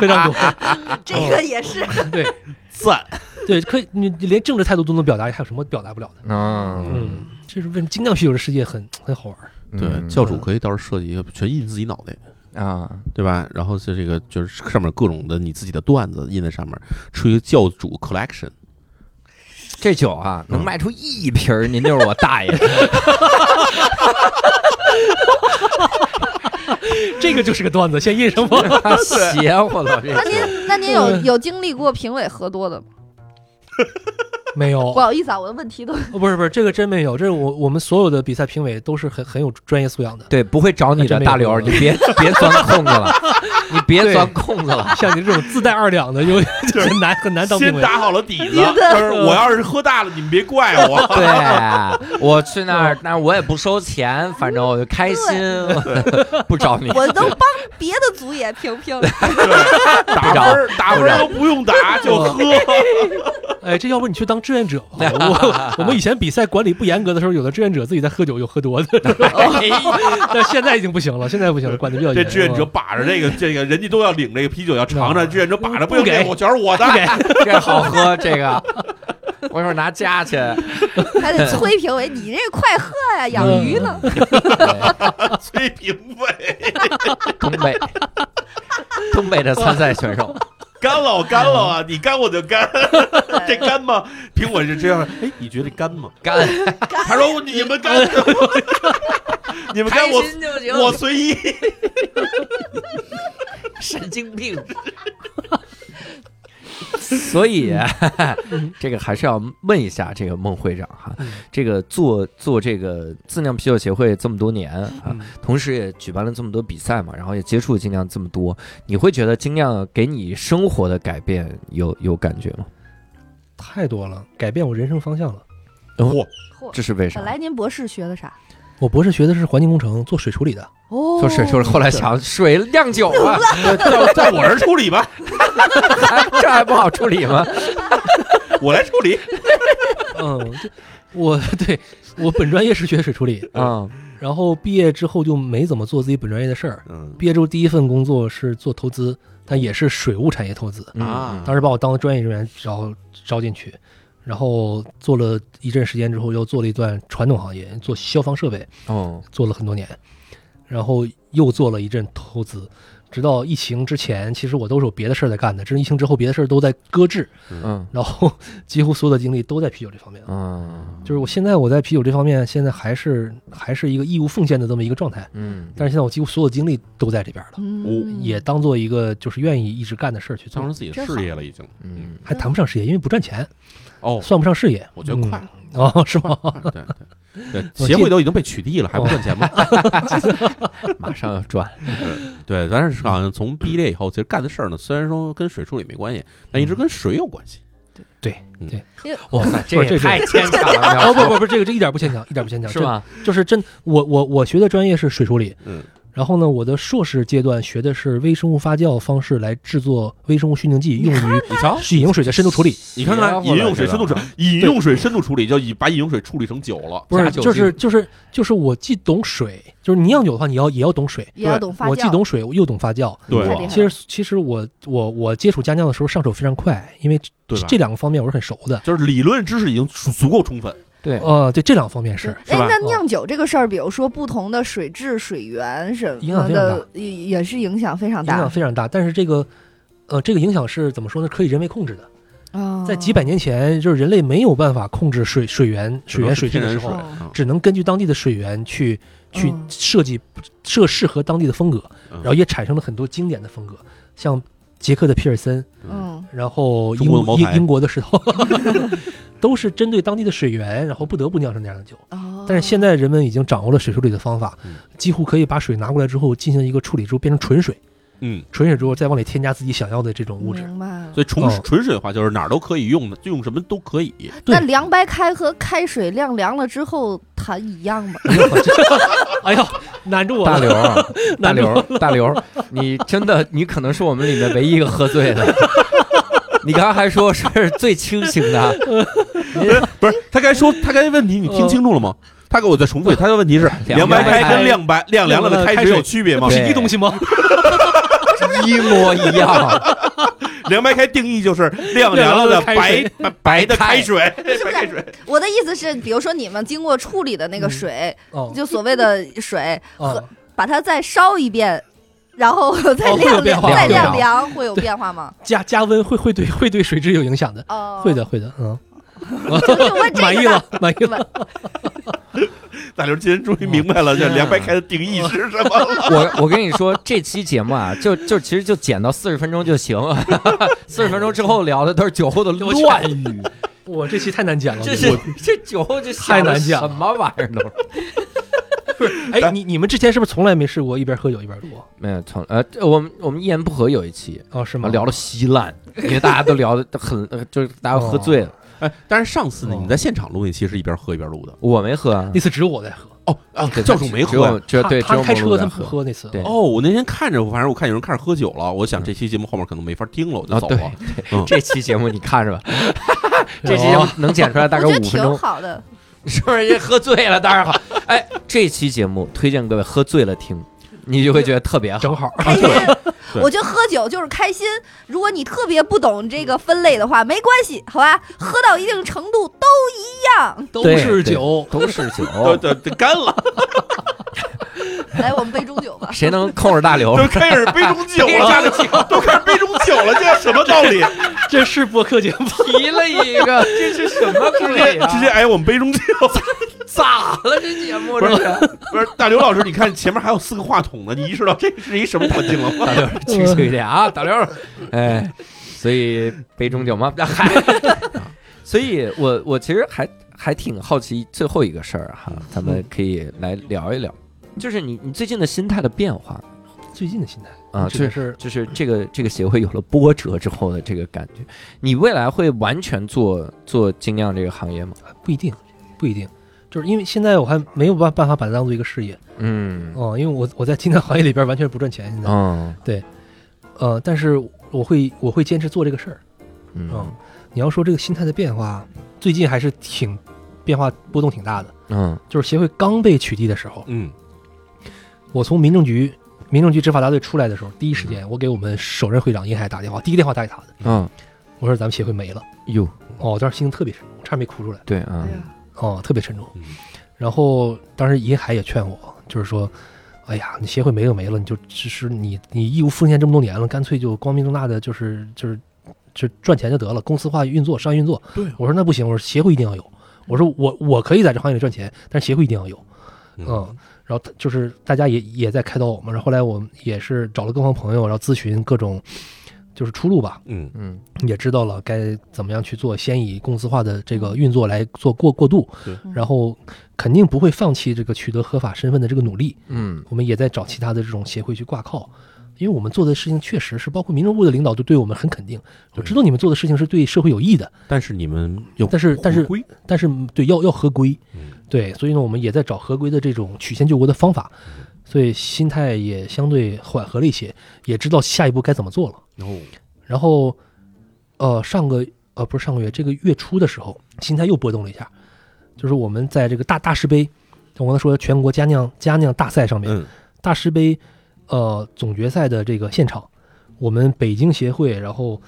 非常多。 (laughs) 啊这个也是。对赞，对，可以，你你连政治态度都能表达，还有什么表达不了的？嗯，嗯，这是为什么精酿啤酒的世界很很好玩儿。对，教主可以到时候设计一个全印自己脑袋，啊，对吧？然后就这个就是上面各种的你自己的段子印在上面，出一个教主 collection，这酒啊，能嗯卖出一瓶儿，您就是我大爷。 (laughs) 这个就是个段子，先印上吧。他邪乎了，这那您那您有有经历过评委喝多的吗？没有 (laughs) 不，好意思啊，我的问题都哦不是不是，这个真没有，这是我我们所有的比赛评委都是很很有专业素养 (laughs) 的。对，不会找你的大刘，还你真别别钻空子了，你别对钻空子 (laughs) 了。像你这种自带二两的，有 (laughs) 很难很难当评先委。打好了底子，您的就是我要是喝大了，你们别怪我。对，我去那嗯儿，那我也不收钱，反正我就开心， (laughs) 不找你。我都帮别的组也评评。对，打分儿打分儿都不用打就喝，哎，这要不你去当志愿者吧？我我们以前比赛管理不严格的时候，有的志愿者自己在喝酒又喝多的， (laughs) 哎但现在已经不行了，现在不行了，管的比较这严。志愿者把着这个这个人家都要领这个啤酒要尝 (laughs) 尝，嗯志愿者把着不用给我全是我的， (laughs) 这好喝，这个我一会儿拿家去。还得催评委，你这快喝呀，养嗯鱼 (laughs) 呢。崔评委，东北，东北的参赛选手，干了我干了啊，你干我就干，哎这干 (laughs) 吗？评委是这样，哎，你觉得干吗？干 (laughs) 他说你们 (laughs) 干，你们干我就我随意，神经病。 (laughs) 所以， (laughs) 这个还是要问一下这个孟会长哈，这个做做这个自酿啤酒协会这么多年啊，同时也举办了这么多比赛嘛，然后也接触精酿这么多，你会觉得精酿给你生活的改变有有感觉吗？太多了，改变我人生方向了。嚯，嚯这是为啥本？来您博士学的啥？我博士学的是环境工程，做水处理的。哦，做水就是后来想水酿酒 (laughs) 啊， (laughs) (laughs) 在在我这儿处理吧，这还不好处理吗？ (laughs) 我来处理，嗯，这我对我本专业是学水处理，啊，然后毕业之后就没怎么做自己本专业的事儿。嗯毕业之后第一份工作是做投资，但也是水务产业投嗯资。啊当时把我当专业人员招招进去，然后做了一阵时间之后，又做了一段传统行业，做消防设备，哦，做了很多年，然后又做了一阵投资，直到疫情之前，其实我都是有别的事儿在干的，只是疫情之后别的事儿都在搁置，嗯然后几乎所有的精力都在啤酒这方面。嗯就是我现在我在啤酒这方面，现在还是还是一个义务奉献的这么一个状态，嗯，但是现在我几乎所有精力都在这边了，嗯，(laughs) 也当做一个就是愿意一直干的事儿去当做成，自己的事业了已经，嗯还谈不上事业，因为不赚钱，哦，算不上事业。我觉得快嗯哦，是吗？对对对，协会都已经被取缔了，还不赚钱吗？马上要转，对，咱是好像从毕业以后，其实干的事儿呢，虽然说跟水处理没关系，但一直跟水有关系。对嗯对，哇 (laughs) 塞，哦不这是也这太牵强 (laughs) 了，哦不不不，这个这一点不牵强，一点不牵强，是？吧？就是真，我我我学的专业是水处理，嗯，然后呢，我的硕士阶段学的是微生物发酵方式来制作微生物虚凝剂，用于你瞧，饮用水的深度处理。你看看饮用水深度处理，饮用水深度处理就以把饮用水处理成酒了。不加是，酒就是精就是就是，我既懂水，就是你酿酒的话，你要也要懂水。也要懂发酵。我既懂水，我又懂发酵。对太厉害了其实其实我我我接触家酿的时候上手非常快，因为这对吧这两个方面我是很熟的。就是理论知识已经足足够充分。对，呃，对这两方面是哦哎是吧，那酿酒这个事儿，比如说不同的水质、水源什影响么非常的，也也是影响非常影大响。非常大，但是这个呃这个影响是怎么说呢？可以人为控制的。啊在几百年前，就是人类没有办法控制水水源、水源水质天的然时水候，哦只能根据当地的水源去去嗯设计设适合当地的风格，嗯然后也产生了很多经典的风格，像捷克的皮尔森，嗯，然后中英国的茅台英英国的石头， (laughs) 都是针对当地的水源，然后不得不酿成那样的酒。哦但是现在人们已经掌握了水处理的方法嗯，几乎可以把水拿过来之后进行一个处理之后变成纯水，嗯，纯水之后再往里添加自己想要的这种物质。明白了。所以纯哦纯水的话，就是哪儿都可以用的，用什么都可以。对那凉白开和开水晾凉了之后，痰一样吗？哎呦，难住我大了！刘儿， (laughs) 大难住刘儿，大刘儿，你真的，你可能是我们里面唯一一个喝醉的。 (laughs) 你刚才还说是最清醒的，不是他该说他该问题，你听清楚了吗？他给我再重复一遍，他的问题是凉凉白白开开跟亮白亮凉了的亮了的开开水水有区别吗不？是对一东 (laughs) 西吗？一模一样，凉白开定义就是亮凉了的亮凉白了白的开开。水，是不白开是？水。 (laughs) 我的意思是，比如说你们经过处理的那个水，哦，就所谓的水，哦，把它再烧一遍，然后 (laughs) 再哦会有晾变凉，化再会有晾变凉，会有变化吗？加加温会会对会对水质有影响的，哦， (laughs) 会的，会的，嗯，就是问这个满意了，满意的。了。大刘今天终于明白了这凉白开的定义是什么了。我我跟你说，这期节目啊，就就其实就剪到四十分钟就行，四十分钟之后聊的都是酒后的乱语，我这期太难剪了，这是这酒后这太难讲了什么玩意儿都是。哎，你你们之前是不是从来没试过一边喝酒一边录？啊没有从呃，这我们我们一言不合有一期，哦，是什吗？么啊聊的稀烂，因为大家都聊的很，呃就是大家喝醉了， (laughs) 哎，但是上次呢，哦你在现场录那期是一边喝一边录的。我没喝啊，那次只有我在喝，哦啊对教主没只有喝呀。只有他对，只他有开梦露车他在不喝那次，对哦，我那天看着，反正我看有人开始喝酒了，我想这期节目后面可能没法听了，我就啊，走对了。，对嗯这期节目你看 (laughs) 着吧，这期节目能剪出来大概我觉得五分挺钟，好的，是不是？喝醉了当然好，哎，这期节目推荐各位喝醉了听，你就会觉得特别好。正好开心。 (laughs) 对我觉得喝酒就是开心。如果你特别不懂这个分类的话，没关系，好吧？喝到一定程度都一样。都对是酒，都是酒， (laughs) 都都都干了，来，我们杯中酒吧。谁能控制大刘？都开哦 (laughs) 始杯中酒了，大刘都开始杯中酒了，这什么道理？这是播客节目，提了一个，这是什么直鬼啊接直接哎，我们杯中酒。咋了？这节目不是这是。不是大刘老师，你看前面还有四个话筒呢，你意识到这是一什么环境了吗？大刘清醒一点啊，大刘，哎，所以杯中酒 (laughs) 嘛，嗨，所以我我其实还还挺好奇最后一个事儿哈，咱们可以来聊一聊，就是你你最近的心态的变化最近的心态啊，这就个是是就是这个这个协会有了波折之后的这个感觉，你未来会完全做做精酿这个行业吗？不一定，不一定，就是因为现在我还没有办办法把它当做一个事业嗯哦，因为我我在精酿行业里边完全不赚钱，现在嗯呃，但是我会我会坚持做这个事儿。嗯嗯，你要说这个心态的变化，最近还是挺变化波动挺大的。嗯就是协会刚被取缔的时候，嗯，我从民政局民政局执法大队出来的时候，第一时间我给我们首任会长殷海打电话，第一个电话打给他的，嗯，我我说咱们协会没了。哟，哦，当时心情特别沉重，差点没哭出来。对啊哎，呀哦，特别沉重嗯。然后当时银海也劝我，就是说，哎呀，你协会没了没了，你就只是你你义务奉献这么多年了，干脆就光明正大的就是就是就赚钱就得了，公司化运作商业运作。对我说那不行，我说协会一定要有，我说我我可以在这行业里赚钱，但是协会一定要有。嗯，然后他就是大家也也在开导我们，然后后来我们也是找了各方朋友，然后咨询各种就是出路吧，嗯嗯也知道了该怎么样去做，先以公司化的这个运作来做过过渡对，然后肯定不会放弃这个取得合法身份的这个努力。嗯我们也在找其他的这种协会去挂靠，因为我们做的事情确实是，包括民政部的领导都对我们很肯定，我知道你们做的事情是对社会有益的，但是你们有但是但是回归但是嗯对要要合规嗯，对，所以呢，我们也在找合规的这种曲线救国的方法，所以心态也相对缓和了一些，也知道下一步该怎么做了。哦，然后，呃，上个呃不是上个月，这个月初的时候，心态又波动了一下，就是我们在这个大大师杯，我刚才说全国佳酿佳酿大赛上面，嗯大师杯呃总决赛的这个现场，我们北京协会，然后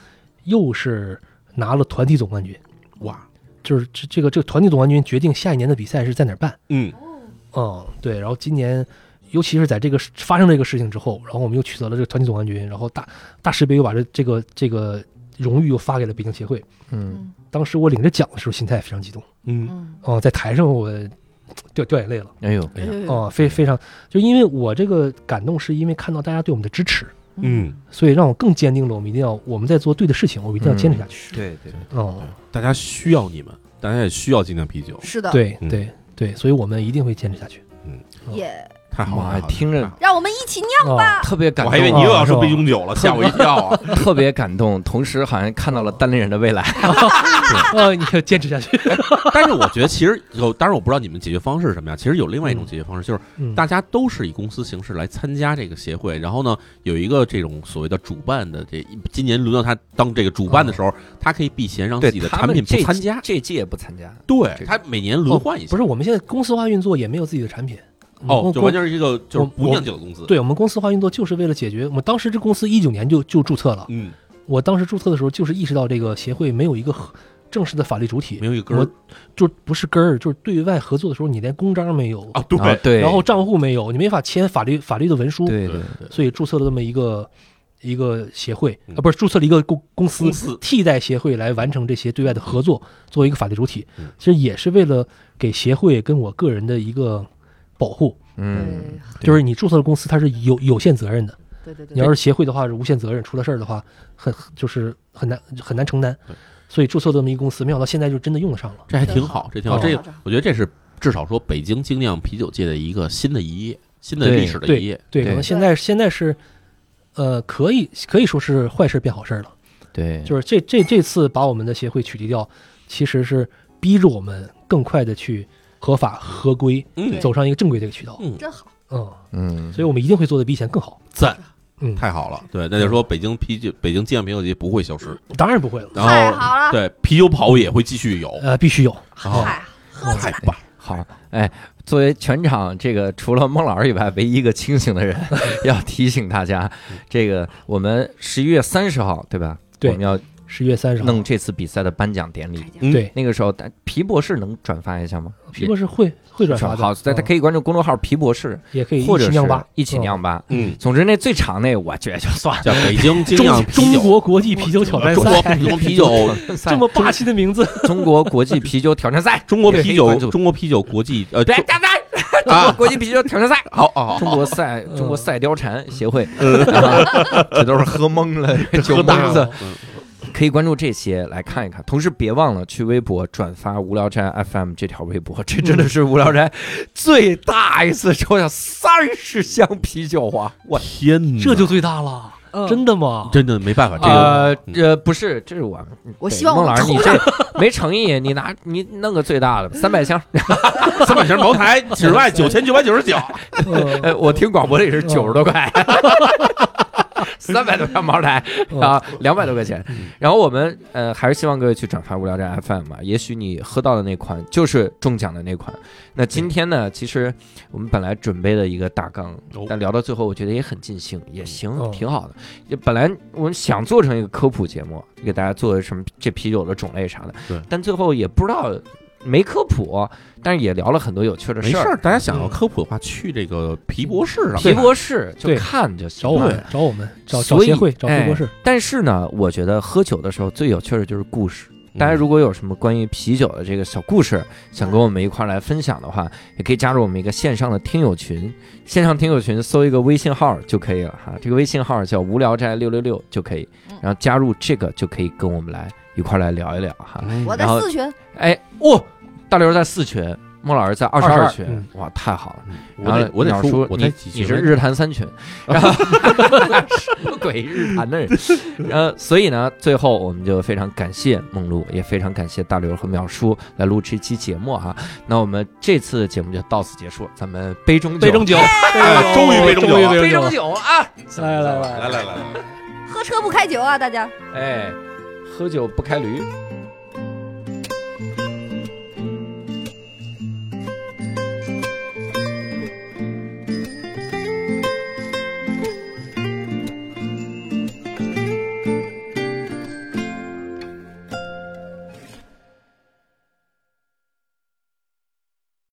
又是拿了团体总冠军，哇就是这这个这个团体总冠军决定下一年的比赛是在哪儿办。嗯嗯，对，然后今年，尤其是在这个事发生这个事情之后，然后我们又取得了这个团体总冠军，然后大大师杯又把这这个这个荣誉又发给了北京协会。 (laughs) 嗯。嗯当时我领着奖的时候，心态非常激动，嗯嗯，哦、在台上我掉掉眼泪了，哎呦，哎呀呀，哦、非非常，就因为我这个感动是因为看到大家对我们的支持，嗯，所以让我更坚定了我们一定要我们在做对的事情，我们一定要坚持下去。对对，哦、大家需要你们，大家也需要精酿啤酒。是的，对嗯对对，所以我们一定会坚持下去。也太好了，太妈好呀，了听着让我们一起酿哦，吧。特别感我动，啊还以为你又要是说吧杯永久了，吓我一跳啊！特别感动，同时好像看到了单立人的未来。呃，你要坚持下去。但是我觉得其实有，当然我不知道你们解决方式是什么样。其实有另外一种解决方式，就是嗯大家都是以公司形式来参加这个协会，然后呢，有一个这种所谓的主办的这今年轮到他当这个主办的时候，他可以避嫌让自己的他产们品不这参加。这届不参加，对这他每年轮换一下不，是，我们现在公司化运作也没有自己的产品。哦，我就完全是一个就是不酿酒的公司。，对我们公司化运作就是为了解决，我们当时这公司一九年就就注册了，嗯，我当时注册的时候就是意识到这个协会没有一个合正式的法律主体没，有一根儿我就不是根儿，就是对外合作的时候你连公章没有，啊，对啊对，然后账户没有，你没法签法律法律的文书，对对对，对所以注册了这么一个一个协会嗯啊，不是注册了一个公公司公司替代协会来完成这些对外的合作，作为一个法律主体嗯，其实也是为了给协会跟我个人的一个保护，嗯，对就是你注册的公司它是有有限责任的。对对对你要是协会的话是无限责任，出了事儿的话很就是很难很难承担对。所以注册这么一公司，没想到现在就真的用得上了。这还挺好，这挺好，哦这好好我觉得这是至少说北京精酿啤酒界的一个新的一页，新的对历史的对一页。对，对可能现在现在是，呃，可以可以说是坏事变好事儿了。对，就是这这这次把我们的协会取缔掉，其实是逼着我们更快的去合法合规，嗯对，走上一个正规这个渠道。嗯，真好，嗯，嗯，所以我们一定会做的比以前更好。赞，嗯，太好了。对，那就说北京啤酒，北京精酿啤酒节不会消失，当然不会了。然嗯太后好了，对啤酒跑也会继续有。呃，必须有。哦太喝呃起太来。棒！好，哎，作为全场这个除了孟老师以外唯一一个清醒 (laughs) 的人，要提醒大家，这个我们十一月三十号对吧？对我们要十月三十号，弄这次比赛的颁奖典礼。嗯对，那个时候，大皮博士能转发一下吗？皮博士会会转发的。好，大家嗯可以关注公众号“皮博士也可”，以或一者起是酿吧，一起酿吧。嗯，总之，那最长那我觉得就算了。叫北京精酿中啤中酒，国国际啤酒挑战中国赛，中国啤酒，这么霸气的名字，中国国际啤酒挑战赛， (laughs) 中国也可啤以关酒，注中国啤酒国际呃，对，中大家中国啊，国际啤酒挑战赛，好啊好嗯中好，国赛嗯中国赛貂蝉协会， (laughs) 啊这都是喝懵了， (laughs) 酒蒙子。嗯可以关注这些来看一看，同时别忘了去微博转发“无聊斋 FM” 这条微博，这真的是无聊斋嗯最大一次抽奖三十箱啤酒啊！我天哪，这就最大了，嗯真的吗？真的没办法，这个嗯呃呃，不是，这是我，我对希望孟我老师你抽这没诚意，你拿你弄个最大的三百箱， (laughs) 三百瓶茅台，只卖九千九百九十九，嗯呃，我听广播里是九十多块，嗯 (laughs) 三百多块茅台啊，两百多块钱。嗯然后我们呃还是希望各位去转发无聊斋 FM 嘛，也许你喝到的那款就是中奖的那款。那今天呢，其实我们本来准备了一个大纲哦，嗯但聊到最后，我觉得也很尽兴，也行哦，挺好的。也本来我们想做成一个科普节目，给大家做什么这啤酒的种类啥的对，但最后也不知道。没科普，但是也聊了很多有趣的没事事儿儿，。大家想要科普的话，去这个皮博士上皮博士就对看就行找我了们，找我们，找找所以协会，找哎皮博士。但是呢，我觉得喝酒的时候最有趣的就是故事。嗯嗯大家如果有什么关于啤酒的这个小故事，想跟我们一块儿来分享的话，也可以加入我们一个线上的听友群。线上听友群搜一个微信号就可以了哈，这个微信号叫“无聊斋六六六”就可以嗯，然后加入这个就可以跟我们来一块儿来聊一聊哈。嗯我在然后四群，哎，哦，大刘在四群，孟老师在二十二22群，嗯哇，太好了。我然后得我鸟得说，我你在几你群是来着日坛三 (laughs) 群，然后 (laughs) 什么鬼日坛的人，呃，所以呢，最后我们就非常感谢梦露，也非常感谢大刘和淼叔来录这期节目啊。那我们这次的节目就到此结束，咱们杯中酒，杯中酒，哎终于杯中酒了杯中酒啊，来来来来来来来。喝车不开酒啊，大家。哎，喝酒不开驴。